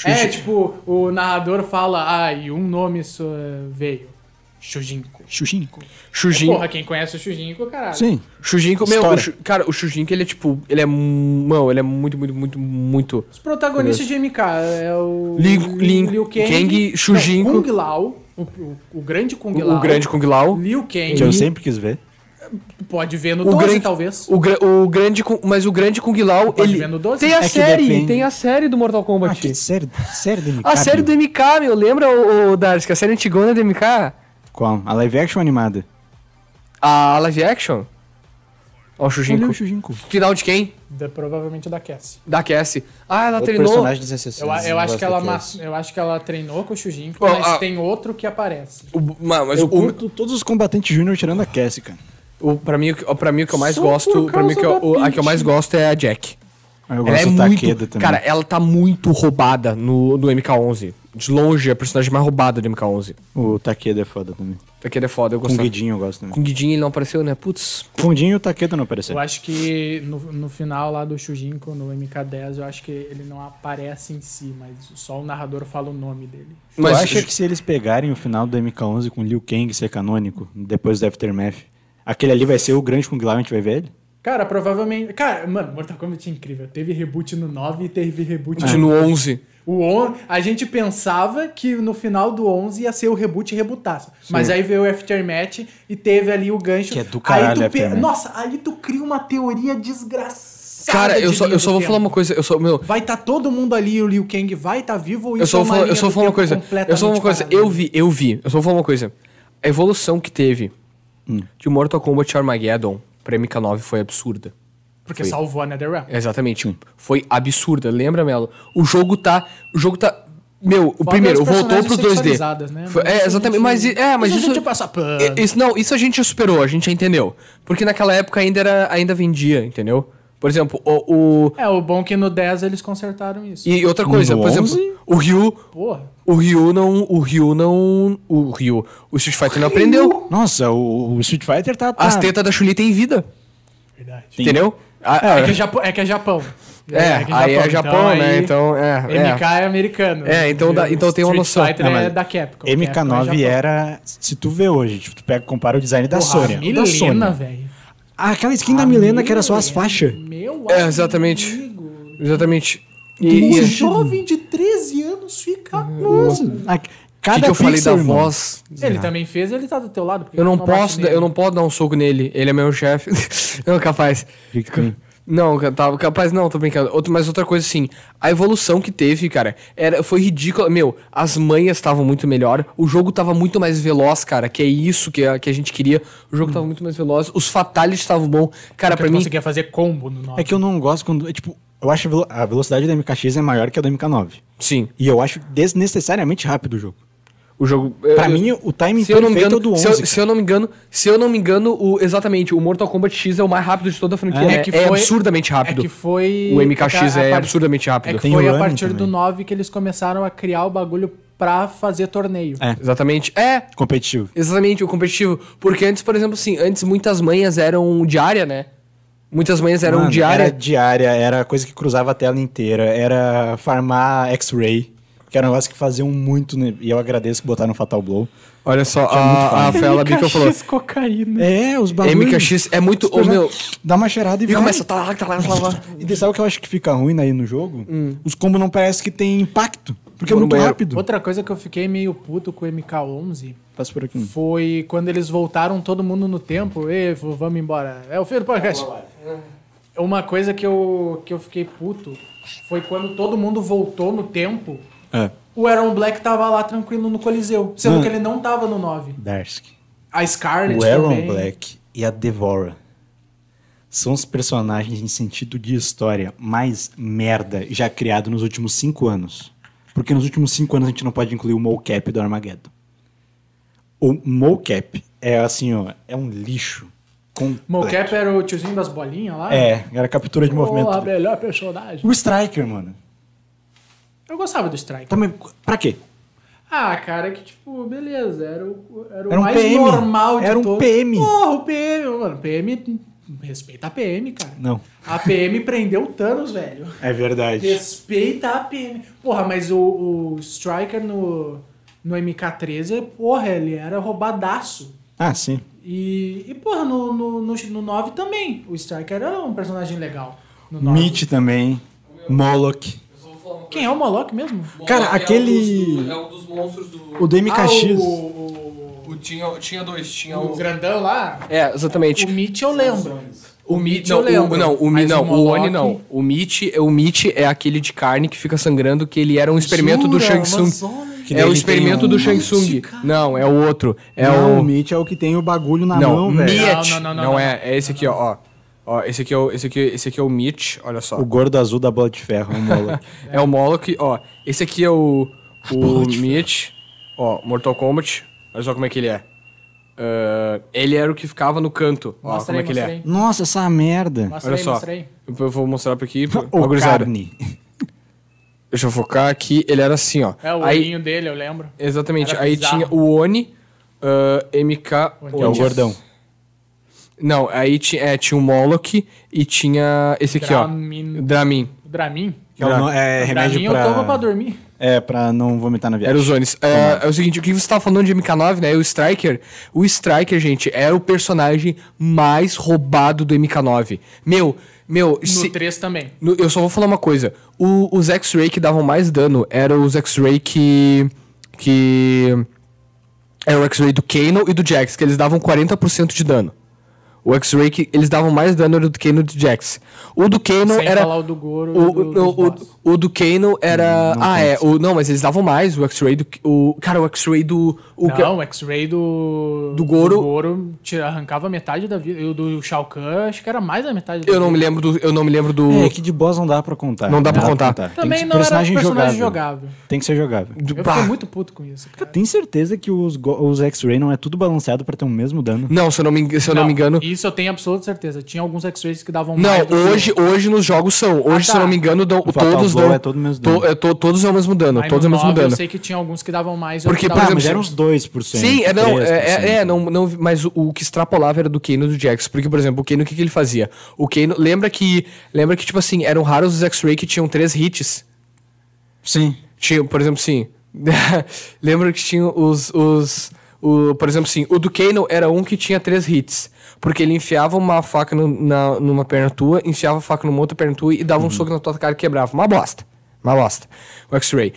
É,
Xuxi-
tipo, o narrador fala, ah, e um nome só veio. Shujinko.
Xuxinco.
Shujin,
É, Porra, quem conhece o Shujinko, caralho.
Sim.
Shujinko, meu,
História.
o Shu- cara, o Shujinko, ele é tipo, ele é, mu- mano, ele é muito, muito, muito, muito...
Os protagonistas de MK é o
Liu- Liu- Kang, Shujinko.
não, Kung Lao, o, o- o grande Kung
O,
Lao.
o grande Kung Lao.
Liu Kang,
Que eu sempre quis ver.
pode ver no
O
12,
grande-
talvez.
O, gra- o grande, Kung- mas o grande Kung Lao,
Pode
ele
ver no 12.
tem a
É que
série,
depende.
tem a série do Mortal
Ah,
Kombat.
que série, série do MK.
a série do MK, meu, lembra o, o Darcy, que a série antigona do MK?
Qual? A live action animada.
A live action? Ó, o
Olha
Shujinko.
o Xuxinco.
Final de quem?
Da- provavelmente da Cassie.
Da Cassie. Ah, ela
Outro
treinou.
personagem dos SSS.
Eu, a- eu, acho que ela, ma-
massa.
eu acho que ela treinou com o Shujinko,
Ó,
mas
a-
tem outro que aparece.
O, ma- mas
Eu
o-
curto todos os combatentes júnior tirando a Cassie, cara.
o, pra, mim, o que- pra mim, o que eu mais
Só
gosto.
por
Pra mim, o que eu-
causa
o-
da
a que eu mais
Peach.
gosto é a Jack.
Eu
Ela
gosto
é
do
muito.
Takeda também.
Cara, ela tá muito roubada no, no MK11. De longe, é a personagem mais roubada do MK11.
O Takeda é foda também.
Takeda é foda, eu
Com
gosto.
o Guidinho eu gosto também.
Com Guidinho ele não apareceu, né? Putz.
Fundinho e o Takeda não apareceu.
Eu acho que no, no final lá do Shujinko, no MK10, eu acho que ele não aparece em si, mas só o narrador fala o nome dele.
Tu
Mas-
acha que se eles pegarem o final do MK11 com Liu Kang ser canônico, depois do Aftermath, aquele ali vai ser o grande Kung Lao, a gente vai ver ele?
Cara, provavelmente. Cara, mano, Mortal Kombat é incrível. Teve reboot no 9 e teve reboot
De
no.
no 11.
O on... A gente pensava que no final do 11 ia ser o reboot e rebutasse. Mas aí veio o Aftermath e teve ali o gancho.
Que é do caralho,
aí tu pe...
Aftermath.
Nossa, aí tu cria uma teoria desgraçada.
Cara, eu
de
só,
linha
eu
do
só vou
tempo.
falar uma coisa. Eu só, meu,
Vai estar tá todo mundo ali, o Liu Kang vai estar tá vivo ou
eu só
é
vou falar, eu
linha
só
do
vou falar uma
tempo
coisa. Eu só vou falar uma
completamente
coisa.
paralela.
Eu vi, eu vi. Eu só vou falar uma coisa. A evolução que teve
Hum.
de Mortal Kombat Armageddon pra MK9 foi absurda.
Porque
Foi.
salvou a NetherRealm.
É. Exatamente. um, Foi absurda. Lembra, Melo? O jogo tá. O jogo tá. Meu, o
Fora
primeiro,
as
voltou
personagens
pros 2D.
sexualizadas, né?
Foi-
Mas
é,
isso a
exatamente.
gente-
Mas, i- é, mas
isso a
isso.
gente passa pano.
é, isso, não, isso a gente já superou, a gente já entendeu. Porque naquela época ainda, era, ainda vendia, entendeu? Por exemplo, o. o-
É, o bom é que no 10 eles consertaram isso.
e outra coisa,
No
por exemplo,
11?
o Ryu.
Porra.
O Ryu não. O Ryu não. O Ryu. O Street Fighter não aprendeu.
Nossa, o, o Street Fighter tá... tá
Ah.
As tetas da Chun-Li têm vida.
Verdade.
Sim.
Entendeu? A-
É que é Japão. É, que é Japão.
é, aí é Japão, né? Então, é.
MK é americano.
É, então dá- então tem uma
Street
noção.
Fighter
Não,
é
mas
da Capcom.
MK9
Capcom é
era... Se tu vê hoje, tipo, tu pega, compara o design da
Japão.
Sony. é
Porra, a
da
Milena,
Sony.
velho.
Ah, aquela skin da Milena que era só as
Milena.
faixas.
Meu
É, exatamente.
amigo.
É, exatamente.
Um
E, e-
jovem de 13 anos fica...
Ah,
O
Cada
que, que eu falei
pixel,
da
irmão.
voz?
Ele também fez, ele tá do teu lado. por que
Eu não
tu bate
posso, dar-
nele?
eu não posso dar um soco nele. Ele é meu chefe. não, capaz.
Que que tem?
Não, ca- tá, capaz não, tô brincando. Outro, mas outra coisa assim, a evolução que teve, cara, era, foi ridícula. Meu, as manhas estavam muito melhor, o jogo tava muito mais veloz, cara, que é isso que a, que a gente queria. O jogo tava muito mais veloz, os fatalities estavam bom. Cara,
Porque
pra
tu
mim,
conseguia fazer combo no 9.
É que eu não gosto quando... é, Tipo, eu acho a velo- a velocidade da MKX é maior que a da MK9.
sim,
E eu acho desnecessariamente rápido o jogo.
o jogo
Pra
eu-
mim, o timing
se eu não me engano,
perfeito é o do 11.
se, eu,
cara.
se eu não me engano, se eu não me engano, o, exatamente, o Mortal Kombat X é o mais rápido de toda a franquia,
É,
né?
que
É
foi-
absurdamente rápido.
É que foi.
O MKX
a- a
é
par-
absurdamente
É
rápido.
que
Tem
foi
o
a
running
partir do
também.
9 que eles começaram a criar o bagulho pra fazer torneio.
É.
Exatamente. É,
Competitivo.
exatamente, o competitivo. Porque antes, por exemplo, assim, antes muitas manhas eram diária, né? Muitas manhas eram
Mano,
diária.
Era diária, era coisa que cruzava a tela inteira, era farmar X-Ray, que era um negócio que faziam muito, né? e eu agradeço que botaram Fatal Blow.
Olha só, a, a Fela Bico falou.
cocaína.
É, os bagulhos.
MKX é muito. Ô, meu.
Dá uma cheirada e,
E
vai.
começa. Tá lá, tá lá, tá lá.
E daí sabe o que eu acho que fica ruim aí no jogo? Os combos não parece que tem impacto,
Vou
porque é
no
muito
banheiro.
rápido.
Outra coisa que eu fiquei meio puto com o MK11
Passa por
Hum.
aqui.
foi quando eles voltaram todo mundo no tempo. E vamos embora. É o fim do podcast. Uma coisa que eu, que eu fiquei puto foi quando todo mundo voltou no tempo.
É.
O Aaron Black tava lá tranquilo no Coliseu, sendo
Mano.
que ele não tava no 9.
Darsk.
A Scarlet
Hum. O Aaron
também.
Black e a Devora são os personagens em sentido de história mais merda já criado nos últimos cinco anos. Porque nos últimos cinco anos a gente não pode incluir o mocap do Armageddon. O mocap é assim, ó, é um lixo. completo.
Mocap era o tiozinho das bolinhas lá?
É, era captura de
Olá,
movimento.
melhor personagem.
O Striker, mano.
Eu gostava do Strike.
Também, pra quê?
Ah, cara, que tipo, beleza. Era o, era o
Era um
mais
PM.
normal de
Era um
todos.
PM.
Porra, o PM, mano. PM respeita a PM, cara.
Não,
A PM prendeu o Thanos, velho.
é verdade.
Respeita a PM. Porra, mas o, o Striker no, no MK13, porra, ele era roubadaço.
Ah, sim.
E, e porra, no, no, no, no 9 também. O Striker era um personagem legal. No 9.
Meat também. Moloch.
Eu só vou falar uma coisa.
Quem é o Moloch mesmo?
Bom,
Cara,
é um
aquele-
dos- É um dos monstros do.
O do MKX.
Ah, o, o,
O- tinha, tinha dois. Tinha
o,
o.
o grandão lá.
É, exatamente.
O Mitch eu lembro.
O
Mitch
Mitch
eu
não,
lembro,
o, não, o, Mi-
é mas
não,
o
o Oni
Moloch-
não. O Mitch, o Mitch é aquele de carne que fica sangrando, que ele era um experimento do Shang Tsung.
Que
é
daí
o
ele
experimento
tem um-
do Shang Tsung. Não, é o outro. É
Não,
o.
Meat é o que tem o bagulho na
Não,
mão, velho.
Miet.
Não,
Não,
não, não, não,
é. É esse aqui, ó. ó. Ó, esse aqui é o, esse aqui, esse aqui é o Mitch, olha só.
O gordo azul da bola de ferro, o Moloch.
É o Moloch, ó. Esse aqui é o, o Mitch, ó, Mortal Kombat. Olha só como é que ele é. Ah, ele era o que ficava no canto. Ó,
Mostra
como
aí,
é que ele
mostra
é.
aí.
Nossa, essa merda.
Mostra
Olha
aí,
só.
mostra aí.
Eu vou mostrar pra aqui. pra- pra
Ou
gurizada.
carne.
Deixa eu focar aqui. Ele era assim, ó.
É o
Aí-
olhinho dele, eu lembro.
Exatamente.
Era
Aí
bizarro.
tinha o Oni, ah, MK...
Oni.
Que é o
Oni.
gordão.
Não, aí ti- é, tinha o Moloch e tinha esse aqui,
Dramin.
ó. Dramin.
Dramin?
Que é, o no- é remédio
Dramin eu tomo pra
pra...
dormir.
É, pra não vomitar na viagem.
Era os Onis. É, é o seguinte, o que você tava falando de MK9, né? E O Striker. O Striker, gente, era o personagem mais roubado do MK9. Meu, meu...
No
se-
3 também.
no- eu só vou falar uma coisa. O- os X-Ray que davam mais dano eram os X-Ray que... Que... Era o X-Ray do Kano e do Jax, que eles davam 40% de dano. O X-Ray que eles davam mais dano era o do Kano e do Jax. O do Kano
Sem
era...
falar o do Goro.
O,
do,
o-
dos
o,
boss.
o, do Kano era. ah, é. O, não, mas eles davam mais o X-Ray do. O, cara, o X-Ray do. O, Ga-
Não, o X-Ray do.
Do Goro.
tira- arrancava metade da vida. E o do Shao Kahn, acho que era mais da metade da
eu não
vida.
me lembro do. Eu não me lembro do.
É, que de boss não dá pra contar.
Não dá pra contar.
Tem que
Também
ser
não
personagem
era um personagem
jogável.
jogável.
Tem que ser jogável.
do-
Eu
bah.
fiquei muito puto com isso, cara.
Tem certeza que os, go- os X-Ray não é tudo balanceado pra ter o mesmo dano?
Não, se eu não me, en- se eu não, me engano.
Isso eu tenho absoluta certeza. Tinha alguns X-Rays que davam
Não,
mais do que um.
hoje, hoje nos jogos são. Hoje,
Ah,
se eu
tá.
não me engano, dão,
Fatal
todos
Blow
dão.
é todo o mesmo
to-
dano.
é to- todos é o mesmo dano.
Aí
todos é
no
o mesmo
9
dano.
Eu sei que tinha alguns que davam mais.
Porque,
outros que
por
Ah,
davam
exemplo,
mas
menos.
eram uns 2%.
Sim, é, não,
3%.
é, é, é, não, não, mas o, o que extrapolava era do Kano e do Jax. Porque, por exemplo, o Kano, o que, que ele fazia? O Kano, lembra que, lembra que, tipo assim, eram raros os X-Ray que tinham três hits.
Sim.
Tinha, por exemplo, sim. Lembro que tinha os. os o, por exemplo, sim, o do Kano era um que tinha três hits. Porque ele enfiava uma faca no- na, numa perna tua, enfiava a faca numa outra perna tua e
Uhum.
dava um soco na tua cara e quebrava. Uma bosta. Uma bosta. O X-Ray.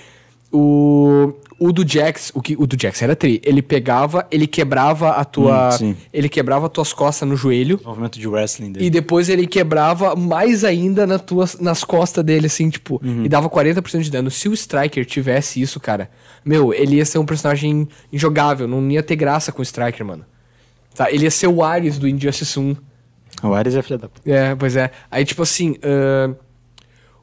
O, o do Jax, o, que, o do Jax era tri. Ele pegava, ele quebrava a tua.
Hum, sim.
ele quebrava as tuas costas no joelho.
Movimento de wrestling dele.
E depois ele quebrava mais ainda nas, tuas, nas costas dele, assim, tipo, e dava 40% de dano. Se o Striker tivesse isso, cara, meu, ele ia ser um personagem injogável, não ia ter graça com o Striker, mano. Tá? Ele ia ser o Ares do Injustice 1.
O Ares é filha da puta.
É, pois é. Aí, tipo assim, ahn,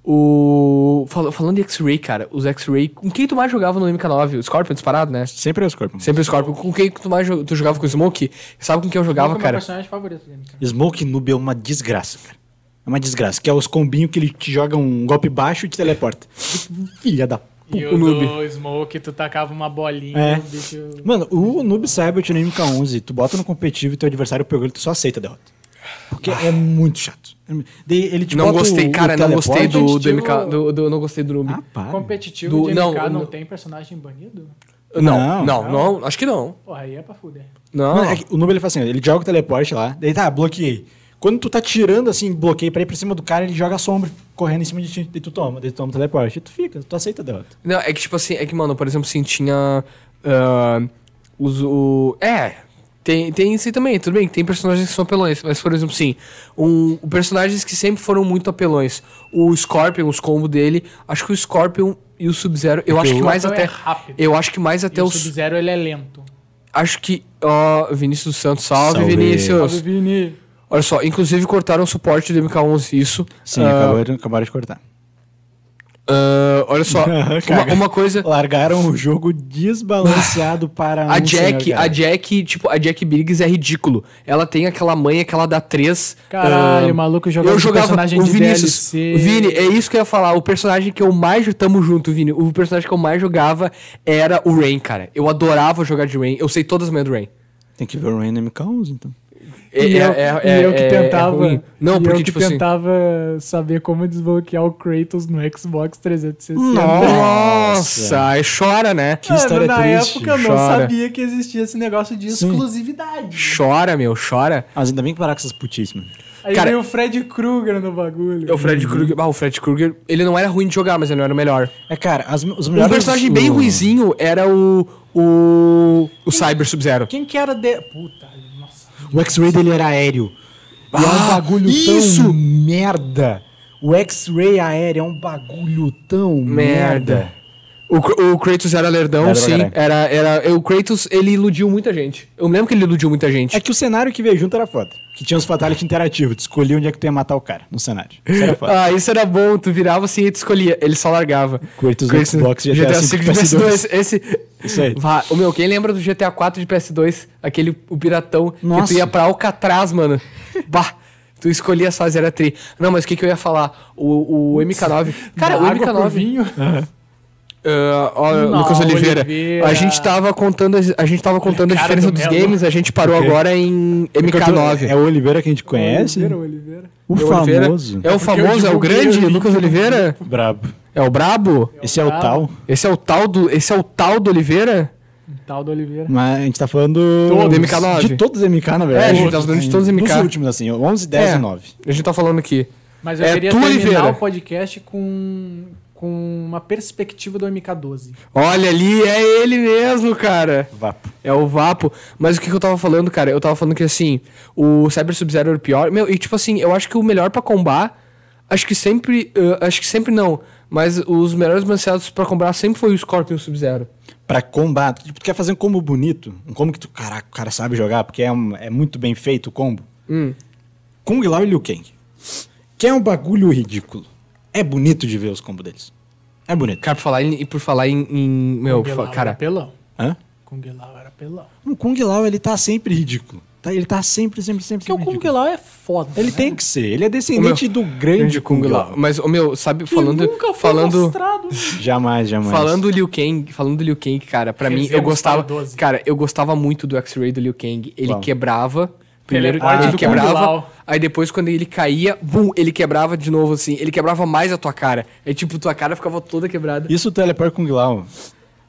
o. fal- falando de X-Ray, cara, os X-Ray. Com quem tu mais jogava no MK9? O Scorpion disparado, né?
Sempre é o Scorpion.
Sempre o Scorpion. Com quem tu mais jo- tu jogava com o Smoke? Sabe com quem eu jogava,
Nunca meu
cara?
personagem favorito dele, cara.
Smoke Noob é uma desgraça, cara. É uma desgraça. Que é os combinhos que ele te joga um golpe baixo e te teleporta. filha da puta.
E
o
o
noob.
do Smoke, tu tacava uma bolinha,
É.
o bicho.
Mano, o Noob Cybert no MK11, tu bota no competitivo e teu adversário pegou ele, tu só aceita a derrota. Porque é muito chato. Daí ele te
Não
Tipo, bota o-
gostei,
o
cara, não
teleporte- tipo-
gostei do, do
competitivo-
MK. Do, do- não gostei do Noob.
Ah, para.
Competitivo
Do-
de MK
não,
não,
não.
tem personagem banido?
Não,
Não,
não, não, acho que não.
Porra, aí é pra fuder.
Não.
Mano, é que o Noob ele faz assim, ó, ele joga o teleporte lá, daí tá, bloqueei. Quando tu tá tirando assim, bloqueio pra ir pra cima do cara, ele joga a sombra correndo em cima de ti, daí tu toma, daí tu toma o teleporte, e tu fica, tu aceita a derrota.
Não, é que tipo assim, é que, mano, por exemplo, assim, tinha. ah, os. O, é. Tem, tem isso aí também, tudo bem, que tem personagens que são apelões, mas, por exemplo, sim, um, um- personagens que sempre foram muito apelões. O Scorpion, os combos dele, acho que o Scorpion e o Sub-Zero, eu acho que
o
mais
Scorpion
até.
é rápido.
Eu acho que mais até
e o
os.
Sub-Zero ele é lento.
Acho que. Ó, Vinícius dos Santos, salve,
Salve.
Vinícius!
Vini.
Olha só, inclusive cortaram o suporte do MK11, isso.
Sim,
Ah,
acabaram, acabaram de cortar.
Ah, olha só, uma,
Caga.
uma coisa.
Largaram o jogo desbalanceado para
A
um
Jack,
senhor,
a
cara.
Jack, tipo, a Jack Briggs é ridículo. Ela tem aquela manha que ela dá três.
Caralho,
ah,
maluco jogava
Eu
com
jogava
personagem
o
de
Vinícius.
DLC.
Vini, é isso que eu ia falar. O personagem que eu mais. Tamo junto, Vini. O personagem que eu mais jogava era o Rain, É, cara. Eu adorava jogar de Rain. Eu sei todas as manhas do Rain.
Tem que ver o Rain no MK11, então.
e eu, e eu que tentava.
é ruim. Não,
e
porque,
eu
tipo
que
assim.
tentava saber como desbloquear o Kratos no Xbox 360.
Nossa, aí chora, né?
que história
na
triste,
época eu não
chora.
sabia que existia esse negócio de
Sim.
exclusividade.
Chora, meu, chora.
Mas ainda bem que é parar com essas putíssimas.
Aí
Cara-
veio o Fred Krueger no bagulho.
O Fred Krueger. Ah, o Fred Krueger, ele não era ruim de jogar, mas ele não era o melhor.
É, cara, as- os
Um
melhores...
personagem bem
o-
ruizinho era o. O. O Cyber Sub-Zero.
Quem que era de. Puta, nossa.
O X-Ray dele era aéreo. E é um
Ah,
bagulho
isso!
tão merda. O X-Ray aéreo é um bagulho tão merda.
Merda. O, Kr- o Kratos era lerdão,
Era pra
sim.
caralho.
Era, era, o Kratos, ele iludiu muita gente. Eu me lembro que ele iludiu muita gente.
É que o cenário que veio junto era foda. Que tinha os fatality interativos. Tu escolhia onde é que tu ia matar o cara no cenário. Isso era foda.
Ah, isso era bom, tu virava assim e tu escolhia. Ele só largava.
Kratos no Xbox, GTA
GTA
V
V
de
de
PS2.
PS2. Esse.
Isso aí.
Vá, o meu, quem lembra do GTA 4 de PS2? Aquele, o piratão,
Nossa.
que tu ia pra Alcatraz, mano. bah, tu escolhia as fases, era tri. Não, mas o que que eu ia falar? O, o MK9. Cara,
Da
o
água pro
MK9...
vinho.
Ah, ó,
Não,
Lucas Oliveira.
Oliveira.
A gente tava contando, as- a gente tava contando a
Cara
diferença
do
dos
Melo.
games, a gente parou agora em MK9.
É o Oliveira que a gente conhece.
Oliveira, Oliveira.
O
É o Oliveira.
famoso.
É o famoso, é o
divulguei
grande,
o link
Lucas
no
Oliveira?
Brabo.
É o brabo?
Esse é o
Brabo.
tal.
Esse é o tal do, esse é o tal do Oliveira?
Tal do Oliveira.
Mas a gente tá falando.
Todos. Do MK9.
De todos os MK, na verdade.
É, a gente tá falando de todos os MK.
Dos últimos, assim. 11, 10
É.
e 9.
A gente tá falando aqui.
Mas eu
É
queria
tu,
terminar
Oliveira.
o podcast com, com uma perspectiva do MK12.
Olha ali, é ele mesmo, cara.
Vapo.
É o Vapo. Mas o que, que eu tava falando, cara? Eu tava falando que assim, o Cyber Sub-Zero era o pior. Meu, e tipo assim, eu acho que o melhor pra combar, acho que sempre. eh, acho que sempre não. Mas os melhores balanceados pra combar sempre foi o Scorpion e o Sub-Zero.
Pra combate. Tipo, tu quer fazer um combo bonito. Um combo que tu. Caraca, o cara sabe jogar, porque é, um- é muito bem feito o combo.
Hum.
Kung Lao e Liu Kang. Que é um bagulho ridículo. É bonito de ver os combos deles. É bonito.
Cara, por falar em, e por falar em. em- meu,
Kung
fa-
Lao era
cara.
pelão.
Hã?
Kung Lao era pelão.
O Kung Lao, ele tá sempre ridículo. Tá- ele tá sempre, sempre, sempre.
Porque o
sempre
Kung
ridículo.
Lao é foda.
Ele
né?
tem que ser. Ele é descendente do grande Kung Lao.
Mas, o meu, sabe,
E
falando.
um nunca foi
falando.
mostrado.
Jamais, jamais.
Falando Liu Kang, falando do Liu Kang, cara, pra mim
Eles
eu
iam mostrar
gostava,
o 12.
cara, eu gostava muito do X-Ray do Liu Kang. Ele
Qual?
quebrava primeiro,
Teleporte
ele
é do Kung
quebrava,
Lao.
aí depois quando ele caía, bum, ele quebrava de novo assim, ele quebrava mais a tua cara. É tipo tua cara ficava toda quebrada.
Isso o teleporte Kung Lao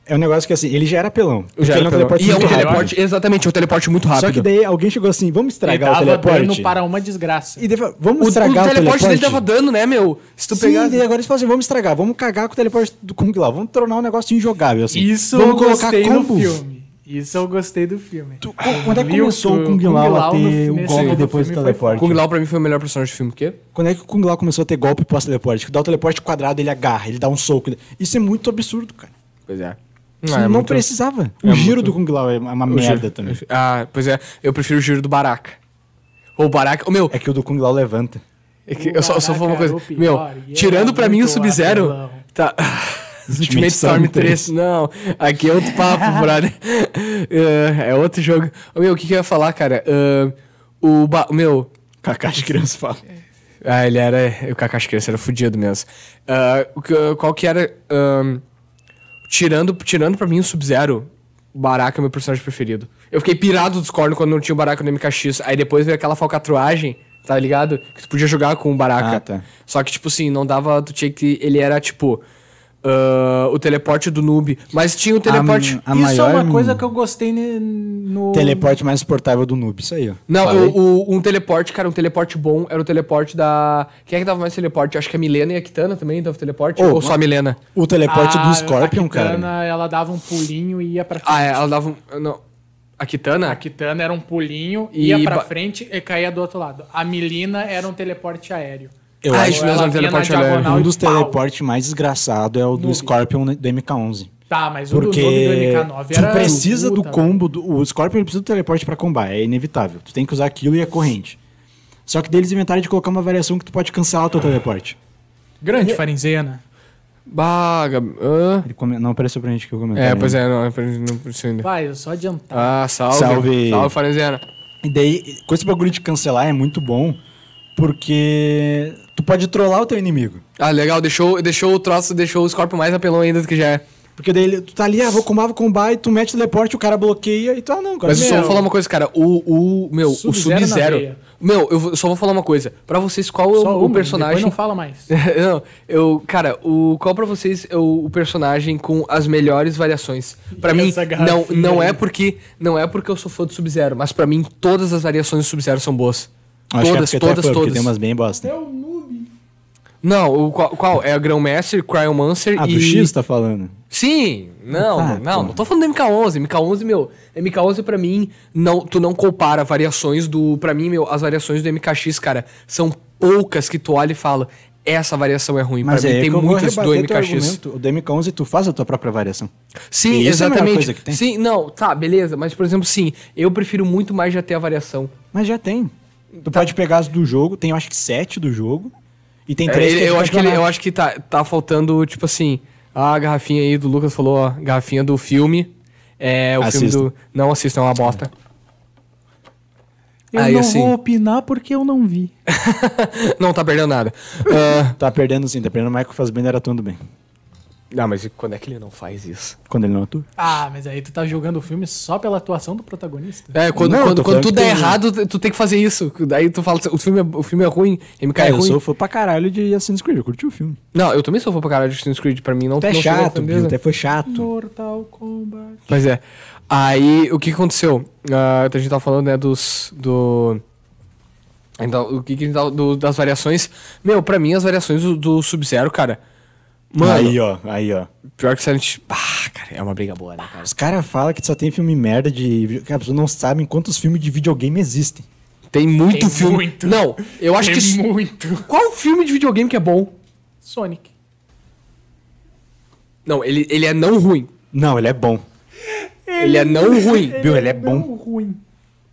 é um negócio que assim, ele já era pelão.
Eu já
Porque ele
era pelão. e é um
muito rápido.
teleporte, exatamente, é um teleporte muito
Só
rápido.
que daí alguém chegou assim, vamos
Ele
estragar o
tava
teleporte.
dando para uma desgraça.
E daí fala, vamos
o, o
estragar o,
teleporte dele tava dando, né, meu? Se tu
Sim,
pegar
daí agora eles falam assim, vamos estragar, vamos cagar com o teleporte do Kung Lao, vamos tornar um negócio injogável assim.
Isso
vamos
eu gostei do filme. Isso eu gostei do filme.
Tu- qu- quando é que
Liu
começou o
Kung-
Kung Lao a
Lao no
ter
fi-
um
nesse
golpe
novo
depois do
filme foi
teleporte?
Kung Lao pra mim foi o melhor personagem do filme, o quê?
Quando é que o Kung Lao começou a ter golpe pós-teleporte? Que dá o teleporte quadrado, ele agarra, ele dá um soco. ele- Isso é muito absurdo, cara.
Pois é.
Isso não precisava. O
é
giro
muito-
do Kung Lao é uma
O
merda
giro-
também.
Ah, pois é, eu prefiro o giro do Baraka. Ou o Baraka, o meu,
É que o do Kung Lao levanta.
É que eu só, eu só vou falar uma coisa.
Caraca, era o pior,
Meu,
e era
tirando pra mim o
muito
Sub-Zero.
apelão.
Tá.
Ultimate
Ultimate Storm
Storm
3. Não, aqui é outro papo, brother. Eh, é outro jogo. Ô, Meu, o que, que eu ia falar, cara? Ah, o. Ba... Meu.
Kakashi criança fala.
Ah, ele era. O Kakashi Criança era fudido mesmo. Ah, o que- qual que era. ahn, tirando, tirando pra mim o Sub-Zero, o Baraka é o meu personagem preferido. Eu fiquei pirado do Scorn quando não tinha o Baraka no MKX. Aí depois veio aquela falcatruagem, tá ligado? Que tu podia jogar com o Baraka.
Ah, tá.
Só que, tipo assim, não dava. Tu tinha que. Ele era tipo. ah, o teleporte do noob. Mas
Ah,
tinha o teleporte.
A
Isso é
maior-
uma coisa que eu gostei ne- no.
Teleporte mais suportável do noob, isso aí, ó.
Não,
Falei.
o, o- um teleporte, cara, um teleporte bom era o teleporte da. Quem é que dava mais teleporte? Acho que a Milena e a Kitana também davam teleporte.
Ô,
Ou só a Milena?
o teleporte
Ah,
do Scorpion,
a Kitana,
cara.
Ela dava um pulinho e ia pra frente.
Ah, é, ela dava um. Não. A Kitana?
A Kitana era um pulinho,
E
ia pra
ba-
frente e caía do outro lado. A Milina era um teleporte aéreo.
Eu
Ah,
acho
isso mesmo,
ela
é um
vinha
teleporte
na
aéreo.
diagonal
um
e
dos
pau.
teleportes mais desgraçados é o do
Noob.
Scorpion do MK11.
Tá, mas
Porque
o do nome do MK9
tu
era. um
precisa do
puta,
combo, do, o Scorpion ele precisa do teleporte pra combar, é inevitável. Tu tem que usar aquilo e a corrente. Só que daí eles inventaram de colocar uma variação que tu pode cancelar o teu teleporte.
Grande farinzena.
Baga. hã?
Ele come- Não apareceu pra gente que eu comentei.
É, pois é, não, não preciso ainda.
Vai, eu só adiantar.
Ah, salve.
Salve.
Salve, Farenzena.
E daí, com esse bagulho de cancelar é muito bom, porque tu pode trollar o teu inimigo.
Ah, legal, deixou, deixou o troço, deixou o Scorpion mais apelão ainda do que já é.
Porque daí ele- tu tá ali, ah, vou combar, vou combar, e tu mete teleporte, o cara bloqueia e tu, ah, não, cara.
Mas eu só
meu,
vou falar uma coisa, cara. O, o meu, o
Sub-Zero na
Sub-Zero.
veia.
Meu, eu vou- só vou falar uma coisa. Pra vocês, qual é
Só
o,
uma,
o
Depois
personagem. É,
não fala mais.
Não, eu, cara, o qual pra vocês é o, o personagem com as melhores variações? Pra
E
mim,
essa
não,
garrafinha
não é
aí?
porque não é porque eu sou fã do Sub-Zero, mas pra mim todas as variações do Sub-Zero são boas.
Acho
todas,
que é porque tu é
todas,
fã, porque
todas.
Tem umas bem bosta.
Não, o qual, qual? é a Grandmaster, Cryomancer
Ah,
e
do X tá falando.
Sim, não,
Ah,
não,
pô.
não tô falando do MK11. MK11, meu, MK11 pra mim, não, tu não compara variações do. Pra mim, meu, as variações do MKX, cara, são poucas que tu olha e fala, essa variação é ruim.
Mas
pra mim,
é
tem
que eu vou
muitas do
rebater teu
MKX.
argumento. O do MK11 tu faz a tua própria variação.
Sim,
E isso é a melhor
exatamente.
coisa que tem.
Sim, não, tá, beleza. Mas, por exemplo, sim, eu prefiro muito mais já ter a variação.
Mas já tem.
Tá.
Tu pode pegar as do jogo, tem eu acho que sete do jogo. E tem três.
Ele-
é de
eu, acho que ele-
campeonato.
eu acho que tá, tá faltando, tipo assim, a garrafinha aí do Lucas falou, ó, garrafinha do filme. É, o
Assista.
filme do. Não assistam, é uma bosta.
Eu
Aí,
não
assim-
vou opinar porque eu não vi.
não tá perdendo nada. Ah,
Tá perdendo sim, tá perdendo o Michael Fassbender atuando bem.
ah, mas e quando é que ele não faz isso?
Quando ele não é atua.
Ah, mas aí tu tá julgando o filme só pela atuação do protagonista.
É, quando,
Não,
quando,
tô
quando
falando
tudo
que
é
tem-
errado, tu- tu tem que fazer isso. Daí tu fala, o filme é, o filme é ruim, MK é,
Cara, eu
ruim.
sou fã pra caralho de Assassin's Creed, eu curti o filme.
Não, eu também sou fã pra caralho de Assassin's Creed, pra mim não
Até
não chegou a
chato,
ofender,
Bill,
né?
até foi chato.
Mortal Kombat.
Pois é. Aí, o que que aconteceu? Ah, a gente tava falando, né, dos... Do... Então, o que que a gente tava... do- das variações... Meu, pra mim, as variações do, do Sub-Zero, cara... Mano,
Aí, ó, aí, ó.
pior que Silent... Ah, cara, é uma briga boa, né, cara?
Os caras falam que só tem filme merda de. video- Cara, vocês não sabem quantos filmes de videogame existem.
Tem muito
Tem
filme...
muito.
Não, eu acho
Tem
que...
É muito.
Qual filme de videogame que é bom?
Sonic.
Não, ele, ele é não ruim.
Não, ele é bom.
Ele, é não ruim.
Bill, ele é bom.
Não ruim.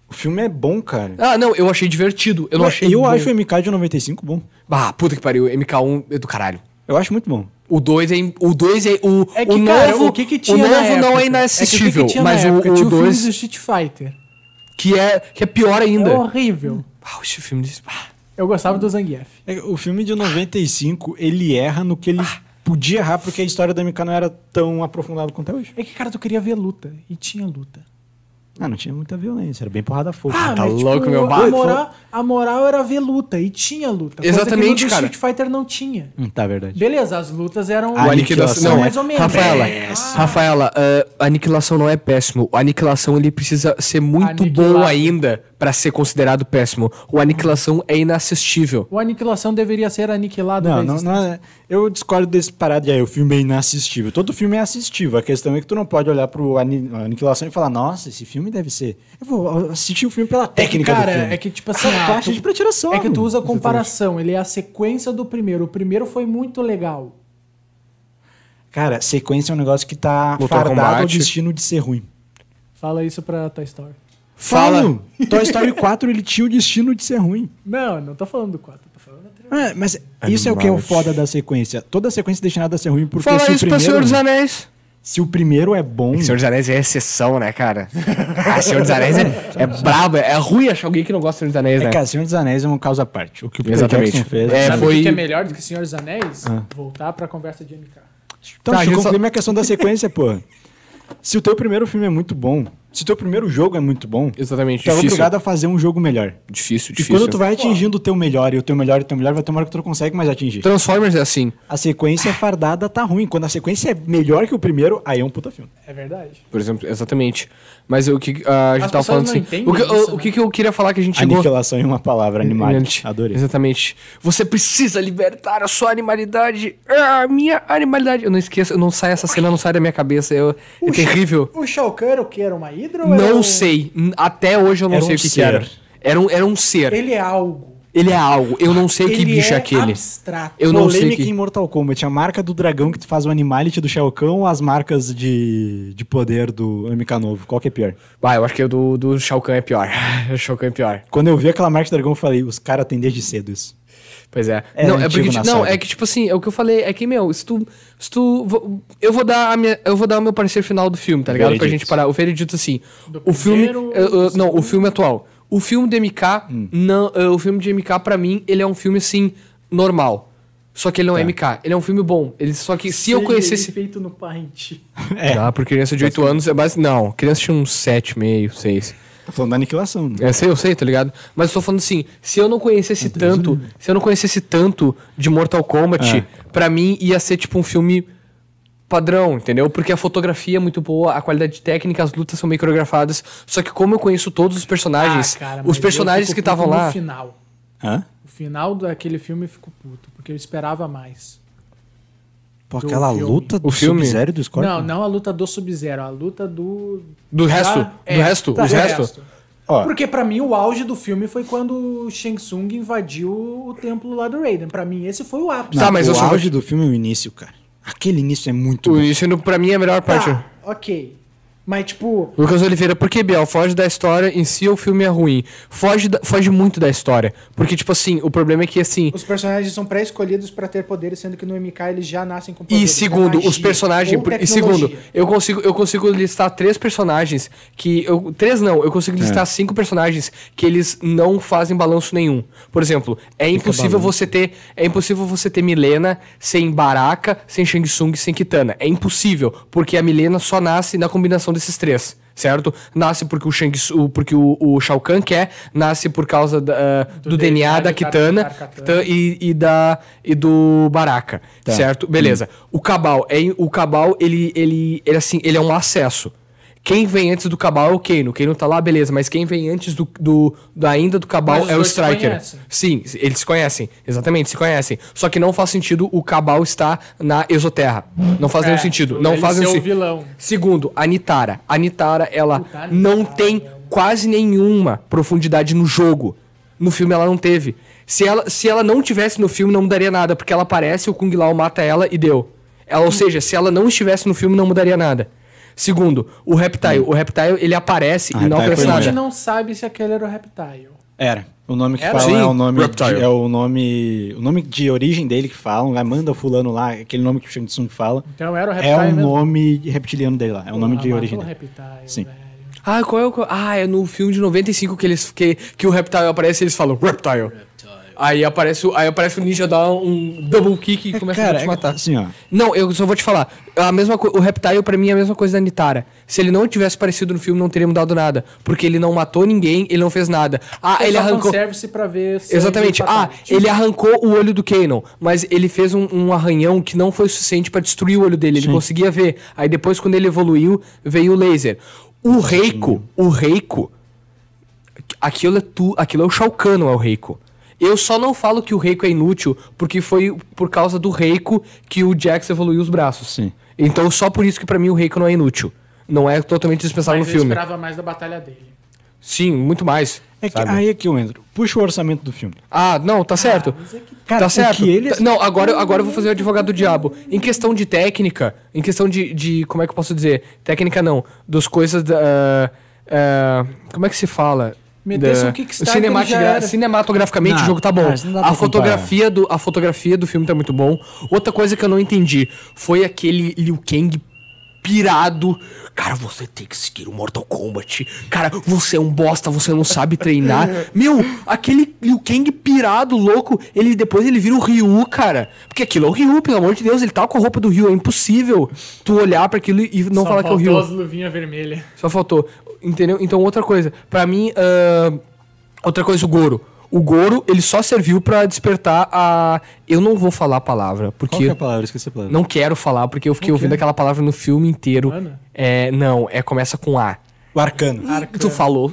O filme é bom, cara.
Ah, não, eu achei divertido. Eu não achei
eu
bom.
acho o MK de 95 bom.
Ah, puta que pariu. MK1 é do caralho.
Eu acho muito bom.
O 2 é. im- O 2 é. O,
É que,
o novo,
cara, o que que tinha
o novo
na
não
época?
é inassistível.
É que o que que tinha
mas
na
o-
época?
o
Tinha o filme
2.
do Street Fighter.
que, é, que é pior ainda.
É horrível.
Ah, esse filme. desse- Ah,
Eu gostava do Zangief.
É, O filme de 95, ele erra no que ele podia errar, porque a história do MK não era tão aprofundada quanto é hoje.
É que, cara, tu queria ver luta. E tinha luta.
Ah, não tinha muita violência, era bem porrada fofa.
Ah,
tá
mas, tipo,
louco, meu
a
pai.
moral, a moral era ver luta. E tinha luta. coisa que
Exatamente,
no do
cara.
Street Fighter não tinha.
Hum, Tá, verdade.
Beleza, as lutas eram...
A
o aniquilação.
Aniquilação,
Não,
né?
mais ou menos.
Rafaela,
É.
Rafaela ah, a aniquilação não é péssimo. A aniquilação ele precisa ser muito bom
Aniquilado.
ainda pra ser considerado péssimo. O aniquilação é inassistível.
O Aniquilação deveria ser aniquilado.
Não,
da
não,
existência.
não é- eu discordo desse parado de aí, o filme é inassistível. Todo filme é assistível. A questão é que tu não pode olhar pro ani- Aniquilação e falar, nossa, esse filme deve ser. Eu vou assistir o filme pela técnica
cara,
do filme.
é que, tipo assim, ah,
tu acha
tu-
de pretiração.
É que tu usa
Exatamente.
comparação, ele é a sequência do primeiro. O primeiro foi muito legal.
Cara, sequência é um negócio que tá
Mortal
fardado ao
Kombat.
destino de ser ruim.
Fala isso pra Toy Story.
Fala.
Falo, Toy Story 4 ele tinha o destino de ser ruim.
Não, não tô falando do 4, tô falando do anterior.
Ah, mas isso é o que é o foda da sequência. Toda sequência é destinada a ser ruim porque
Fala
se, o
isso pra Senhor
primeiro,
dos Anéis.
se o primeiro é bom,
Senhor dos Anéis é exceção, né, cara? Ah, Senhor dos Anéis é, é brabo, é ruim achar alguém que não gosta do Senhor dos Anéis,
é
né?
cara, Senhor dos Anéis é um caso à parte. O que o Peter
Exatamente.
Jackson fez.
É,
Sabe
foi-
o que é melhor do que Senhor dos Anéis?
Ah.
Voltar pra conversa de MK.
Então,
Tá, a
deixa eu
gente só-
concluir minha questão da sequência, porra. Se o teu primeiro filme é muito bom, se o teu primeiro jogo é muito bom,
Exatamente,
tu é obrigado a fazer um jogo melhor.
Difícil,
E quando tu vai atingindo o teu melhor e o teu melhor e o teu melhor, vai ter uma hora que tu não consegue mais atingir.
Transformers é assim,
A sequência fardada tá ruim. Quando a sequência é melhor que o primeiro, aí é um puta filme.
É verdade.
por exemplo, exatamente. Mas o que ah, a gente
As
tava
pessoas
falando
não
assim.
entendem
O que, o-
isso,
o
né?
que que eu queria falar que a gente chegou.
Aniquilação em uma palavra, animal.
Gente,
Adorei.
Exatamente. Você precisa libertar a sua animalidade. Ah, minha animalidade. Eu não esqueço, eu não sai essa cena, não sai da minha cabeça. eu- é terrível.
O Shao Kahn era o que? Era uma hidra ou era
Não
um-
sei. N- Até hoje eu não
Era
sei
um
o que, que
ser.
era. Era um, era um ser. Ele...
Ele é algo.
é algo. Eu não sei que
Ele
bicho é
é
aquele.
abstrato.
Eu não sei.
Polêmica
Que...
em Mortal Kombat. A marca do dragão que tu faz o Animality do Shao Kahn ou as marcas de, de poder do MK novo? Qual que é pior?
Ah, eu acho que o do, do Shao Kahn é pior. o Shao Kahn é pior.
Quando eu vi aquela marca do dragão, eu falei, os caras têm desde cedo isso.
Pois é.
É
não, é
antigo
porque,
na
ti- não,
saga.
é que tipo assim, é o que eu falei, é que meu, se tu, se tu vo- eu vou dar a minha, eu vou dar o meu parecer final do filme, tá ligado? Pra
Veredito.
gente parar. O veredito assim,
Do
o filme,
primeiro,
eh, eh,
do
não, o
segundo.
filme atual. O
Hum.
é filme do MK, não, eh, o filme de MK pra mim, ele é um filme assim normal. Só que ele não é
Tá.
MK. Ele é um filme bom. Ele, só que se eu conhecesse.
é Feito no Paint.
É.
Ah, por criança de 8 anos é base. Não, criança tinha uns 7, meio, 6.
Tá falando da aniquilação, né?
Eu sei, eu sei, tá ligado? Mas eu tô falando assim, se eu não conhecesse tanto, se eu não conhecesse tanto de Mortal
É.
Kombat, pra mim ia ser tipo um filme padrão, entendeu? Porque a fotografia é muito boa, a qualidade técnica, as lutas são bem coreografadas, só que como eu conheço todos os personagens,
Ah, mas
Ah, os
eu
personagens
fico
que estavam
puto
lá,
No final.
É.
Hã?
O final daquele filme eu fico puto, porque eu esperava mais.
Pô,
Do
aquela
filme.
luta do
O filme?
Sub-Zero e do Scorpion?
Não, não a luta do Sub-Zero, a luta do.
do resto,
Ah, é,
do resto,
tá,
os
do
resto.
Ó,
Porque pra mim o auge do filme foi quando o Shang Tsung invadiu o templo lá do Raiden. Pra mim esse foi o ápice.
não,
Tá, mas
o
eu só vou
auge
te-
do filme é o início, cara. Aquele início é muito
O-
bom.
Isso não- pra mim é a melhor parte.
Tá, ok. Mas tipo,
Lucas Oliveira, por que, Biel? Foge da história, em si o filme é ruim. Foge, da- foge muito da história. Porque, tipo assim, o problema é que, assim,
os personagens são pré-escolhidos pra ter poderes, sendo que no MK eles já nascem com
E
poderes.
segundo,
É magia
os personagens.
ou
por- E
tecnologia.
segundo, eu consigo, eu consigo listar três personagens que. Eu, três não, eu consigo listar cinco personagens que eles não fazem balanço nenhum. Por exemplo, é impossível
balanço.
você ter. É impossível você ter Milena sem Baraka, sem Shang Tsung, sem Kitana. É impossível, porque a Milena só nasce na combinação desses três. Certo? Nasce porque o Shang Tsu- porque o, o Shao Kahn quer, nasce por causa da, ah, do, DNA, da
do Tar-
Kitana,
Tarkatan.
Kitana e, e da e do Baraka,
Tá.
certo? Beleza. O Cabal é o Cabal ele ele ele assim, ele é um acesso. Quem vem antes do Cabal é o Keino. O Keino tá lá, beleza, mas quem vem antes do, do, do- ainda do Cabal
Mas os
é o
dois se
Striker.
conhecem.
Sim, eles se conhecem. Exatamente, se conhecem. Só que não faz sentido o Cabal estar na Exoterra. Não faz nenhum
É,
um sentido. Não
ele
faz
ser
nenhum
o
sentido.
vilão.
Segundo, a Nitara. A Nitara, ela
Puta, a
não
Nitara, é um-
tem
velho.
quase nenhuma profundidade no jogo. No filme ela não teve. Se ela, se ela não tivesse no filme, não mudaria nada, porque ela aparece, o Kung Lao mata ela e deu. Ela, ou seja, se ela não estivesse no filme, não mudaria nada. Segundo, o Reptile. O Reptile, ele aparece
Hum. Ah,
e não
Reptile
acontece
foi
A gente
longe.
nada.
não sabe se aquele era o Reptile.
Era. O nome que
Era?
falam
Sim,
é o nome.
Reptile.
De, é o nome. O nome de origem dele que falam. Lá manda fulano lá, aquele nome que o Shang Tsung fala.
Então era o Reptile
É
um
o
mesmo.
nome reptiliano dele lá. É o nome
Porra,
de
matou
origem
o
dele.
Reptile,
Sim.
velho.
Ah, qual é o. Ah, é no filme de 95 que eles que, que o Reptile aparece e eles falam Reptile. Aí aparece, o- aí aparece o ninja, dá um double kick e começa a
Cara,
te
é-
matar.
assim, ó.
Não, eu só vou te falar. A mesma co- o Reptile pra mim é a mesma coisa da Nitara. Se ele não tivesse aparecido no filme, não teria mudado nada. Porque ele não matou ninguém, ele não fez nada. Ah,
Foi
ele
só
arrancou.
fanservice pra ver sangue
Exatamente.
e
Ah,
fatality.
ele arrancou o olho do Kanon, mas ele fez um, um arranhão que não foi suficiente pra destruir o olho dele. Ele conseguia ver. Aí depois, quando ele evoluiu, veio o laser. O Reiko, o Reiko, aquilo é tu, aquilo é o Shao Kahn, não é o Reiko. Eu só não falo que o Reiko é inútil porque foi por causa do Reiko que o Jax evoluiu os braços.
Sim.
Então só por isso que pra mim o Reiko não é inútil. Não é totalmente dispensável
Mas
no
eu
filme.
esperava mais da batalha dele.
Sim, muito mais.
É que,
sabe?
aí é que eu entro. Puxa o orçamento do filme.
Ah, não, tá certo.
Cara,
tá
o
certo.
que eles-
Tá- Não, agora, agora eu vou fazer o advogado do diabo. Em questão de técnica, em questão de. de como é que eu posso dizer? Técnica não. Dos coisas. da- ah, ah, como é que se fala?
Metesse
Da-
um Kickstarter
cinematigra-
e já era.
Cinematograficamente
Não,
o jogo tá bom.
mas não dá pra
A fotografia, do, a fotografia do filme tá muito bom. Outra coisa que eu não entendi foi aquele Liu Kang pirado. Cara, você tem que seguir o Mortal Kombat. Cara, você é um bosta, você não sabe treinar. Meu, aquele Liu Kang pirado, louco, ele depois ele vira o Ryu, cara. Porque aquilo é o Ryu, pelo amor de Deus, ele tá com a roupa do Ryu, é impossível tu olhar pra aquilo e não
Só
falar que é o Ryu.
faltou as luvinhas vermelhas.
Só faltou. Entendeu? Então, outra coisa. Pra mim, ahn, outra coisa, o Goro. O Goro, ele só serviu pra despertar a. Eu não vou falar a palavra, porque.
Qual que é a palavra? Eu esqueci a palavra.
Não quero falar, porque eu fiquei ouvindo aquela palavra no filme inteiro.
Ana?
É, não, é começa com A.
O arcano.
Tu falou.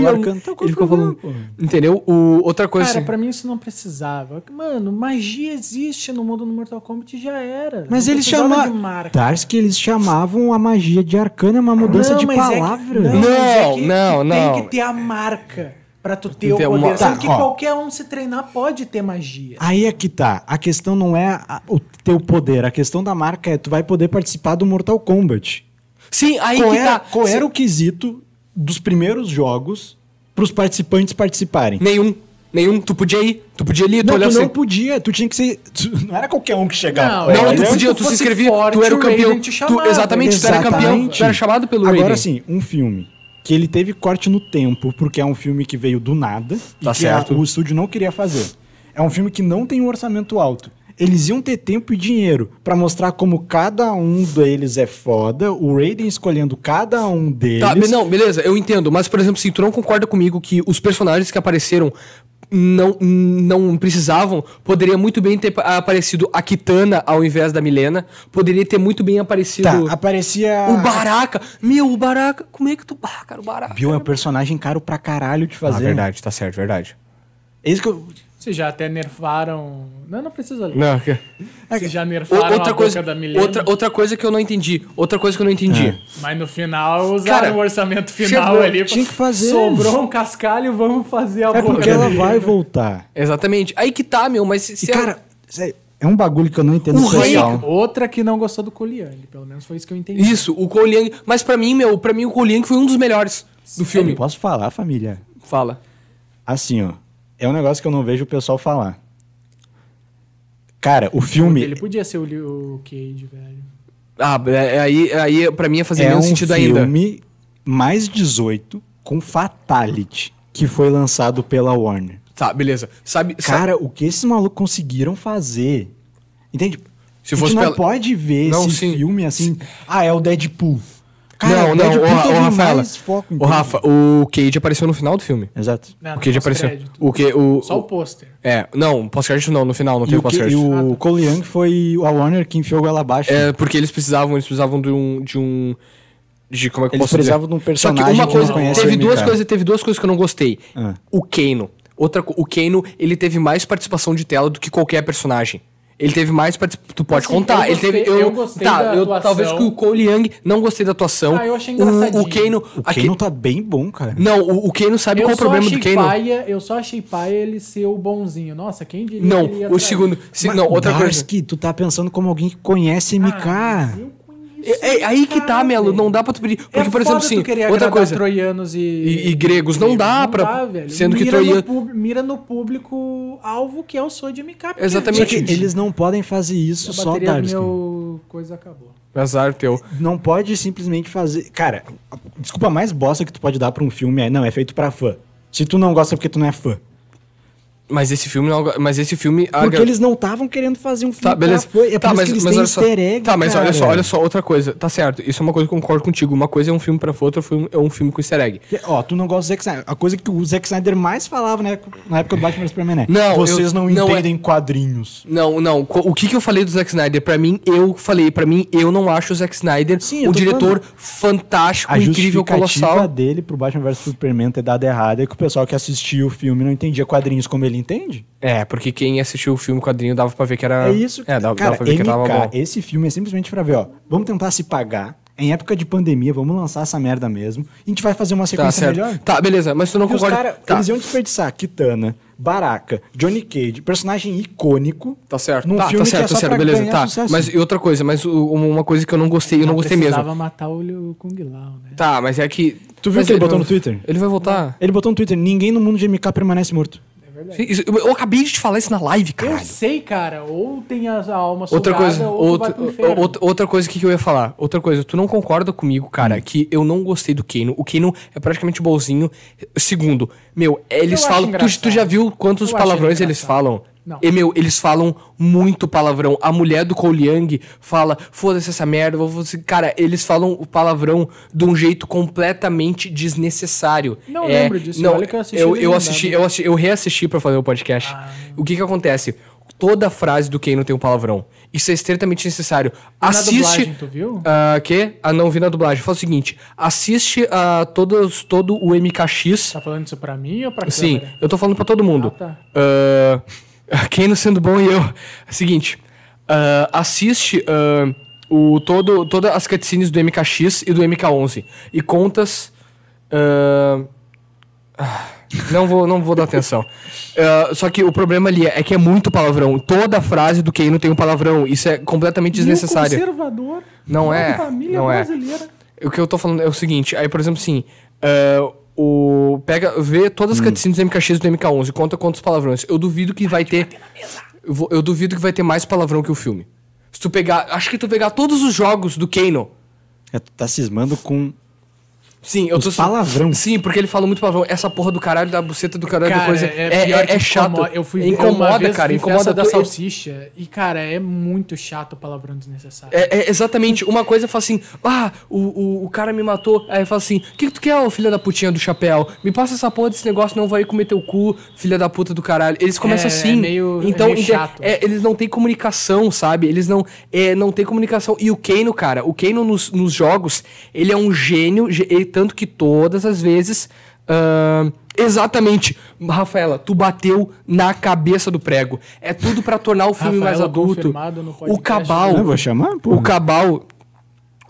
O arcano tá com
Ah, Ele ficou falando.
problema,
Entendeu? O, outra coisa.
Cara,
assim-
pra mim isso não precisava. Mano, magia existe no mundo do Mortal Kombat e já era.
Mas
Não
eles
precisava de
chamaram.
marca.
Tá,
Darsk, eles chamavam a magia de arcano, é uma mudança
Não,
de
mas é que-
palavra.
não, mas é que
Não,
tu
não,
Tem
não.
que ter a marca pra tu ter o
ter
poder.
uma-
Sendo
Tá,
que
ó.
qualquer um se treinar pode ter magia.
Aí é que tá. A questão não é a- o teu poder. A questão da marca é tu vai poder participar do Mortal Kombat.
Sim, aí
qual
que
era,
tá.
qual
Sim.
era o quesito dos primeiros jogos para os participantes participarem?
Nenhum. Nenhum. Tu podia ir. Tu podia ir, tu
Não, tu não
olhava assim.
podia. Tu tinha que ser. tu- não era qualquer um que chegava.
Não, é,
Não,
Olha,
tu
se
podia,
tu
tu se
fosse
inscrevia, tu
forte,
era o
o Raiden
campeão.
te
Tu-
chamava.
exatamente, tu era campeão, tu era chamado pelo
Agora
Raiden.
sim, um filme que ele teve corte no tempo, porque é um filme que veio do nada
Tá
e que
certo.
a- o estúdio não queria fazer. É um filme que não tem um orçamento alto. eles iam ter tempo e dinheiro pra mostrar como cada um deles é foda, o Raiden escolhendo cada um deles.
Tá, be- não, beleza, eu entendo. Mas, por exemplo, se tu não concorda comigo que os personagens que apareceram não, não precisavam, poderia muito bem ter aparecido a Kitana ao invés da Milena. Poderia ter muito bem aparecido
Tá, aparecia.
o Baraka. Meu, o Baraka, como é que tu. Ah, cara, o Baraka.
Bill é um personagem caro pra caralho de fazer.
tá certo, verdade.
É isso que eu.
Vocês já até nerfaram. Não, não precisa ler.
Não, que-
Vocês já
O-
nerfaram
outra,
a
coisa,
boca da Milena.
outra, outra coisa que eu não entendi. Outra coisa que eu não entendi.
Mas no final usaram
Cara,
o orçamento final
chegou,
ali.
tinha que fazer.
Sobrou um cascalho, vamos fazer a
Tá
É
boca
porque
da
ela
Milena.
vai voltar.
Exatamente. Aí que tá, meu, mas se,
E,
se a-
cara, sério, é um bagulho que eu não entendo
O rei-
especial.
Outra que não gostou do Coliang, pelo menos foi isso que eu entendi.
Isso, o Cole Young. Mas pra mim, meu, pra mim o Cole Young foi um dos melhores do filme.
Posso falar, família?
Fala.
Assim, ó. É um negócio que eu não vejo o pessoal falar. Cara, o filme
Ele podia ser o, Liu- o Cage, velho.
Ah, é- é aí, aí pra mim ia fazer
é um
menos sentido ainda.
filme mais 18 com Fatality, que foi lançado pela Warner.
Tá, beleza. Sabe, sa-
Cara, o que esses malucos conseguiram fazer? Entende?
Se
a gente
fosse
não
pela-
pode ver
Não,
esse
sim.
filme assim. Ah, é o Deadpool.
não, não, o,
Deadpool
Ra-
teve
o Rafaela.
mais foco,
O
entende?
Rafa, o Cage apareceu no final do filme.
Exato.
Não,
o
não,
Cage
os
apareceu.
créditos.
O que o,
Só o pôster.
É, não, pós-crédito não, no final não
E
tem
o, que, e
pós-crédito.
o Cole Young foi a Warner que enfiou ela abaixo.
É, porque eles precisavam, eles precisavam de um de um de como é que eu
Eles
posso
precisavam
dizer?
de um personagem
Só que
que
uma coisa,
não conhece
teve
o
duas
MK.
coisas, teve duas coisas que eu não gostei.
Ah.
O Kano. Outra, co- o Kano, ele teve mais participação de tela do que qualquer personagem. Ele teve mais participação. Tu pode
Assim,
contar.
eu
ele teve,
gostei- eu gostei
tá,
da
eu-
atuação.
talvez que o Cole Young não gostei da atuação.
Ah, eu achei
O,
engraçadinho.
o Kano.
O
aque-
Kano tá bem bom, cara.
Não, o, o Kano sabe qual é o
só
problema do
achei
Kano.
paia, eu só achei paia ele ser o bonzinho. Nossa, quem diria que ele ia É
Não, o
atrás?
segundo. se-
Mas,
não, outra coisa.
Darsky, tu tá pensando como alguém que conhece MK.
Eu conheço
É, é aí que tá,
cara,
Melo.
velho.
Não dá pra tu pedir. Porque,
é
por exemplo,
foda
sim,
tu querer
outra
agradar
coisa.
troianos e,
e- e gregos, não dá pra-
velho.
sendo que
mira
troia-
no, pub- mira no público alvo que é o sonho de MK. porque,
Exatamente.
Só
gente,
que eles não podem fazer isso
a
só,
bateria do
Darsky.
meu coisa acabou.
Azar teu.
Não pode simplesmente fazer. Cara, a desculpa mais bosta que tu pode dar pra um filme é. Não, é feito pra fã. Se tu não gosta é porque tu não é fã.
Mas esse filme não. Mas esse filme.
Porque
agra-
eles não estavam querendo fazer um filme
Ah, Tá, beleza.
pra fã. É
tá,
por
mas,
isso que eles
mas
têm
olha só.
easter egg,
tá, mas olha
cara.
só, olha só, outra coisa. Tá certo. Isso é uma coisa que eu concordo contigo. Uma coisa é um filme pra fã, outra filme- é um filme com easter egg.
Que- Ó, tu não gosta do Zack Snyder. A coisa que o Zack Snyder mais falava na época, na época do Batman vs Superman é.
Não,
Vocês
eu-
não
não, é-
entendem quadrinhos.
Não, não. Co- O que, que eu falei do Zack Snyder? Pra mim, eu falei, pra mim, eu não acho o Zack Snyder
Sim, eu
um
tô
diretor
falando.
fantástico,
A
incrível,
justificativa
colossal.
dele pro Batman vs Superman ter dado errado é que o pessoal que assistia o filme não entendia quadrinhos como ele entende.
É, porque quem assistiu o filme quadrinho dava pra ver que era.
É isso.
É, dava,
cara,
dava pra ver que tava bom.
MK, esse filme é simplesmente pra ver, ó. Vamos tentar se pagar. Em época de pandemia, vamos lançar essa merda mesmo. E a gente vai fazer uma
Tá
sequência
certo.
melhor.
Tá, beleza, mas tu não
E os
concorda.
caras,
tá.
eles iam desperdiçar Kitana, Baraka, Johnny Cage, personagem icônico.
Tá certo,
num
tá, tá
filme que é
certo,
só
tá certo,
pra
beleza,
ganhar
tá.
sucesso.
Mas e outra coisa, mas o- uma coisa que eu não gostei, eu não, gostei mesmo.
Precisava matar o Kung Lao, né?
Tá, mas é que.
Tu viu
mas
o que ele
vai-
botou no Twitter? é
Ele vai voltar.
Ele botou no Twitter, ninguém no mundo de MK permanece morto.
Sim, isso- eu, eu acabei de te falar isso na live,
Eu
cara.
sei, cara. Ou tem a a alma
Outra
sugada,
coisa,
ou tu vai
outra,
pro inferno.
outra, outra coisa que que eu ia falar. Outra coisa, tu não concorda comigo, cara, que eu não gostei do Kano. O Kano é praticamente bolzinho. Segundo, meu, eles
acho
falam. Tu,
engraçado.
tu já viu quantos
Eu acho
palavrões
ele
eles
engraçado.
falam?
Não.
E, meu, eles falam muito palavrão. A mulher do Cole Young fala, foda-se essa merda. vou- vou- Cara, eles falam o palavrão de um jeito completamente desnecessário. É,
Não lembro disso, olha que eu assisti
Eu,
ele
eu
não
assisti,
lembro.
eu, assi- eu reassisti pra fazer o podcast.
Ah.
O que que acontece? Toda frase do Kano tem um palavrão. Isso é estritamente necessário.
Na
Assiste...
é dublagem, então. tu viu?
Ah, que? Ah, não vi na dublagem. Fala o seguinte: assiste a todos, todo o MKX.
Tá falando isso pra mim ou pra
Sim,
câmera?
eu tô falando pra todo mundo.
Ah, tá.
Ah, quem não sendo bom e eu. É o seguinte, ah, assiste ah, o todo, todas as cutscenes do MKX e do MK11 e contas. ah, ah, não vou, não vou dar atenção. Ah, só que o problema ali é que é muito palavrão. Toda frase do Keino tem um palavrão. Isso é completamente
E o
desnecessário.
conservador.
Não é,
a Família
não é.
brasileira.
O que eu tô falando é o seguinte, aí, por exemplo, assim, é, o. Pega, vê todas
Hum.
as cutscenes do MKX e do MK11, conta quantos palavrões. Eu duvido que vai ter. Eu, vou- eu duvido que vai ter mais palavrão que o filme. Se tu pegar. Acho que tu pegar todos os jogos do Kano.
É, tu tá cismando com
Sim, eu
Os
tô.
palavrão.
Sim, porque ele fala muito palavrão. Essa porra do caralho, da buceta do caralho, da
Cara,
coisa.
é,
É,
pior
é,
que
é chato.
incomoda. Eu fui uma
incomoda,
vez,
cara.
fui
Incomoda
festa da
tu-
salsicha. E, cara, é muito chato o palavrão desnecessário.
É, é, exatamente. Uma coisa fala assim: ah, o, o, o cara me matou. Aí fala assim: o que, que tu quer, ô filha da putinha do chapéu? Me passa essa porra desse negócio, não vai comer teu cu, filha da puta do caralho. Eles começam
É,
assim.
é meio- é
então,
meio
ente-
chato.
é, eles não têm comunicação, sabe? Eles não, é, não têm comunicação. E o Kano, cara, o Kano nos, nos jogos, ele é um gênio, gê- ele- tanto que todas as vezes. ahn, Exatamente, Rafaela, tu bateu na cabeça do prego. É tudo pra tornar o filme mais
Rafaela
adulto.
confirmado no
O
podcast.
Cabal,
Eu né, vou chamar, pô.
o Cabal.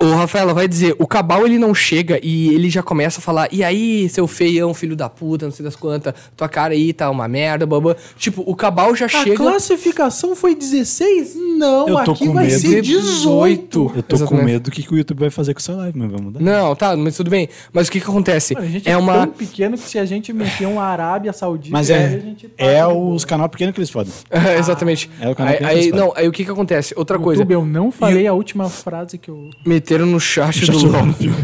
O Rafaela vai dizer, o Cabal ele não chega e ele já começa a falar, e aí, seu feião, filho da puta, não sei das quantas, tua cara aí tá uma merda, babá. Tipo, o Cabal já
A
chega.
classificação foi 16?
Eu
Não,
tô
aqui
com
vai
medo.
ser 18.
Eu tô
Exatamente.
com medo do que, que o YouTube vai fazer com essa live, mas vamos dar.
Não, tá, mas tudo bem. Mas o que que acontece?
Mano, a gente
é uma.
tão pequeno que se a gente meter um Arábia Saudita...
Mas
aí a
é,
gente passa
é
de
os
boa.
canal pequeno que eles fodem.
É, Exatamente.
É o canal
aí,
que
aí-
eles fazem.
não, aí o que que acontece? Outra coisa.
YouTube, eu não falei a última frase que eu...
Meteram no chat
Já
do
jogou
LOL.
no filme.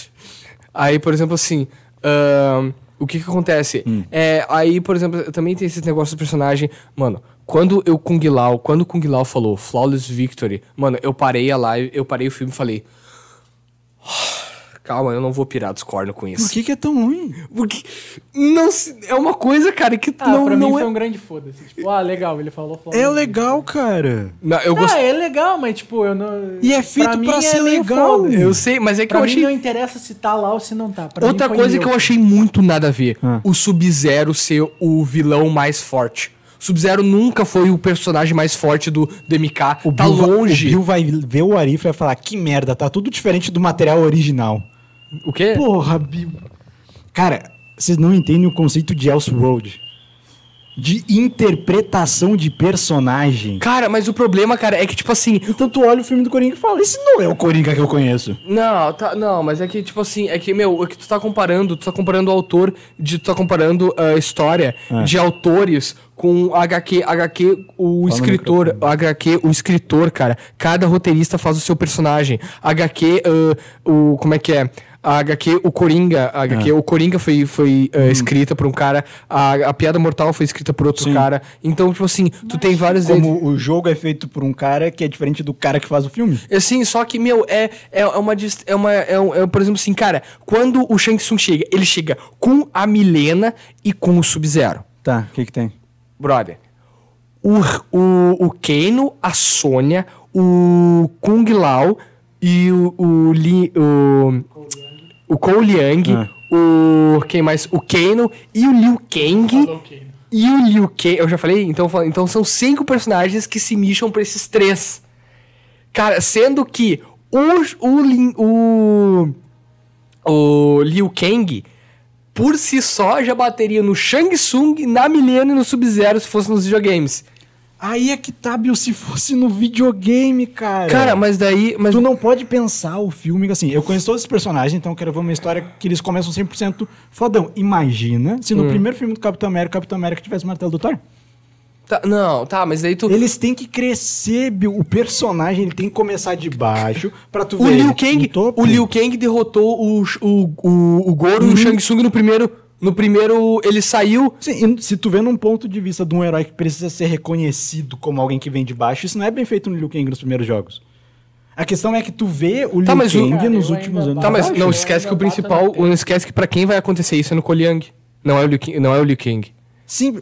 Aí, por exemplo, assim. ahn, o que que acontece? É, aí, por exemplo, também tem esse negócio do personagem. Mano, quando eu Kung Lao, quando o Kung Lao falou Flawless Victory, mano, eu parei a live, eu parei o filme e falei. "Ah, Calma, eu não vou pirar dos cornos com
Por
isso.
que, que é tão ruim?
Porque. Não se- É uma coisa, cara, que
Ah,
não,
pra mim
não
foi
é.
um grande foda-se. Tipo, ah, legal, ele falou... falou
É legal, cara.
Não, eu
Ah,
gostei.
é legal, mas tipo, eu não...
E é feito
mim
pra ser
meio
legal.
foda.
Eu sei, mas é que
Pra
eu
mim
achei.
não interessa se tá lá ou se não tá. Pra
Outra
mim foi
coisa que
neutro.
eu achei muito nada a ver,
Ah.
o Sub-Zero ser o vilão mais forte. Sub-Zero nunca foi o personagem mais forte do, do MK. tá
Bill va-
longe.
O Bill vai ver o Arif e vai falar: que merda, tá tudo diferente do material original.
O quê?
Porra, Bill. Cara, vocês não entendem o conceito de Elseworld de interpretação de personagem.
Cara, mas o problema, cara, é que tipo assim.
Então tu olha o filme do Coringa e fala: esse não é o Coringa que eu conheço.
Não, tá, não, mas é que tipo assim, é que, meu, é que tu tá comparando, tu tá comparando o autor, de, tu tá comparando a história
É.
de autores com HQ, HQ, o
Fala no
escritor,
microfone.
HQ, o escritor, cara. Cada roteirista faz o seu personagem. HQ, ah, o. Como é que é? A HQ, o Coringa. A
É.
HQ, o Coringa foi, foi
Hum.
ah, escrita por um cara. A, a Piada Mortal foi escrita por outro
Sim.
cara. Então, tipo assim, tu tem vários deles.
Como o jogo é feito por um cara que é diferente do cara que faz o filme.
Assim, só que, meu, é, é, é uma. dis- É uma é, um- é, por exemplo, assim, cara, quando o Shang Tsung chega, ele chega com a Milena e com o Sub-Zero.
Tá, o que que tem?
Brother. O, o, o Kano, a Sônia, o Kung Lao e o. O. Li, o, o Cole Liang,
Ah.
o. Quem mais? O Kano e o Liu Kang.
Falou que-
E o Liu Kang, eu já falei, então, fa- então são cinco personagens que se mexam pra esses três. Cara, sendo que o, o, Lin- o, o Liu Kang, por si só, já bateria no Shang Tsung, na Milena e no Sub-Zero se fosse nos videogames.
Aí é que tá, Bill, se fosse no videogame, cara.
Cara, mas daí. Mas,
É. Tu não pode pensar o filme assim. Eu conheço todos os personagens, então eu quero ver uma história que eles começam 100% fodão. Imagina
Hum.
se no primeiro filme do Capitão América, o Capitão América tivesse o martelo do Thor.
tá, não, tá, mas daí tu.
Eles têm que crescer, Bill. O personagem ele tem que começar de baixo pra tu
O
ver.
Liu,
ele no
Kang,
topo. Uhum.
o Liu Kang derrotou o, Sh- o, o, o Goro e o Shang Tsung no primeiro. No primeiro, ele saiu.
Sim, e se tu vê num ponto de vista de um herói que precisa ser reconhecido como alguém que vem de baixo, isso não é bem feito no Liu Kang nos primeiros jogos. A questão é que tu vê o
Tá,
Liu
mas o-
Kang
Cara,
nos
eu
últimos
ainda
anos.
Tá,
de
mas
baixo.
não
eu
esquece que
ainda
o
bato na
principal,
tecla.
não esquece que pra quem vai acontecer isso é no Koliang. Não é o Liu Kang. Não é o Liu Kang.
Sim,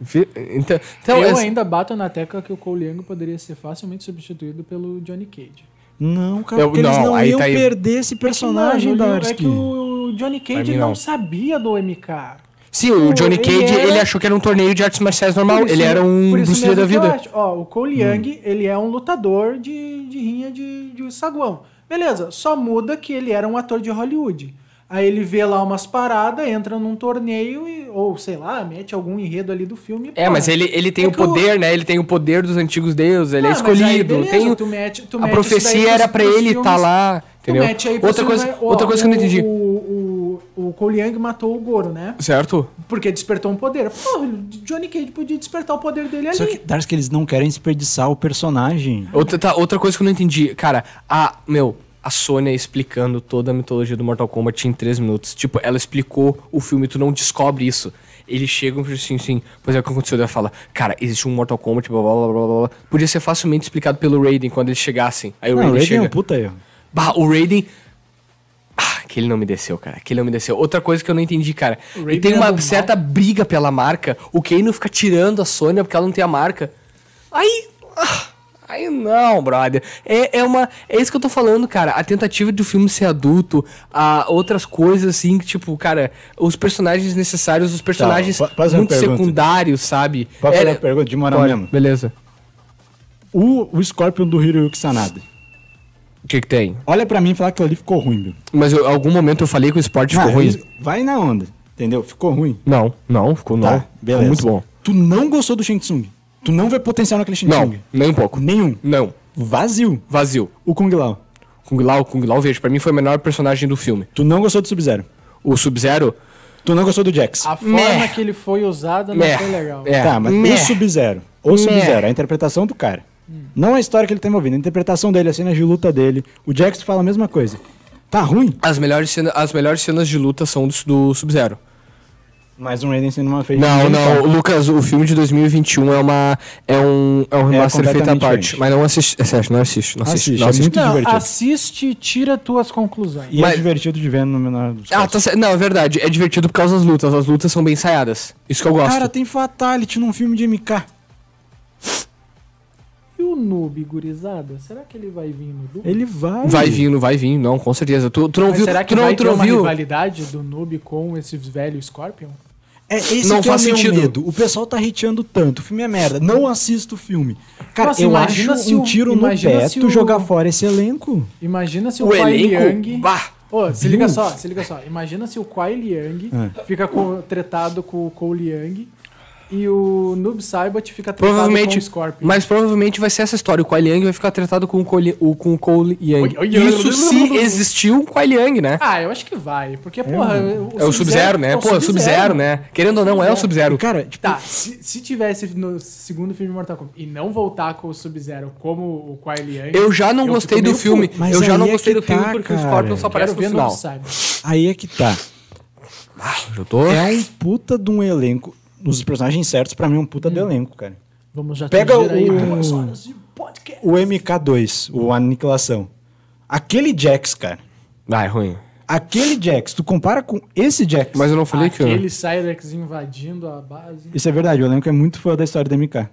Vi- Então, então
eu
essa-
ainda bato na tecla que o Cole Young poderia ser facilmente substituído pelo Johnny Cage.
Não, cara,
Eu-
porque eles
não,
não
aí
iam
tá aí.
perder esse personagem,
Mano, o Liu- É
Darski.
que o Johnny
mim,
Cage
não.
não. sabia do MK.
Sim, o Johnny
ele
Cage, ele,
era-
achou que era um torneio de artes marciais
Por
normal.
isso-
ele era um
por isso
Bruce Lee da
mesmo que eu
vida. Hum.
acho. Ó, o Cole Young, ele é um lutador de, de rinha de, de saguão. Beleza, só muda que ele era um ator de Hollywood. Aí ele vê lá umas paradas, entra num torneio, e, ou sei lá, mete algum enredo ali do filme. e
É,
pá.
mas ele, ele tem
É
o
que o-
poder, né? Ele tem o poder dos antigos deuses, ele é
Ah, mas aí
escolhido.
beleza,
tem o-
tu mete- tu
a
mete isso daí
profecia
pros-
era pra
pros
ele estar
filmes.
lá,
Tu
entendeu?
mete aí pra
Outra
cima,
coisa,
ó,
outra coisa que eu não
o-
entendi.
O, o, o Cole Young matou o Goro, né?
Certo?
Porque despertou um poder. Porra, o Johnny Cage podia despertar o poder dele ali.
Só que, Darski, eles não querem desperdiçar o personagem.
Outra, tá, outra coisa que eu não entendi, cara, a. Meu, a Sônia explicando toda a mitologia do Mortal Kombat em três minutos. Tipo, ela explicou o filme, tu não descobre isso. Eles chegam e assim, assim, pois é, o que aconteceu? Ela fala, cara, existe um Mortal Kombat, blá blá blá blá blá. blá. Podia ser facilmente explicado pelo Raiden quando eles chegassem. Aí o
Não, o
Raiden,
Raiden é
chega.
um puta erro.
Bah, o Raiden. Ah, aquele não me desceu, cara. Aquele não me desceu. Outra coisa que eu não entendi, cara.
O
E
Raiden
tem
é do
uma
mal.
certa briga pela marca. O Kano fica tirando a Sônia porque ela não tem a marca. Aí. ah, Aí não, brother. É, é uma. É isso que eu tô falando, cara. A tentativa do filme ser adulto, a outras coisas assim, que, tipo, cara, os personagens necessários, os personagens
Tá, fa- faz uma
muito
pergunta.
secundários, sabe?
Pode
Era-
fazer a pergunta de moral
É, Pode,
mesmo.
Beleza.
O, o Scorpion do Hiroyuki Sanada.
O que que tem?
Olha pra mim e fala que aquilo ali ficou ruim, meu.
Mas eu- algum momento eu falei que o esporte ficou
Ah,
ruim?
isso- Vai na onda, entendeu? Ficou ruim.
Não, não, ficou não.
Tá,
Ficou
beleza.
Muito bom.
Tu não gostou do Shang Tsung. Tu não vê potencial naquele Shang
Não,
Tsung.
nem um pouco.
Nenhum.
Não,
Vazio.
vazio.
O Kung Lao.
Kung Lao, Kung Lao vejo, pra mim foi o menor personagem do filme.
Tu não gostou do Sub-Zero.
O Sub-Zero,
Tu não gostou do Jax.
A forma
Meh.
que ele foi usado não
é,
foi legal.
é,
Tá, mas
meh.
o Sub-Zero. O
Meh.
Sub-Zero, a interpretação do cara. Não a história que ele tá envolvido, a interpretação dele, as cenas de luta dele. O Jax tu fala a mesma coisa. Tá ruim,
As melhores, cena, as melhores cenas de luta são do, do Sub-Zero.
mas o Raiden sendo uma tá. feita.
Não,
de
não,
uniforme.
Lucas, o filme de 2021 é uma é um é um remaster feito à
completamente
parte,
diferente.
mas não assiste, é sério, não assiste, não assiste,
Assiste,
não
é
assiste.
muito
Não,
divertido.
assiste e tira tuas conclusões.
E
Mas-
é divertido de ver no menor dos
Ah,
casos.
tá certo. Não, é verdade. É divertido por causa das lutas. As lutas são bem ensaiadas. Isso que eu gosto.
Cara,
tá
tem Fatality num filme de MK.
E o noob, gurizada? Será que ele vai vir no duplo?
Ele vai.
vai vindo, vai vindo. Não, com certeza. Tu, tu não
Mas
viu.
será que
tu não,
vai
tu
ter
não
uma
viu?
rivalidade do noob com esse velho Scorpion?
É, esse
Não
que é
faz
o meu
sentido.
medo. O pessoal tá hateando tanto. O filme é merda. Não assisto o filme. Cara,
Nossa,
eu
imagina
acho
se
um
o-
tiro no
imagina
pé
se
tu
o-
jogar fora esse elenco.
Imagina se o,
O
Kuai
elenco.
Liang...
Bah.
Ô, se
Viu?
liga só, se liga só. Imagina se o Kuai Liang
É.
fica co- tretado com o Cole Liang e o Noob Saibot fica tretado
Provavelmente.
com o Scorpion.
Mas provavelmente vai ser essa história. O Kuai Liang vai ficar tratado com o, Cole, o- com o Cole Yang.
Oi, oi, oi,
Isso
oi,
se
oi, oi.
existiu um Kuai Liang, né?
Ah, eu acho que vai, porque, porra...
é o Sub-Zero, né?
é o
Pô, é o Sub-Zero, né? Querendo ou não, é o Sub-Zero.
Cara, tipo,
Tá, se, se tivesse no segundo filme de Mortal Kombat e não voltar com o Sub-Zero como o Kuai Liang...
Eu já não
eu
gostei
fico
do
meio
filme.
puto.
mas
Eu já
aí
não
é
gostei
que
do filme
tá,
porque o
cara.
Scorpion só
Quero
aparece no
ver Noob
final.
Saibot.
aí é que tá.
Eu tô...
É um puta de um elenco. Os personagens certos, pra mim, é um puta de elenco, cara.
Vamos já
Pega
atingir aí
o-
duas horas de podcast.
O MK2, o Aniquilação. Aquele Jax, cara.
Ah, é ruim.
Aquele Jax, tu compara com esse Jax.
Mas eu não falei que... eu-
Aquele Cyrex invadindo a base.
Isso é verdade, o elenco é muito fã da história do MK.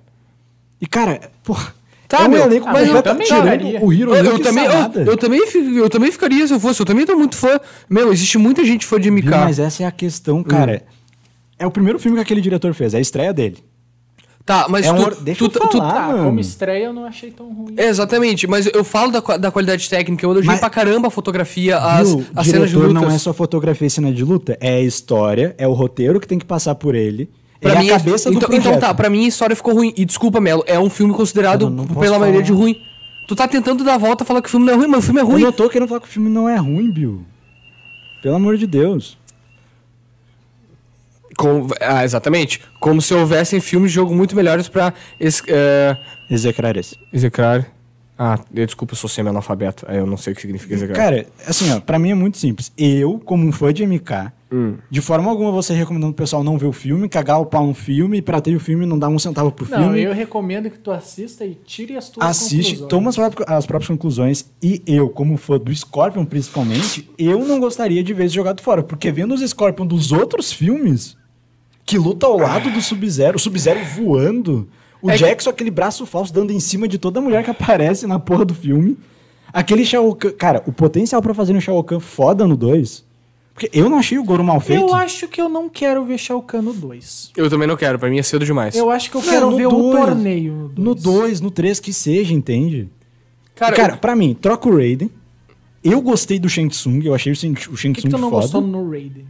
E, cara, porra.
Tá,
é um
meu,
elenco
ah,
mas
mas eu
eu
também jogaria.
tirando o Hiro
Eu, eu também, eu, eu também, fi- eu também ficaria se eu fosse. Eu também tô muito fã. Meu, existe muita gente fã de MK.
Viu? Mas essa é a questão, cara.
Hum.
É o primeiro filme que aquele diretor fez, é a estreia dele.
Tá, mas
é um-
tu,
deixa eu
tu, tu,
falar.
Tá,
mano.
como estreia eu não achei tão ruim.
É, Exatamente, mas eu falo da, qua- da qualidade técnica, eu elogiei
Mas-
pra caramba a fotografia, as,
Viu?
as
diretor
cenas de lutas.
não é só fotografia e cena de luta, é a história, é o roteiro que tem que passar por ele.
Pra
ele
mim,
é a cabeça
então,
do projeto.
então tá, pra mim a história ficou ruim. E desculpa, Melo, é um filme considerado
Eu não posso
pela maioria de
falar.
ruim. Tu tá tentando dar a volta e falar que o filme não é ruim, mas o filme é
Eu
ruim.
não tô querendo falar que o filme não é ruim, Bill. Pelo amor de Deus.
Com- ah, exatamente. Como se houvessem filmes de jogo muito melhores pra. es- é,
Execrar esse.
execrar. Ah, eu- desculpa, eu sou semi-analfabeto. Aí Eu não sei o que significa execrar.
Cara, assim, ó, pra mim é muito simples. Eu, como um fã de MK, de forma alguma você recomendando o pessoal não ver o filme, cagar o pau um filme, pirateia o filme, não dá um centavo pro
Não,
filme.
eu recomendo que tu assista e tire as tuas
Assiste,
conclusões.
toma as próprias, as próprias conclusões. E eu, como fã do Scorpion principalmente, eu não gostaria de ver isso jogado fora. Porque vendo os Scorpion dos outros filmes, que luta ao lado do Sub-Zero, o Sub-Zero voando, o
É que-
Jackson, aquele braço falso, dando em cima de toda mulher que aparece na porra do filme. Aquele Shao Kahn. Cara, o potencial pra fazer um Shao Kahn foda no 2. Porque eu não achei o Goro mal feito.
Eu acho que eu não quero ver Shao Kahn no 2.
Eu também não quero, pra mim é cedo demais.
Eu acho que eu
Não,
quero
no
ver o
dois.
torneio
No 2, no 3, que seja, entende?
Cara,
Cara, pra mim, troca o Raiden. Eu gostei do Shang Tsung, eu achei o Shang, o Shang
Por que, que
Tsung
tu não
foda.
gostou no Raiden?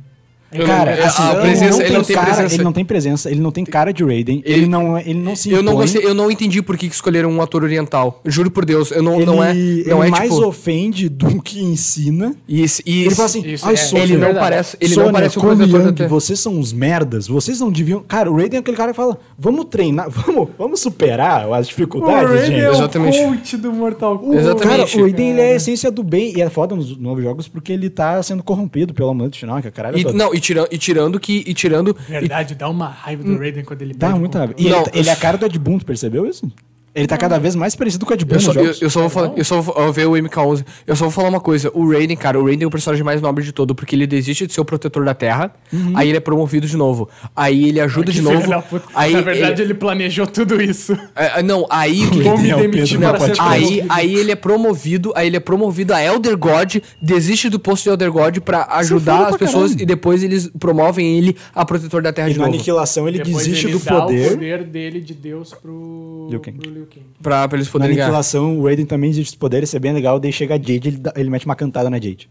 Eu não-
Cara,
é,
assim,
a
ele,
presença-
não
ele não tem
tem cara,
presença.
ele não tem presença, ele não tem cara de Raiden, ele,
Ele-
não, ele não se
Eu não,
impõe.
gostei- eu não entendi por que, que escolheram um ator oriental. Juro por Deus, eu não,
ele,
não é. Não
ele
é
mais
tipo.
ofende do que ensina.
E, esse- e
Ele
esse-
fala assim,
isso,
"Ai,
é,
Sônia,
ele não
verdade.
parece, ele
Sônia,
não parece um
Corey
protetor
Young,
da TV.
vocês são uns merdas, vocês não deviam... Cara, o Raiden é aquele cara que fala, vamos treinar, vamos, vamos superar as dificuldades, gente.
é o
Exatamente.
coach do Mortal
O,
Kombat.
Exatamente.
Cara, o Raiden ele é a essência do bem, e é foda nos novos jogos porque ele tá sendo corrompido pelo amante final, que é caralho
E,
toda.
não, e, tira, e tirando que. E tirando.
Verdade, dá uma raiva do Raiden quando ele
Hum. Dá
perde o
muita raiva.
controle.
E
Não,
ele, tá- ele é a cara do Ed Boon, tu percebeu isso? Ele tá cada vez mais parecido com o Ed Boon
Eu
nos
só, eu,
jogos.
eu só vou falar, eu só vou ó, ver o MK11. Eu só vou falar uma coisa. O Raiden, cara, o Raiden é o personagem mais nobre de todo, porque ele desiste de ser o protetor da Terra,
Uhum.
aí ele é promovido de novo. Aí ele ajuda de
Que
novo.
filho da puta.
Aí,
Na verdade, ele planejou tudo isso.
é, é, não, aí o que
Vou me
é o Pedro
demitir
da
pra ser
Patinha.
Aí,
promovido.
aí ele é promovido, aí ele é promovido a Elder God, desiste do posto de Elder God pra
foda
ajudar
pra
as pessoas
caralho.
e depois eles promovem ele a protetor da Terra
E
de
na
é
novo.
aniquilação ele
Depois
desiste
ele
do
dá o
poder.
poder dele de Deus pro
Liu Kang.
pro Liu Kang.
Pra, pra eles
Na
poderem ganhar.
aniquilação, o Raiden também desiste do poder, isso é bem legal. Daí chega a Jade, ele, dá- ele mete uma cantada na Jade.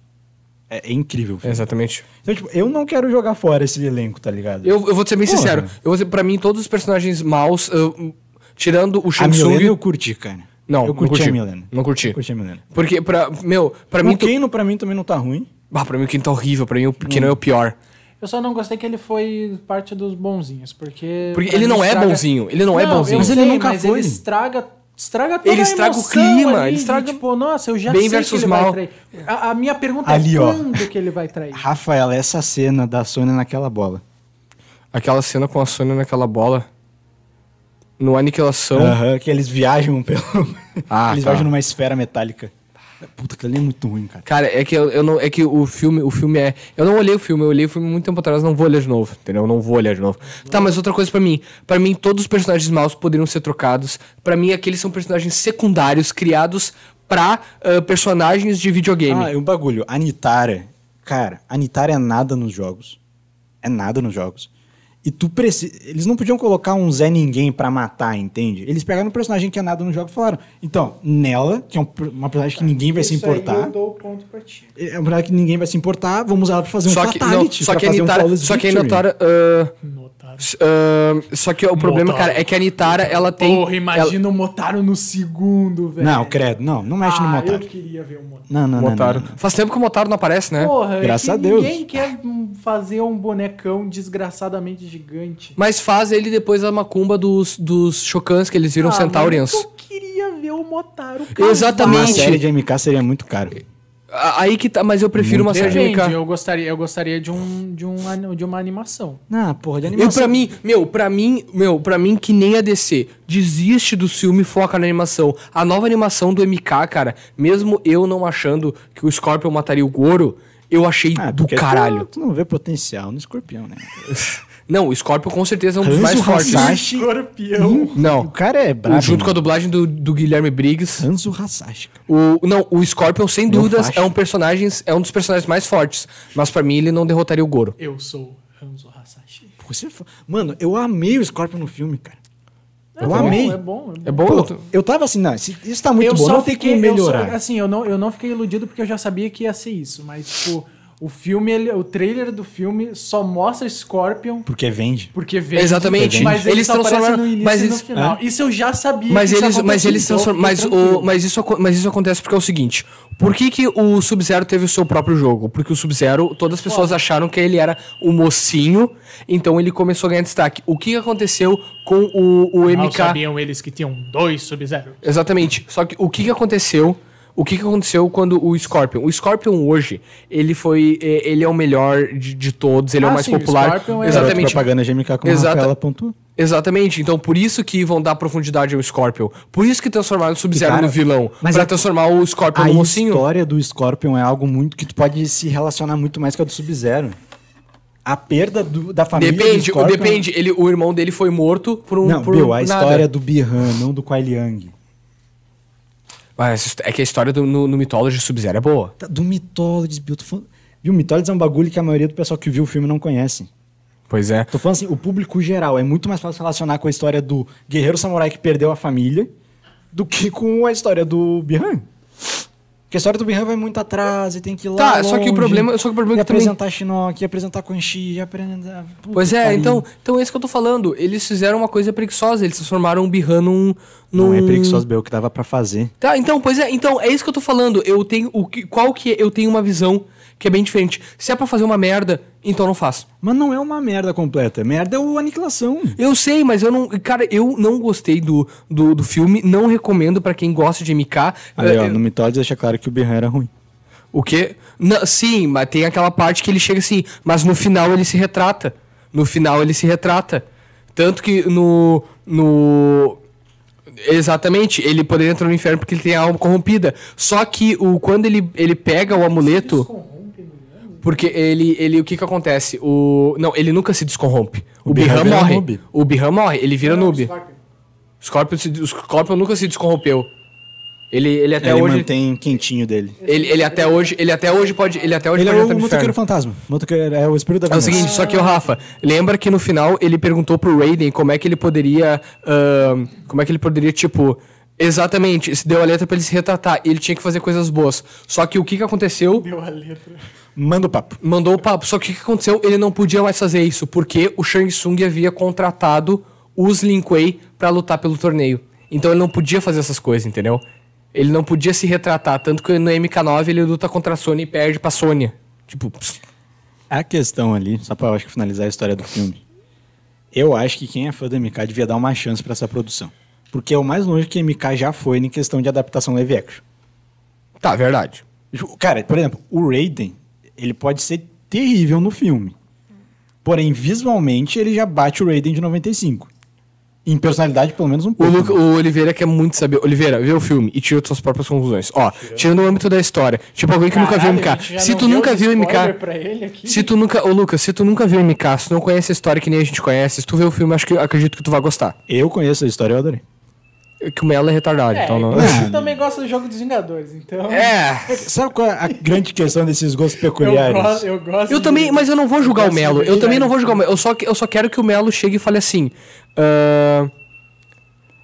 É, é incrível. filho.
Exatamente.
Então, tipo, eu não quero jogar fora esse elenco, tá ligado?
Eu, eu vou ser bem
Porra.
sincero. Eu vou ser, pra mim, todos os personagens maus, eu- tirando o
a
Shang
Milena
Tsung.
eu curti, cara.
Não,
eu
não
curti,
curti.
a Milena.
Não curti.
Eu curti a Milena.
Porque, pra, meu, pra mim.
o
tu-
Kano pra mim também não tá ruim.
Ah, pra mim o Kano tá horrível. Pra mim o Kano é
Hum.
o pior.
Eu só não gostei que ele foi parte dos bonzinhos, porque...
Porque
pra
ele
mim
não é
estraga-
bonzinho, ele não é bonzinho.
Mas
Mas ele
ele
nunca
mas
foi.
ele estraga... Estraga toda
Ele
a
estraga o
emoção
clima,
ali,
ele estraga-
de, Tipo, nossa, eu já
Bem
sei
versus
que ele
mal.
vai trair. A, a minha pergunta
Ali,
é
ó.
quando que ele vai trair?
Rafael, essa cena da Sônia naquela bola.
Aquela cena com a Sônia naquela bola. No Aniquilação.
Aham, que eles viajam pelo.
Então? Ah,
eles
tá.
viajam numa esfera metálica. Puta, aquilo ali é muito ruim, cara.
Cara, é que eu, eu não. É que o filme, o filme é. Eu não olhei o filme, eu olhei o filme muito tempo atrás, não vou olhar de novo. Entendeu? Eu Não vou olhar de novo. Tá, mas outra coisa pra mim. Pra mim, todos os personagens maus poderiam ser trocados. Pra mim, aqueles são personagens secundários criados pra ah, personagens de videogame.
Ah, e um bagulho. A Nitara. Cara, a Nitara é nada nos jogos. É nada nos jogos. E tu precisa. Eles não podiam colocar um Zé Ninguém pra matar, entende? Eles pegaram um personagem que é nada no jogo e falaram. Então, nela, que é um per- uma personagem que ninguém vai se importar.
dou o ponto pra ti.
É um personagem que ninguém vai se importar, vamos usar ela pra fazer um
só que, não,
fatality.
só
pra
que a
fazer um
Nitara.
flawless
só que é a
victory.
Nitara. ah,
Motaro.
s- ah, só que o problema,
Motaro.
cara, é que a Nitara, ela tem.
Porra,
ela-
imagina o Motaro no segundo, velho.
Não, credo, não, não mexe no
É. ah,
Motaro.
eu queria ver o Motaro.
Não, não, não,
Motaro.
não, não.
Faz tempo que o Motaro não aparece, né?
Porra, é
Graças
que
a Deus.
Ninguém quer hum, fazer um bonecão desgraçadamente gigante.
Mas faz ele depois a macumba dos, dos chocãs que eles viram
Ah,
Centaurians.
mas Eu queria ver o Motaro.
um Exatamente.
Uma série de MK seria muito caro.
A- Aí que tá, mas eu prefiro uma série de
Depende,
MK.
eu gostaria, eu gostaria de, um, de, um, an- de uma animação.
Ah, porra, de
Eu, pra mim, meu, pra mim, meu, pra mim, que nem a DC. Desiste do filme e foca na animação. A nova animação do MK, cara, mesmo eu não achando que o Scorpion mataria o Goro, eu achei
é
Ah,
do
porque tu-
caralho.
Tu, não vê potencial no escorpião, né?
Não, o Scorpion com certeza é um dos
Hanzo
mais fortes.
Hasashi.
Escorpião.
O
Não.
cara é
O-
brabo.
junto com a
né?
dublagem do, do Guilherme Briggs.
Hanzo Hasashi. cara.
O, não, o Scorpion, sem
Meu
dúvidas,
faixa.
é um personagem, é um dos personagens mais fortes. Mas pra mim ele não derrotaria o Goro.
Eu sou Hanzo Hasashi.
Pô, você fa- Mano, eu amei o Scorpion no filme, cara.
É
Eu
bom,
amei.
É bom, é
É
bom.
bom?
Pô,
tu-
eu tava assim, não, esse- isso tá muito
eu
bom,
só
não tem
fiquei,
como melhorar.
Eu só- assim, eu não, eu não fiquei iludido porque eu já sabia que ia ser isso, mas tipo, o filme, ele- o trailer do filme só mostra Scorpion
Porque vende.
porque vende,
Exatamente.
mas ele
Eles
só aparece
transformaram-
no início
mas
e
eles-
no final. Isso eu já sabia.
Mas
que isso
eles, mas
acontecia,
eles
então eu
transformam.
fiquei
Mas, o,
tranquilo.
mas, isso, aco- mas isso acontece porque é o seguinte: por que, que o Sub-Zero teve o seu próprio jogo? Porque o Sub-Zero, todas as pessoas acharam que ele era o mocinho, então ele começou a ganhar destaque. O que aconteceu com o, o
Mal
MK?
sabiam eles que tinham dois Sub-Zero.
Exatamente. Só que o que, que aconteceu? O que, que aconteceu quando o Scorpion? O Scorpion hoje, ele foi. é, Ele é o melhor de, de todos, ele é
Ah,
o mais
sim, o
popular.
Scorpion é-
Exatamente.
Propaganda de MK como
Exata-
Rafaela pontua.
Exatamente. Então por isso que vão dar profundidade ao Scorpion. Por isso que transformaram o Sub-Zero
Cara,
no vilão.
mas
Pra
é-
transformar o Scorpion
A
no mocinho.
história do Scorpion é algo muito que tu pode se relacionar muito mais que a do Sub-Zero. A perda do- da família do
Depende, o-
Scorpion...
depende. Ele, o irmão dele foi morto por um.
Não,
por
meu, a
nada.
história do Bihan, não do Kuai Liang.
Ah, essa histó- é que a história do, no, no Mythology Sub-Zero é boa.
Tá, Do Mythologies, Bill, tô falando... Viu, Mythologies é um bagulho que a maioria do pessoal que viu o filme não conhece.
Pois é.
Tô falando assim, o público geral é muito mais fácil relacionar com a história do guerreiro samurai que perdeu a família do que com a história do Bihan. Porque a história do Binhan vai muito atrás e tem que ir lá.
Tá, só que o
longe,
problema, só que o
E
problema é que também
apresentar Shinnok, e apresentar Conchi, e apresentar. Puta
Pois é,
pariu.
então, então é isso que eu tô falando. Eles fizeram uma coisa preguiçosa, eles transformaram o Birhan num, num.
Não é preguiçoso, é o que dava pra fazer.
Tá, então, pois é, então é isso que eu tô falando. Eu tenho. O que, qual que é? Eu tenho uma visão que é bem diferente. Se é pra fazer uma merda, então não faço.
Mas não é uma merda completa. Merda é o Aniquilação.
Eu sei, mas eu não. Cara, eu não gostei do, do, do filme, não recomendo pra quem gosta de MK.
Ali,
Eh,
ó, no Mitódio deixa claro que o Birhan era ruim.
O quê? Não, sim, mas tem aquela parte que ele chega assim, mas no final ele se retrata. No final ele se retrata. Tanto que no. no... Exatamente, ele poderia entrar no inferno porque ele tem a alma corrompida. Só que o, quando ele, ele pega o amuleto. Porque ele, ele. O que que acontece? O, não, ele nunca se descorrompe. O,
O Birram
Birram
vira
morre.
noob.
O Birram morre, ele vira noob.
Scorpion.
O Scorpion, se- o Scorpion nunca se descorrompeu. Ele, ele até
ele
É, hoje.
mantém quentinho dele.
Ele, ele até hoje. Ele até hoje pode. Ele até hoje
Ele é
pode entrar
o
no
motoqueiro
inferno.
fantasma. Motoqueiro é o espírito da
É o
vingança.
seguinte, só que o Rafa, lembra que no final ele perguntou pro Raiden como é que ele poderia. ahn, como é que ele poderia, tipo. Exatamente, se deu a letra pra ele se retratar. E ele tinha que fazer coisas boas. Só que o que que aconteceu?
Deu a letra.
Manda o papo.
Mandou o papo. Só que o que que aconteceu? Ele não podia mais fazer isso, porque o Shang Tsung havia contratado os Lin Kuei pra lutar pelo torneio. Então ele não podia fazer essas coisas, entendeu? Ele não podia se retratar. Tanto que no MK9 ele luta contra a Sony e perde pra Sônia. Tipo, pss,
A questão ali, só pra eu acho que finalizar a história do filme. Eu acho que quem é fã do MK devia dar uma chance pra essa produção. Porque é o mais longe que MK já foi em questão de adaptação live action.
tá, verdade.
Cara, por exemplo, o Raiden, ele pode ser terrível no filme. Porém, visualmente, ele já bate o Raiden de 95. Em personalidade, pelo menos um
O,
Uhum.
Luca-
pouco.
o Oliveira quer muito saber. Oliveira, vê o filme e tira suas próprias conclusões. Ó, tirando o âmbito da história. Tipo, alguém que nunca viu
Caralho, a gente
MK.
já
Se
não
tu
deu
nunca viu
spoiler
MK.
Pra ele aqui.
Se tu nunca. Ô, Lucas, se tu nunca viu MK, se tu não conhece a história que nem a gente conhece, se tu vê o filme, acho que acredito que tu vai gostar.
Eu conheço a história, eu adorei.
É Que o Melo é retardado,
É,
então não.
você também gosta do jogo dos Vingadores, então.
É.
Sabe qual é a grande questão desses gostos
eu
peculiares?
gosto, eu gosto.
Eu também,
de-
mas eu não vou julgar o Melo. Eu
é
também não vou julgar o Melo. Eu só, eu só quero que o Melo chegue e fale assim. "Ah, ahn,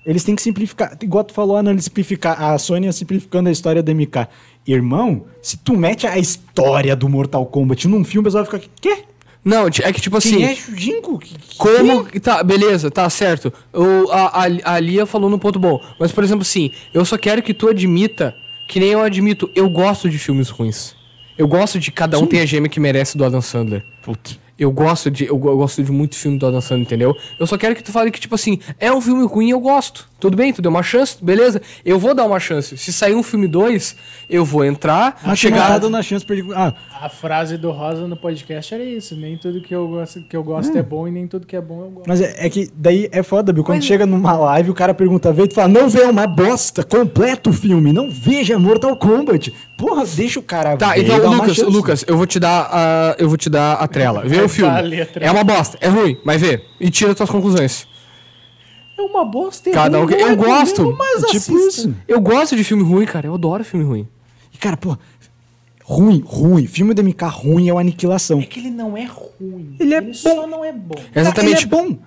Eles têm que simplificar. Igual tu falou, Ana, eles simplificar. A Sônia simplificando a história do MK. Irmão, se tu mete a história do Mortal Kombat num filme, o pessoal vai ficar. Quê?
não, ti- é que tipo assim.
Quem é Jinko? Que- que-
Como. Tá, beleza, tá certo. O, a, a, a Lia falou num ponto bom. Mas, por exemplo, assim, eu só quero que tu admita, que nem eu admito, eu gosto de filmes ruins. Eu gosto de cada um tem a gêmea que merece do Adam Sandler.
Puta.
Eu gosto de. Eu, go- eu gosto de muito filme do Adam Sandler, entendeu? Eu só quero que tu fale que, tipo assim, é um filme ruim eu gosto. Tudo bem, tu deu uma chance, beleza? Eu vou dar uma chance. Se sair um filme 2, eu vou entrar,
Ah, chegar
chegar.
tá dando a chance pra ele. Ah,
A frase do Rosa no podcast era isso. Nem tudo que eu gosto, que eu gosto é bom e nem tudo que é bom eu gosto.
Mas é, é que daí é foda, Bill. Quando chega numa live, o cara pergunta, vê, tu fala, não vê é uma bosta, completa o filme, não veja Mortal Kombat. Porra, deixa o cara
Tá,
ver e
então,
dá uma
Lucas,
chance.
Lucas, eu vou te dar a, eu vou te dar a trela. Vê
Vai
o filme.
dar a letra.
É uma bosta, é ruim, mas vê. E tira tuas conclusões.
É uma bosta. é
Cada um
ruim,
que-
não é
eu
ruim,
gosto.
Mas
É tipo
assista.
isso.
Eu gosto de filme ruim, cara. Eu adoro filme ruim.
E, cara, porra, ruim, ruim. Filme do MK ruim é o Aniquilação.
É que ele não é ruim.
Ele é
só
bom.
não é bom.
É exatamente.
Ele é bom.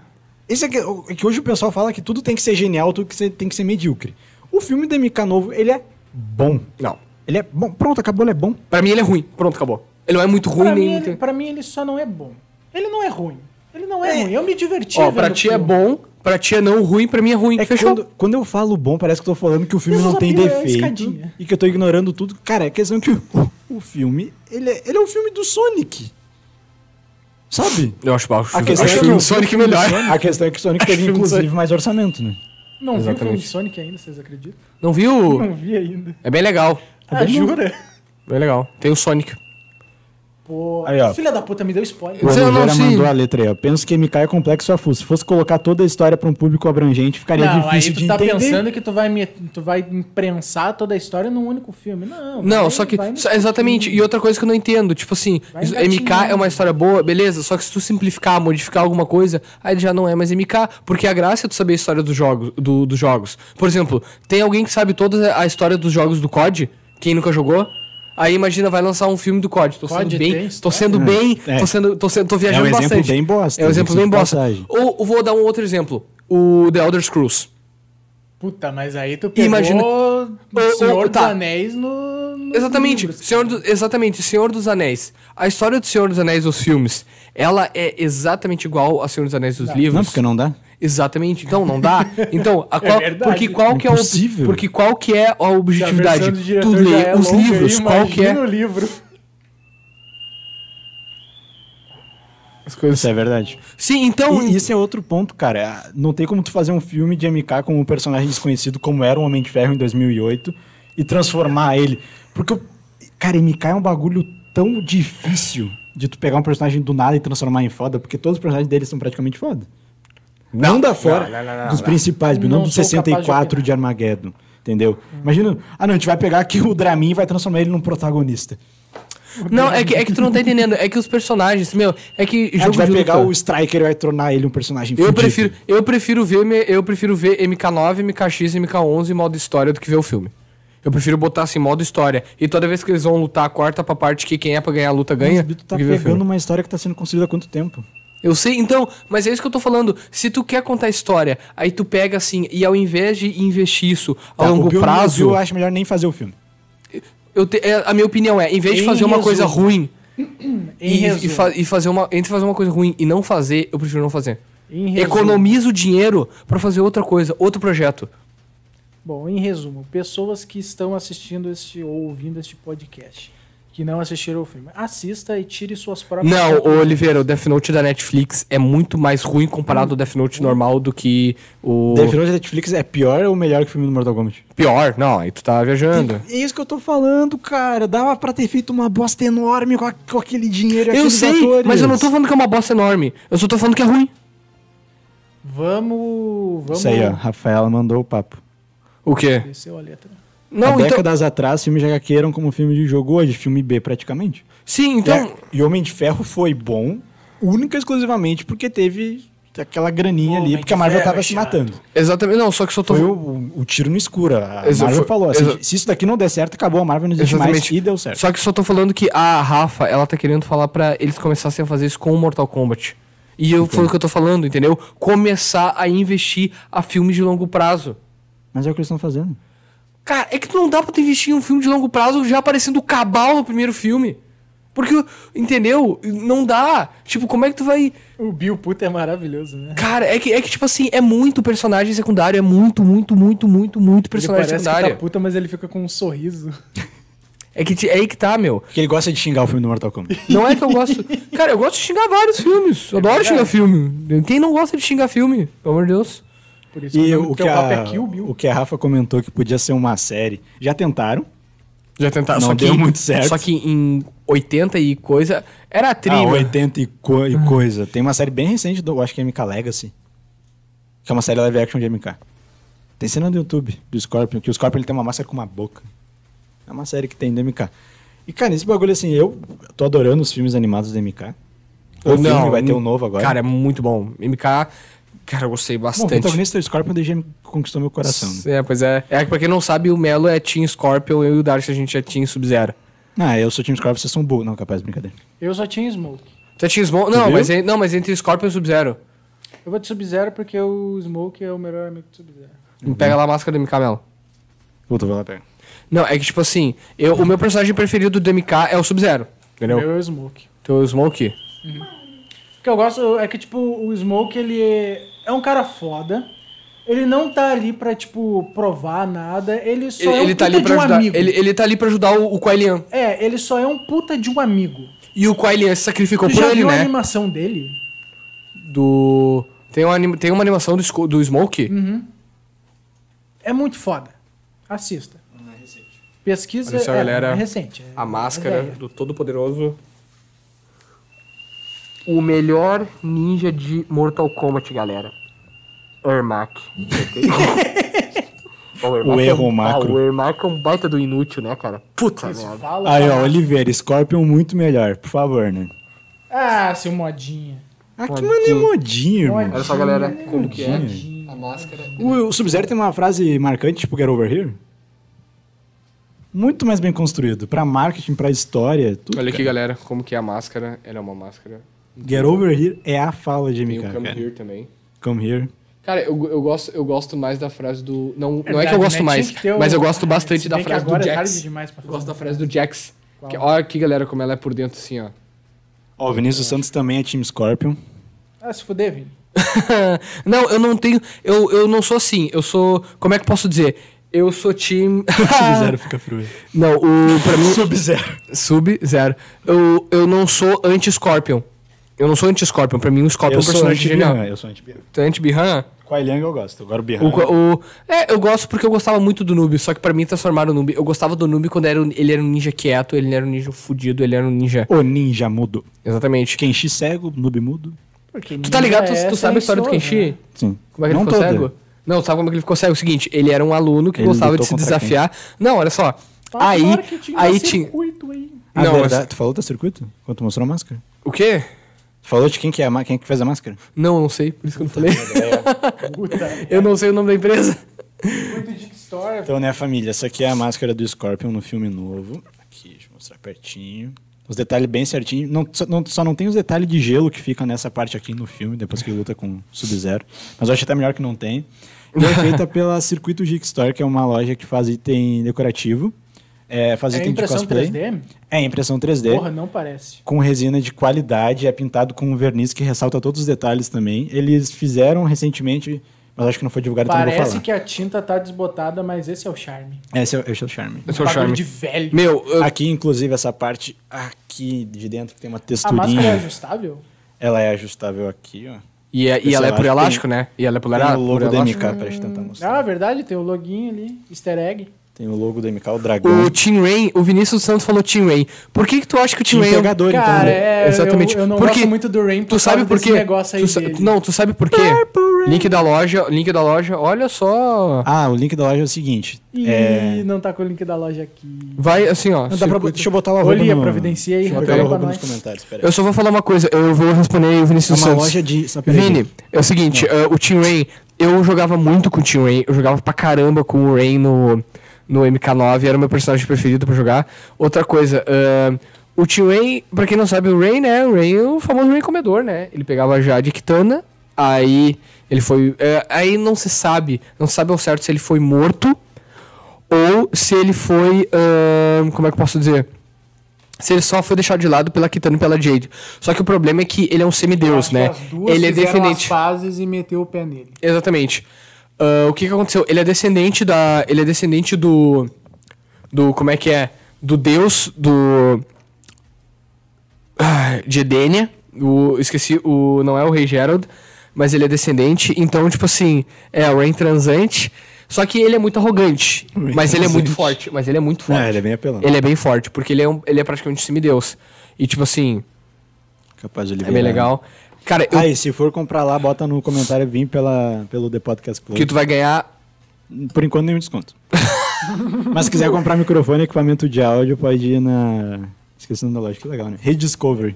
Esse é que, é que hoje o pessoal fala que tudo tem que ser genial, tudo que ser- tem que ser medíocre. O filme do MK novo, ele é bom.
Não.
Ele é bom. Pronto, acabou, ele é bom.
Pra mim ele é ruim. Pronto, acabou. Ele não é muito ruim
Pra
nem
mim, ele,
muito.
pra mim, ele só não é bom. Ele não é ruim. Ele não é, ruim. Eu me diverti.
Ó,
vendo
pra
o
ti é
filme.
bom, pra ti é não ruim, pra mim é ruim.
É que
Fechou?
quando, quando eu falo bom, parece que eu tô falando que o filme
Mas
não
a
tem
pílula é
defeito
escadinha.
e que eu tô ignorando tudo. Cara, é questão que o, o filme, ele é, ele é um filme do Sonic. Sabe?
Eu acho baixo.
A
Acho
questão, é
acho
que,
filme do Sonic melhor.
a questão é que o Sonic teve,
filme do
inclusive,
Sonic.
mais orçamento, né?
Não vi o filme
Exatamente.
de Sonic ainda, vocês acreditam?
Não viu?
Não vi ainda.
É bem legal.
Ah, jura?
Bem legal. Tem o Sonic.
Pô,
Aí, ó.
filha da puta me deu spoiler.
Mas eu não
assim-
Oliveira
sei.
mandou a letra aí, ó. Penso que MK é complexo e afuso. Se fosse colocar toda a história pra um público abrangente, ficaria
Não, aí
difícil
tu
de
tá
entender.
pensando que tu vai, me, tu vai imprensar toda a história num único filme. Não,
Não,
vai-
só que.
vai no-
só- exatamente. E outra coisa que eu não entendo, tipo assim,
Vai
isso- MK
engatinhando.
é uma história boa, beleza, só que se tu simplificar, modificar alguma coisa, aí já não é mais MK. Porque a graça é tu saber a história dos jogos. do- dos jogos. Por exemplo, tem alguém que sabe toda a história dos jogos do COD, quem nunca jogou. Aí imagina, vai lançar um filme do COD. Tô
COD
sendo bem.
tem
tô
história?
sendo bem.
É.
Tô sendo. Tô, sendo, tô
É um
viajando
exemplo
bastante.
bem bosta.
É um exemplo bem
de
bosta.
passagem.
Ou vou dar um outro exemplo. O The Elder Scrolls.
Puta, mas aí tu pegou
Imagina-
o
Ô,
Senhor
ô, tá.
dos Anéis no, no dos
Exatamente,
livros.
Senhor do- exatamente, Senhor dos Anéis. A história do Senhor dos Anéis nos filmes, ela é exatamente igual a Senhor dos Anéis dos livros.
Não, porque não dá.
Exatamente, então não dá. Então, a qual-
É verdade.
porque qual que é o
Impossível.
porque qual que é a
Se a versão do
objetividade?
diretor
Tu
já
lê
é
né? os
longa,
livros, qual que
imagina
é?
o livro.
As coisas.
Isso é verdade.
Sim,
um
então
E isso é outro ponto, cara. Não tem como tu fazer um filme de MK com um personagem desconhecido como era o Homem de Ferro em 2008 e transformar ele. Porque, o- cara, MK é um bagulho tão difícil de tu pegar um personagem do nada e transformar em foda, porque todos os personagens dele são praticamente foda. Não, da fora dos principais, não,
Não
não dos
sou capaz de
64 de Armageddon. Entendeu? Imagina, ah não, a gente vai pegar aqui o Dramin e vai transformar ele num protagonista.
Não, é que, é que tu não tá entendendo. É que os personagens, meu, é que
A gente
jogo
vai
de
pegar
luta.
o Striker e vai tornar ele um personagem
Eu
fudido.
prefiro, eu prefiro ver me- eu prefiro ver MK9, MKX e MK11 em modo história do que ver o filme. Eu prefiro botar assim modo história. E toda vez que eles vão lutar, corta pra parte que quem é pra ganhar a luta ganha.
Mas, Bito, tu
do
tá
que ver o filme.
pegando uma história que tá sendo construída há quanto tempo?
Eu sei, então, mas é isso que eu tô falando. Se tu quer contar história, aí tu pega assim, e ao invés de investir isso a
Tá, o
longo
Bill-
prazo,
o Bill, Eu acho melhor nem fazer o filme.
eu te- é, a minha opinião é, em vez de
Em
fazer uma coisa
resumo.
ruim
Em
e, e
resumo,
fa- e fazer uma entre fazer uma coisa ruim e não fazer, eu prefiro não fazer.
em resumo.
Economiza o dinheiro pra fazer outra coisa, outro projeto.
Bom, em resumo, pessoas que estão assistindo este ou ouvindo este podcast, que não assistiram o filme, assista e tire suas próprias
Não, ô,
conclusões.
Oliveira, o Death Note da Netflix é muito mais ruim comparado ao Death Note normal do que o
Uhum. Death Note da Netflix é pior ou melhor que o filme do Mortal Kombat?
pior. Não, aí tu tá viajando.
É isso que eu tô falando, cara. Dava pra ter feito uma bosta enorme com, a- com aquele dinheiro e
Eu
aqueles
sei,
atores.
mas eu não tô falando que é uma bosta enorme. Eu só tô falando que é ruim.
Vamos, vamos.
Isso aí, ó. Rafaela mandou o papo.
O quê?
Desceu a letra.
Não,
Há
então.
décadas atrás, filmes de HQ eram como filme de jogo hoje, filme B praticamente.
Sim, então.
E, e Homem de Ferro foi bom, única e exclusivamente porque teve aquela graninha
Homem
ali, porque a
de
Marvel
Ferro
tava
é
se
chato.
matando.
Exatamente. Não, só que só tô.
Foi o, o- o tiro no escuro. A
Exa-
Marvel
foi-
falou: assim,
exa-
se isso daqui não der certo, acabou a Marvel, não existe mais.
Exatamente.
E deu certo.
Só que só tô falando que a Rafa, ela tá querendo falar pra eles começassem a fazer isso com o Mortal Kombat. E eu, foi o que eu tô falando, entendeu? Começar a investir a filmes de longo prazo.
Mas é o que eles estão fazendo.
Cara, é que tu não dá pra tu investir em um filme de longo prazo já aparecendo o Cabal no primeiro filme. Porque, entendeu? Não dá. Tipo, como é que tu vai.
O Bill Puta é maravilhoso, né?
Cara, é que, é que tipo assim, é muito personagem secundário. É muito, muito, muito, muito, muito personagem
ele parece
secundário.
que tá puta, mas ele fica com um sorriso.
É que te- é aí que tá, meu.
Porque ele gosta de xingar o filme do Mortal Kombat.
Não é que eu gosto. Cara, eu gosto de xingar vários filmes.
É
Eu adoro xingar filme. Quem não gosta de xingar filme? Pelo amor de Deus.
Por isso
e
o
o
nome do
que,
teu papo
a,
é Kill Bill.
o que a Rafa comentou que podia ser uma série. Já tentaram.
Já tentaram,
Não deu muito certo.
Só que em 80 e coisa. Era a tri,
Ah,
né?
80 e, co-
Uhum.
e coisa. Tem uma série bem recente, do, eu acho que é MK Legacy. Que é uma série live action de MK. Tem cena no YouTube do Scorpion, que o Scorpion ele tem uma máscara com uma boca. É uma série que tem do MK. E, cara, esse bagulho assim, eu tô adorando os filmes animados do MK. O
Ou
filme vai ter um novo agora.
Cara, é muito bom. MK, cara, eu gostei
Bom, o
bastante.
protagonista do Scorpion desde que conquistou meu coração. né?
é, pois é. É que pra quem não sabe, o Melo é Team Scorpion eu e o Darcy a gente é Team Sub-Zero.
Ah, eu sou o Team Scorpion, vocês são burros. Não, capaz, brincadeira.
Eu só tinha Smoke.
Tu é Team Smoke? Não,
viu?
mas, é- não, mas entre Scorpion e Sub-Zero.
Eu vou de Sub-Zero porque o Smoke é o melhor amigo do Sub-Zero.
Pega lá a máscara do MK, Melo.
Puta, vou lá pegar.
Não, é que tipo assim, eu, o meu personagem preferido do MK é o Sub-Zero.
Eu.
Entendeu?
Meu é o Smoke.
Teu Smoke?
O que eu gosto é que, tipo, o Smoke, ele é- é um cara foda. Ele não tá ali pra, tipo, provar nada. Ele só
Ele,
é um
ele tá ali
puta de
pra
um
ajudar.
amigo.
Ele, ele tá ali pra ajudar o, o Kuai Lian.
É, ele só é um puta de um amigo.
E o Kuai Lian se sacrificou
Tu
por
já
ele,
viu a
né?
animação dele?
Do. Tem uma, anima- tem uma animação do, Sco- do Smoke?
É muito foda. Assista. Pesquisa
Olha só,
é,
galera,
é recente. é-
A
é
máscara
velha.
do Todo-Poderoso. O melhor ninja de Mortal Kombat, galera. Ermac.
Ermac é erro um- ah, macro. o
Ermac é um baita do inútil, né, cara? Puta
Isso, fala.
Aí, ó,
fala.
Oliveira, Scorpion muito melhor, por favor, né?
Ah, seu modinha.
Ah, que maneiro modinho, irmão.
Olha
só, galera, como que é?
Modinha.
A máscara.
O, o Sub-Zero tem uma frase marcante, tipo Get Over Here. Muito mais bem construído. Pra marketing, pra história, tudo.
Olha aqui,
cara.
galera, como que é a máscara. Ela é uma máscara.
Get Over Here é a fala de
Tem o
MK,
Come
cara.
Here também.
Come Here.
Cara, eu, eu, gosto, eu gosto mais da frase do. Não,
É
não é que
verdade,
eu
né?
gosto
Tinha
mais,
que ter o- Ah,
mas eu gosto bastante
Se
da
bem que
frase do
agora é tarde
Jax.
demais pra
Eu gosto
fazer.
da frase do Jax.
Qual?
Que, olha aqui, galera, como ela é por dentro, assim, ó.
Ó, o Vinícius Santos também é Team Scorpion.
Ah, se fuder, Vini.
Não, eu não tenho. Eu, eu não sou assim. Eu sou. Como é que eu posso dizer? Eu sou time.
Sub-Zero fica frio.
não, o. Pra mim.
Sub-Zero.
Sub, zero. Eu, eu não sou anti-Scorpion. Eu não sou anti-Scorpion. Pra mim, o Scorpion é
Eu
um
sou
personagem genial.
anti-Bihan. Eu sou anti-Bihan.
Tu é anti-Bihan?
Com a Liang eu gosto. Agora o Bihan.
O, o- é, eu gosto porque eu gostava muito do Noob, só que pra mim transformaram o Noob. Eu gostava do Noob quando era, um- ele era um ninja quieto, ele era um ninja fudido, ele era um ninja.
O ninja mudo.
Exatamente.
Kenshi cego, noob mudo.
Porque
Tu tá
ninja
ligado? Tu,
é
tu sabe a história do
silencioso,
Kenshi?
né?
Sim.
Como é que ele ficou cego? Não, sabe como é que ele ficou cego? É o seguinte, ele era um aluno que
Ele
gostava de
lutou
se
contra quem?
desafiar. Não, olha só.
Fala
aí,
claro que tinha
aí
um
tinha.
circuito aí.
Ah,
Não,
verdade.
mas-
Tu falou do circuito? Quando tu mostrou a máscara?
O quê?
Tu falou de quem que, é a ma... quem que fez a máscara?
Não, não sei, por isso que eu não falei. eu não sei o nome da empresa.
Circuito de Store.
Então, né, família? Essa aqui é a máscara do Scorpion no filme novo. Aqui, deixa eu mostrar pertinho. Os detalhes bem certinho. Não, só, não, só não tem os detalhes de gelo que fica nessa parte aqui no filme, depois que ele luta com o Sub-Zero. Mas eu acho até melhor que não tem. E é feita pela Circuito Geek Store, que é uma loja que faz item decorativo. É, faz
É
item de
impressão
cosplay.
3D?
É impressão 3D.
Porra, não parece.
com resina de qualidade, é pintado com um verniz que ressalta todos os detalhes também. Eles fizeram recentemente, mas acho que não foi divulgado, então não vou
Parece
falar.
que a tinta tá desbotada, mas esse é o charme.
Esse é, o- esse é o charme.
Esse é o
Bagulho
charme.
de velho.
Meu, eu-
Aqui, inclusive, essa parte aqui de dentro que tem uma
A máscara é
texturinha,
ajustável?
ela é ajustável aqui, ó.
e, é- e
Esse
ela é por
elástico
elástico, né? E ela é por,
Tem
era,
o
por
logo da MK,
elástico.
pra gente tentar
Ah,
mostrar.
é verdade, tem o loguinho ali, easter egg.
Tem o logo da MK, o dragão.
O Tim Rain, o Vinícius Santos falou Tim Rain. Por que que tu acha que o Tim
Tinha um
Rain é um
pegador,
Cara,
então. né?
é,
Exatamente.
Eu, eu não
Porque
gosto muito do Rain por
Tu sabe
causa
por
desse
quê?
negócio aí
Tu sa-
dele.
Não, tu sabe por quê? Link da loja, link da loja, olha só.
Ah, o link da loja é o seguinte.
Ih,
É...
não tá com o link da loja aqui.
Vai assim, ó.
Não dá pra...
circuito.
Deixa eu botar o arroba
Olha,
no...
providencia aí,
Deixa eu botar
revela
o
pra
arroba
nós.
nos comentários, peraí.
Eu só vou falar uma coisa, eu vou responder aí o
É
Vinícius
uma
Santos.
loja de... só peraí.
Vini, é o seguinte, eh, o Team Rain, eu jogava muito com o Team Rain, eu jogava pra caramba com o Rain no, no MK9, era o meu personagem preferido pra jogar. Outra coisa, eh, o Team Rain, pra quem não sabe, o Rain, né? O Rain é o famoso Rain comedor, né? Ele pegava já de Kitana, aí ele foi. eh, aí não se sabe, não se sabe ao certo se ele foi morto ou se ele foi. ahn, como é que eu posso dizer? Se ele só foi deixado de lado pela Kitana e pela Jade. Só que o problema é que ele é um semideus,
Acho que
né?
as duas
Ele é
fizeram
definente.
as fases e meteu o pé nele.
Exatamente. Ah, o que que aconteceu? Ele é descendente da. Ele é descendente do. Do. Como é que é? Do deus do. Ah, de Edenia. O, esqueci, o. Não é o Rei Gerald, mas ele é descendente. Então, tipo assim, é o Rain transante. Só que ele é muito arrogante.
Rain
mas ele é muito
transante.
forte. Mas ele é muito forte.
Ah, ele é bem apelando.
Ele é bem forte, porque ele é, um, ele é praticamente um semideus. E tipo assim,
Capaz de ele
é bem
virar-
legal. Cara, eu,
Ah, e se for comprar lá, bota no comentário vim pela, pelo The Podcast Club.
que tu vai ganhar
Por enquanto, nenhum desconto. Mas se quiser comprar microfone e equipamento de áudio, pode ir na. Esqueci o nome da loja, que legal, né? Rediscovery.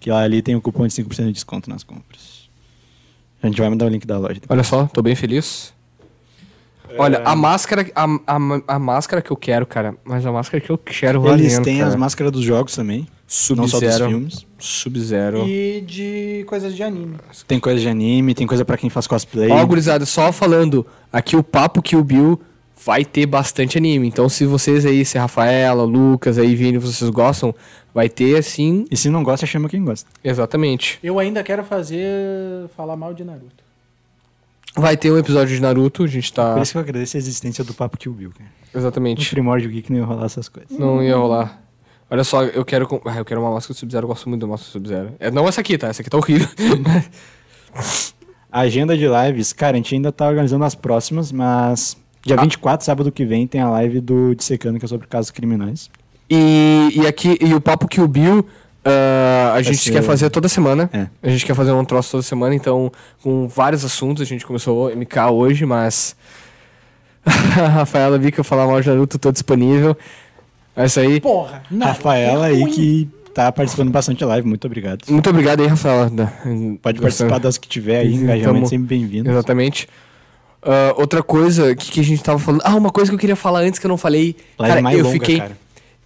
Que lá ali tem o cupom de 5% de desconto nas compras. A gente vai mandar o link da loja.
Olha só, tô bem feliz.
É.
Olha, a máscara, a, a, a máscara que eu quero, cara, mas a máscara que eu quero
Eles
valendo,
têm
cara.
as máscaras dos jogos também, não só dos
Sub-Zero,
filmes.
Sub-Zero.
E de coisas de anime.
Tem coisa de anime, tem coisa pra quem faz cosplay.
Ó, gurizada, só falando, aqui o papo que o Bill vai ter bastante anime. Então se vocês aí, se Rafaela, Lucas aí, Vini, vocês gostam, vai ter assim,
E se não gosta, chama quem gosta.
exatamente.
Eu ainda quero fazer falar mal de Naruto.
Vai ter um episódio de Naruto, a gente tá
Por isso que eu agradeço a existência do Papo Kill Bill, cara. No
exatamente.
primórdio geek não ia rolar essas coisas.
Não ia rolar. Olha só, eu quero com- ah, eu quero uma máscara do Sub-Zero, eu gosto muito da máscara do Sub-Zero. É não essa aqui, tá? Essa aqui tá horrível.
A agenda de lives, cara, a gente ainda tá organizando as próximas, mas dia
Ah.
24, sábado que vem, tem a live do Dissecando, que é sobre casos criminais.
E, e aqui, e o papo que o Bill, ah, a gente
ser-
quer fazer toda semana.
É.
A gente quer fazer um troço toda semana, então, com vários assuntos. A gente começou o MK hoje, mas. Rafaela Bica falar mal de Naruto, tô disponível. É isso aí.
Porra!
Rafaela
é
aí que tá participando bastante da live, muito obrigado.
Muito obrigado aí, Rafaela.
Pode participar das que tiver aí,
Sim,
engajamento
tamo-
sempre bem-vindo.
Exatamente. Ah, outra coisa que, que a gente tava falando. Ah, uma coisa que eu queria falar antes que eu não falei.
Live
cara,
mais
eu
longa,
fiquei.
cara.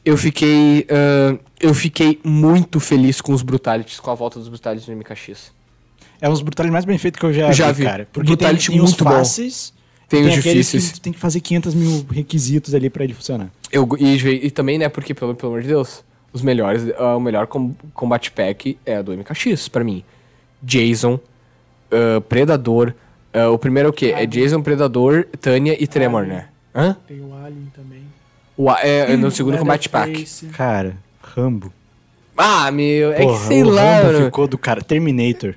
Eu fiquei. ah, eu fiquei muito feliz com os Brutalities, com a volta dos Brutalities no MKX.
É uns brutalities mais bem feitos que eu já,
Já vi.
cara. Porque tem,
Brutality
tem os
muito bom.
fáceis,
Tem os
aqueles
difíceis.
que tu tem que fazer 500 mil requisitos ali pra ele funcionar.
Eu, e, ve- e também, né, porque, pelo, pelo amor de Deus, os melhores, ah, o melhor com- combate pack é do MKX, pra mim. Jason, ah, Predador. ah, o primeiro é o quê? É Jason, Predador, Tânia e Tremor, né? Hã?
Tem o Alien também.
O, a- é, é no segundo combate pack.
Leatherface.
Cara, Rambo.
Ah, meu, é que
Porra,
sei
o
lá,
Rambo
mano.
ficou do cara. Terminator.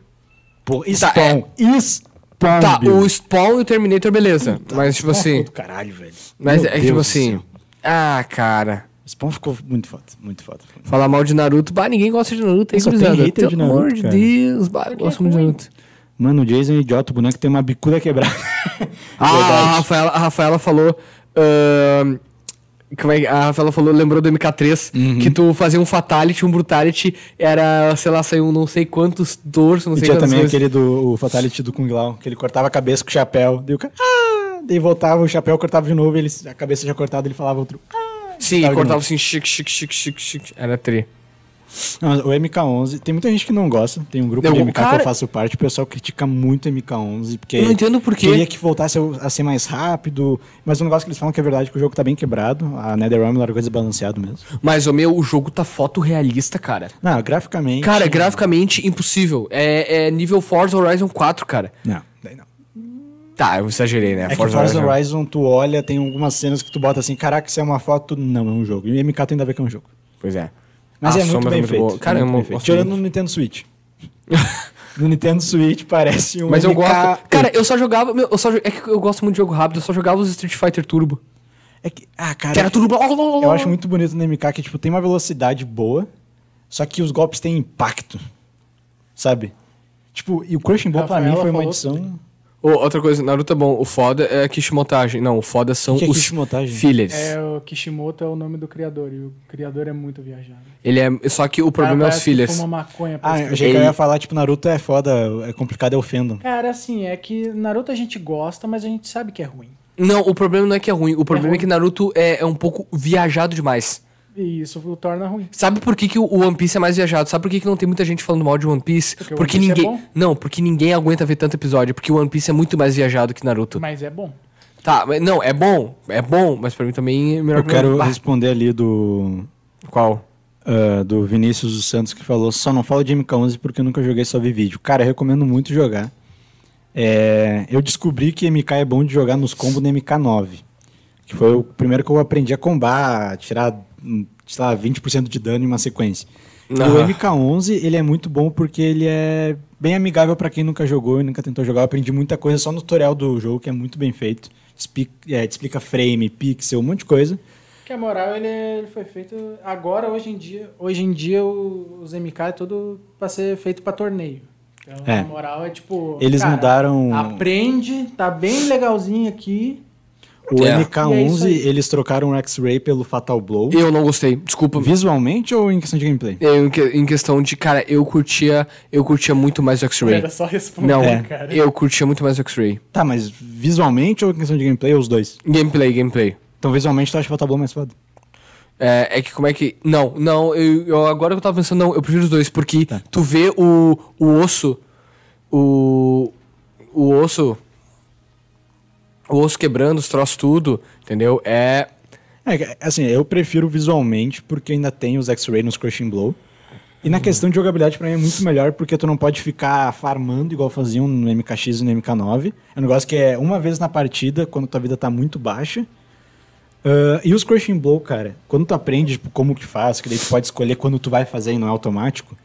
Pô,
Tá,
Spawn. Spawn,
Tá,
Bill.
o Spawn e o Terminator, beleza. mas, tipo
Spawn ficou
assim.
do caralho, velho.
Mas
Meu
é
Deus
tipo
do
assim.
céu.
Ah, cara.
Spawn ficou muito foda, muito foda.
Falar mal de Naruto. Bah, ninguém gosta de Naruto, hein,
Só tem
gurizada?
hater
Pelo
de
amor
Naruto,
de
cara.
Deus. Bah, eu gosto muito de Naruto.
Mano, o Jason é idiota, o boneco tem uma bicuda quebrada.
Ah, a Rafaela, a Rafaela falou. ahn, como é que- a Rafaela falou, lembrou do MK3,
Uhum.
que tu fazia um Fatality, um Brutality, era, sei lá, saiu não sei quantos dorsos, não
E
sei
tinha
quantas
também
coisas.
aquele do o Fatality do Kung Lao, que ele cortava a cabeça com o chapéu. Daí o cara. Ah! Daí voltava o chapéu, cortava de novo, ele, a cabeça já cortada, ele falava outro. "Ah!"
Sim,
Sabe
cortava
que
assim, chique, chique, chique, chique, chique. Era tri.
Não, mas o MK11, tem muita gente que não gosta. Tem um grupo
Não,
de
o
MK que
cara-
eu faço parte, o pessoal critica muito o MK11, porque.
Eu não entendo por quê.
Queria é que voltasse a ser mais rápido, mas um negócio que eles falam que é verdade, que o jogo tá bem quebrado. A NetherRealm largou desbalanceado mesmo.
Mas, o meu, o jogo tá fotorrealista, cara.
Não, graficamente.
Cara, graficamente impossível. É, é nível Forza Horizon 4, cara.
Não, daí não.
Tá, eu exagerei, né?
É que Forza Horizon, tu olha, tem algumas cenas que tu bota assim, caraca, isso é uma foto, não, é um jogo. E o MK tem ainda a ver que é um jogo.
Pois é.
Mas
A
é muito
sombra
bem
tá muito
feito.
boa. Cara,
é
eu
muito bem
gosto
feito.
muito.
Tirando no Nintendo Switch. no Nintendo Switch parece um
Mas eu
MK.
gosto. Cara, eu só jogava. meu, eu só, jo- é que eu gosto muito de jogo rápido, eu só jogava os Street Fighter Turbo.
É que, ah,
Que era
cara,
tudo.
eu acho muito bonito no MK que tipo tem uma velocidade boa, só que os golpes têm impacto. Sabe? Tipo, e o Crushing Ball pra
Rafaela
mim foi uma
falou
edição.
Ô, outra coisa, Naruto é bom. O foda é a Kishimotage. Não, o foda são
O que é
os
Kishimotage?
fillers.
É, o Kishimoto é o nome do criador, e o criador é muito viajado. tipo
Ele é. Só que o problema é os fillers.
Uma maconha
Ah,
pra
eu
escrever.
achei que eu
Ele-
ia falar tipo Naruto é foda, é complicado, é ofendo.
Cara, assim, é que Naruto a gente gosta, mas a gente sabe que é ruim.
Não, o problema não é que é ruim. O problema é,
ruim.
que Naruto é, é um pouco viajado demais.
E isso o torna ruim.
Sabe por que, que o o One Piece é mais viajado? Sabe por que, que não tem muita gente falando mal de One Piece? Porque,
o One Piece é
ninguém.
bom?
não, porque ninguém aguenta ver tanto episódio. Porque o One Piece é muito mais viajado que Naruto.
Mas é bom.
Tá, mas não, é bom. É bom, mas pra mim também é melhor
Eu
que
quero
Naruto. Bah,
responder ali do
Qual?
Ah, do Vinícius dos Santos que falou: só não fala de MK11 porque eu nunca joguei, só vi vídeo. Cara, eu recomendo muito jogar. É, eu descobri que MK é bom de jogar nos combos da MK9, que foi o primeiro que eu aprendi a combar, a tirar, hum, sei lá, 20% de dano em uma sequência. E
Aham.
o MK11, ele é muito bom porque ele é bem amigável pra quem nunca jogou e nunca tentou jogar. Eu aprendi muita coisa só no tutorial do jogo, que é muito bem feito. Explica, é, te explica frame, pixel, um monte de coisa.
Que a moral, ele, é- ele foi feito agora, hoje em dia. Hoje em dia, o- os MK é tudo pra ser feito pra torneio. Então,
É.
a moral é tipo.
Eles
cara,
mudaram. um-
Aprende, tá bem legalzinho aqui.
O
É.
E é isso
MK11,
aí.
eles trocaram o X-Ray pelo Fatal Blow.
Eu não gostei, desculpa.
Visualmente ou em questão de gameplay?
Eu, É, em que- em questão de, cara, eu curtia, eu curtia muito mais o X-Ray.
Era só responder,
Não,
cara.
eu curtia muito mais o X-Ray.
Tá, mas visualmente ou em questão de gameplay ou os dois?
Gameplay, gameplay.
Então visualmente tu acha o Fatal Blow mais foda.
É, é que como é que. Não, não, eu, eu- agora que eu tava pensando, não, eu prefiro os dois, porque
Tá.
tu vê o, o osso. O. O osso. O osso quebrando, os troços tudo, entendeu? É.
É, que, assim, eu prefiro visualmente porque ainda tem os X-Ray nos Crushing Blow. E
Uhum.
na questão de jogabilidade pra mim é muito melhor porque tu não pode ficar farmando igual faziam no MKX e no MK9. É um negócio que é uma vez na partida, quando tua vida tá muito baixa. Ah, e os Crushing Blow, cara, quando tu aprende tipo, como que faz, que daí tu pode escolher quando tu vai fazer e não é automático,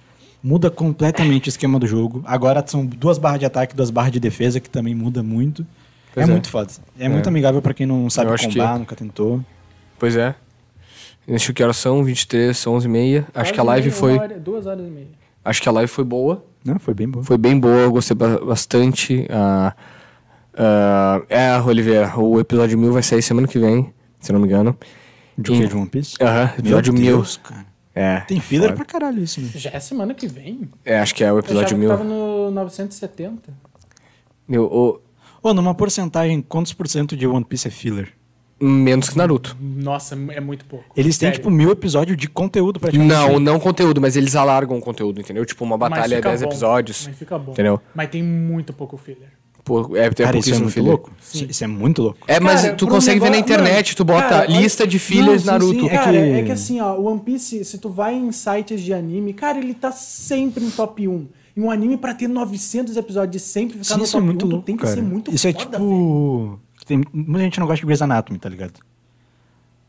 muda completamente o esquema do jogo. Agora são duas barras de ataque, duas barras de defesa, que também muda muito.
Pois
é,
é.
muito foda. É, muito amigável pra quem não sabe
acho que-
combar, nunca tentou.
Pois é. Deixa eu que horas são, 23, 11 e meia. Acho que a
Quase
live
uma
foi.
hora- duas horas e meia.
Acho que a live foi boa.
Não, foi bem bom.
Foi bem boa, eu gostei ba- bastante. Ah, ah, é, Oliveira, o episódio 1000 vai sair semana que vem, se não me engano.
De o quê? De One Piece?
Aham, episódio 1000.
cara.
É,
Tem filler pra caralho isso, né?
Já é semana que vem.
é, acho que é o
Eu achava
episódio
que
1000.
tava no 970.
Eu- o-
Ô, numa porcentagem, quantos por cento de One Piece é filler?
Menos que Naruto.
Nossa, é muito pouco.
Eles têm,
Sério.
tipo, mil episódios de conteúdo praticamente.
Não, não conteúdo, mas eles alargam o conteúdo, entendeu? Tipo, uma
Mas
batalha é
fica
10
bom,
episódios.
Mas fica bom.
Entendeu?
Mas tem muito pouco filler.
Pô, é, é
Cara, isso é
pouquíssimo
muito
filler.
louco. Isso- Isso é muito louco.
É, mas
Cara,
tu
por um
consegue ver na
negócio-
internet,
Mano,
tu bota
cara, olha-
lista de filhas
Não, sim,
Naruto.
sim, é
cara,
que-
é que assim, ó, o One Piece, se tu vai em sites de anime, cara, ele tá sempre no top 1. E um anime pra ter 900 episódios e sempre ficar
Sim,
no
isso é
top 1,
muito
tu
louco,
tem que
cara.
ser muito
Isso é
foda, velho.
tipo... Tem, muita gente não gosta de Grey's Anatomy, tá ligado?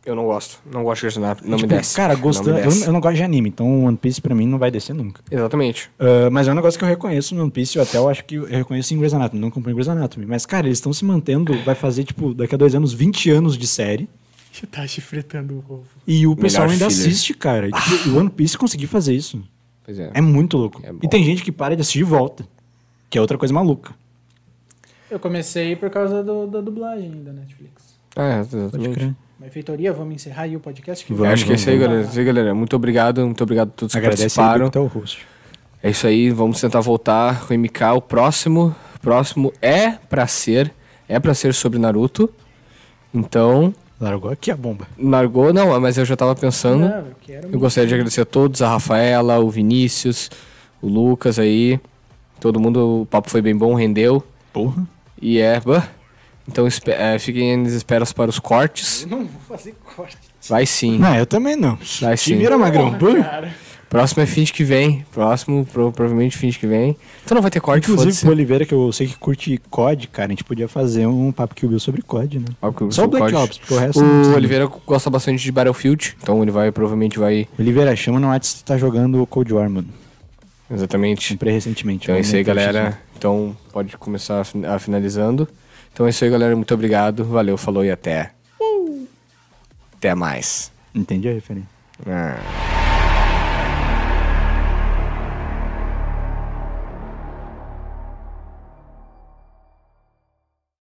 Eu não gosto. Não gosto de Grey's Anatomy. Não
Tipo,
me desce.
Cara,
Não
gostando,
me
eu,
desce.
eu não gosto de anime, então One Piece pra mim não vai descer nunca.
Exatamente.
Ah, mas é um negócio que eu reconheço no One Piece, eu até eu acho que eu reconheço em Grey's Anatomy, não comprei Grey's Anatomy. Mas, cara, eles estão se mantendo, vai fazer, tipo, daqui a dois anos, 20 anos de série.
Tá chifretando o ovo.
E o pessoal ainda
filler.
assiste, cara. E, tipo, o One Piece conseguiu fazer isso.
Pois é.
É muito louco.
É bom.
e tem gente que para de assistir e volta. Que é outra coisa maluca.
Eu comecei por causa do- da dublagem da Netflix.
É
Ah, exatamente.
Mas feitoria, vamos encerrar aí o podcast. Que
Vamos,
acho que é isso aí,
vamos.
galera. É isso aí, galera. Muito obrigado, muito obrigado a todos que
Agradece aí
participaram.
até o host.
É isso aí, vamos tentar voltar com o MK. O próximo, próximo é pra ser, é pra ser sobre Naruto. Então,
Largou aqui a bomba.
largou, não, mas eu já tava pensando.
Não, eu quero
Eu gostaria de agradecer a todos, a Rafaela, o Vinícius, o Lucas aí. Todo mundo, o papo foi bem bom, rendeu.
Porra.
E é. bah. Então espe- eh, fiquem nas esperas para os cortes.
Eu não vou fazer corte.
Vai sim.
Não, eu também não.
Vai
Se
sim.
vira, magrão. Pô.
Cara,
Próximo é fim de que vem. Próximo, pro- provavelmente fim de que vem. Então não vai ter corte,
Inclusive,
foda-se.
o Oliveira, que eu sei que curte COD, cara, a gente podia fazer um papo que o Bill sobre COD, né?
Ó, porque
Só o
sou
Black
corte.
Ops, porque o resto não
O
precisa.
Oliveira gosta bastante de Battlefield, então ele vai, provavelmente vai.
Oliveira, chama no WhatsApp se tu tá jogando Cold War, mano.
Exatamente.
Comprei recentemente.
Então é
mas
isso aí,
nem tô
galera.
assistindo.
Então pode começar a fin- a finalizando. Então é isso aí, galera. Muito obrigado. Valeu, falou e até. Até mais.
Entendi a referência.
Ah.